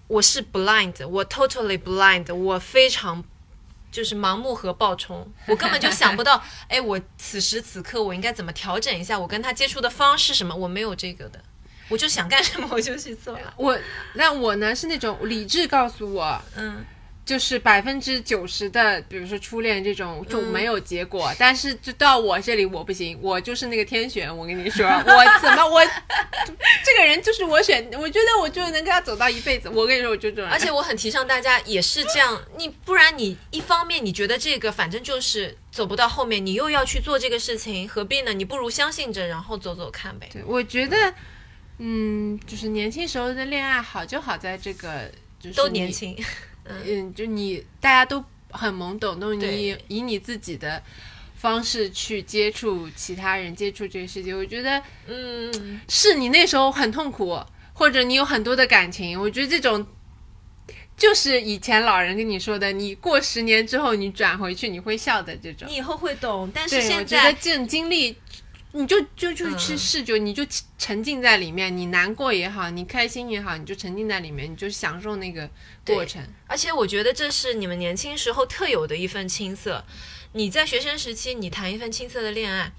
Speaker 1: 我是 blind，我 totally blind，我非常就是盲目和暴冲，我根本就想不 到，哎，我此时此刻我应该怎么调整一下我跟他接触的方式什么，我没有这个的，我就想干什么我就去做了。
Speaker 3: 我，那我呢是那种理智告诉我，
Speaker 1: 嗯，
Speaker 3: 就是百分之九十的，比如说初恋这种就没有结果，但是就到我这里我不行，我就是那个天选，我跟你说，我怎么我 这个人就是我选，我觉得我就能跟他走到一辈子，我跟你说我就 这种人，
Speaker 1: 而且我很提倡大家也是这样，你不然你一方面你觉得这个反正就是走不到后面，你又要去做这个事情，何必呢？你不如相信着，然后走走看呗。
Speaker 3: 对，我觉得，嗯，就是年轻时候的恋爱好就好在这个，就是
Speaker 1: 都
Speaker 3: 你
Speaker 1: 年，轻，
Speaker 3: 嗯，就你大家都很懵懂，都你
Speaker 1: 对
Speaker 3: 以你自己的方式去接触其他人，接触这个世界。我觉得
Speaker 1: 嗯，
Speaker 3: 是你那时候很痛苦，或者你有很多的感情，我觉得这种。就是以前老人跟你说的，你过十年之后你转回去你会笑的这种。
Speaker 1: 你以后会懂，但是
Speaker 3: 对，我
Speaker 1: 现
Speaker 3: 觉得
Speaker 1: 在
Speaker 3: 这种经历，你就就就去试，就你就沉浸在里面，你难过也好，你开心也好，你就沉浸在里面，你就享受那个过程。
Speaker 1: 而且我觉得这是你们年轻时候特有的一份青涩。你在学生时期，你谈一份青涩的恋爱，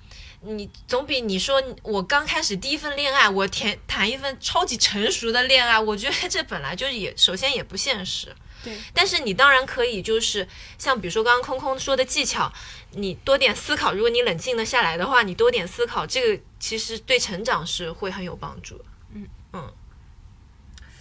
Speaker 1: 你总比你说我刚开始第一份恋爱，我谈谈一份超级成熟的恋爱，我觉得这本来就也首先也不现实。
Speaker 3: 对，
Speaker 1: 但是你当然可以，就是像比如说刚刚空空说的技巧，你多点思考。如果你冷静的下来的话，你多点思考，这个其实对成长是会很有帮助的。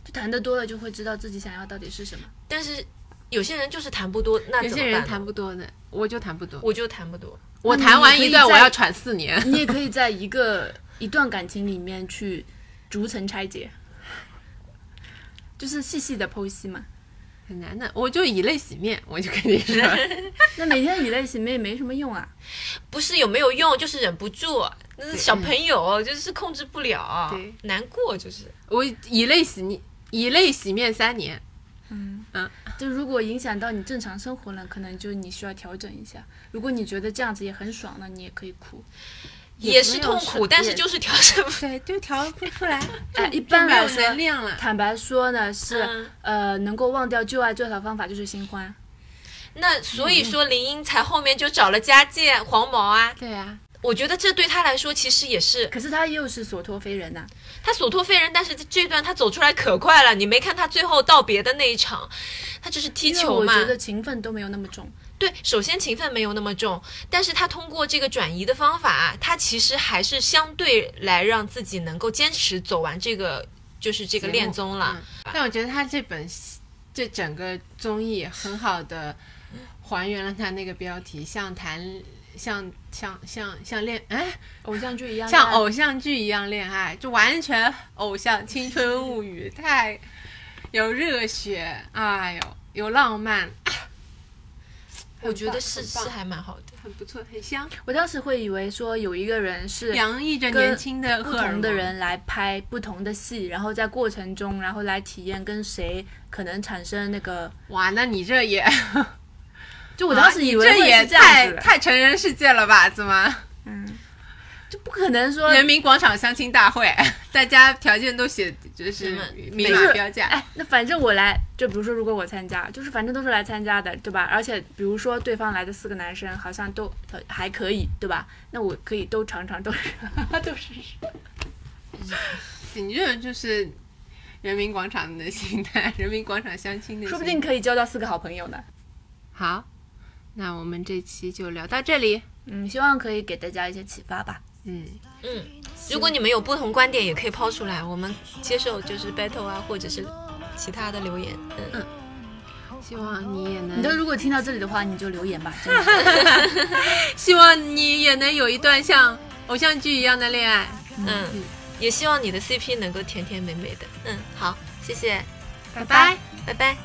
Speaker 2: 就谈的多了，就会知道自己想要到底是什么。
Speaker 1: 但是有些人就是谈不多，那
Speaker 3: 有
Speaker 1: 怎么
Speaker 3: 些
Speaker 1: 办
Speaker 3: 人
Speaker 1: 呢
Speaker 3: 谈不多的，我就谈不多。
Speaker 1: 我就谈不多。
Speaker 3: 我
Speaker 2: 那
Speaker 3: 谈
Speaker 2: 你
Speaker 3: 完
Speaker 2: 可
Speaker 3: 一
Speaker 2: 以
Speaker 3: 段，我
Speaker 2: 在
Speaker 3: 要喘四年。
Speaker 2: 你也可以在一个一段感情里面去逐层拆解，就是细细的剖析嘛。
Speaker 3: 很难的，我就以泪洗面，我就跟你说，
Speaker 2: 那每天以泪洗面也没什么用啊。
Speaker 1: 不是有没有用，就是忍不住。那是小朋友，就是控制不了
Speaker 3: 对，
Speaker 1: 难过就是。
Speaker 3: 我以泪洗面，以泪洗面三年。
Speaker 2: 就如果影响到你正常生活了，可能就你需要调整一下。如果你觉得这样子也很爽，那你也可以哭。
Speaker 1: 也是痛苦，但是
Speaker 2: 也
Speaker 1: 就是调整 不
Speaker 3: 对，就调不出来，
Speaker 2: 哎，一
Speaker 3: 就
Speaker 2: 般
Speaker 3: 没有
Speaker 2: 来说，
Speaker 3: 能量了。
Speaker 2: 坦白说呢，是、
Speaker 1: 嗯
Speaker 2: 呃，能够忘掉旧爱最好的方法就是新欢。
Speaker 1: 那所以说，林英才后面就找了佳界、黄毛啊。
Speaker 3: 对啊，
Speaker 1: 我觉得这对他来说其实也是
Speaker 2: 可是他又是所托非人呐、
Speaker 1: 他所托非人，但是这段他走出来可快了。你没看他最后道别的那一场，他就是踢
Speaker 2: 因为
Speaker 1: 球
Speaker 2: 我
Speaker 1: 嘛。
Speaker 2: 觉得情分都没有那么重。
Speaker 1: 对，首先情分没有那么重，但是他通过这个转移的方法，他其实还是相对来让自己能够坚持走完这个，就是这个
Speaker 3: 节
Speaker 1: 恋
Speaker 3: 目
Speaker 1: 综了。
Speaker 3: 但我觉得他这本这整个综艺很好的还原了他那个标题，像谈像像像像恋哎，
Speaker 2: 偶像剧一样的
Speaker 3: 像
Speaker 2: 爱
Speaker 3: 偶像剧一样恋爱，就完全偶像《青春 物语》，太有热血，哎呦，有浪漫，啊
Speaker 1: 我觉得
Speaker 3: 很棒
Speaker 1: 是
Speaker 3: 很
Speaker 1: 是
Speaker 3: 棒
Speaker 1: 还蛮好的。
Speaker 3: 很不错，很香，
Speaker 2: 我当时会以为说有一个人是
Speaker 3: 洋溢着
Speaker 2: 跟
Speaker 3: 年轻的
Speaker 2: 不
Speaker 3: 荷尔
Speaker 2: 同
Speaker 3: 蒙
Speaker 2: 的。人来拍不同的戏，然后在过程中，然后来体验跟谁可能产生那个。
Speaker 3: 哇，那你这也，
Speaker 2: 就我当
Speaker 3: 啊
Speaker 2: 时
Speaker 3: 你
Speaker 2: 以为会
Speaker 3: 这也
Speaker 2: 是这样
Speaker 3: 太
Speaker 2: 子的，
Speaker 3: 太成人世界了吧？怎么？
Speaker 2: 就不可能说
Speaker 3: 人民广场相亲大会， 大家条件都写就是
Speaker 1: 什么
Speaker 3: 明
Speaker 2: 就
Speaker 3: 码
Speaker 2: 是
Speaker 3: 标价。
Speaker 2: 哎，那反正我来，就比如说，如果我参加，就是反正都是来参加的，对吧？而且比如说对方来的四个男生好像都呃还可以，对吧？那我可以都尝尝，都是都是
Speaker 3: 你这种就是人民广场的心态， 人民广场相亲的心态，
Speaker 2: 说不定可以交到四个好朋友呢。
Speaker 3: 好。那我们这期就聊到这里，
Speaker 2: 嗯，希望可以给大家一些启发吧。
Speaker 3: 嗯，
Speaker 1: 如果你们有不同观点，也可以抛出来，我们接受就是 battle 啊，或者是其他的留言。嗯，
Speaker 3: 希望你也
Speaker 2: 嗯你都
Speaker 3: 能，
Speaker 2: 如果听到这里的话，你就留言吧。真 的
Speaker 3: 希望你也能有一段像偶像剧一样的恋爱。
Speaker 1: 嗯，也希望你的 CP 能够甜甜美美的。嗯，好，谢谢，
Speaker 3: 拜拜
Speaker 1: 拜拜。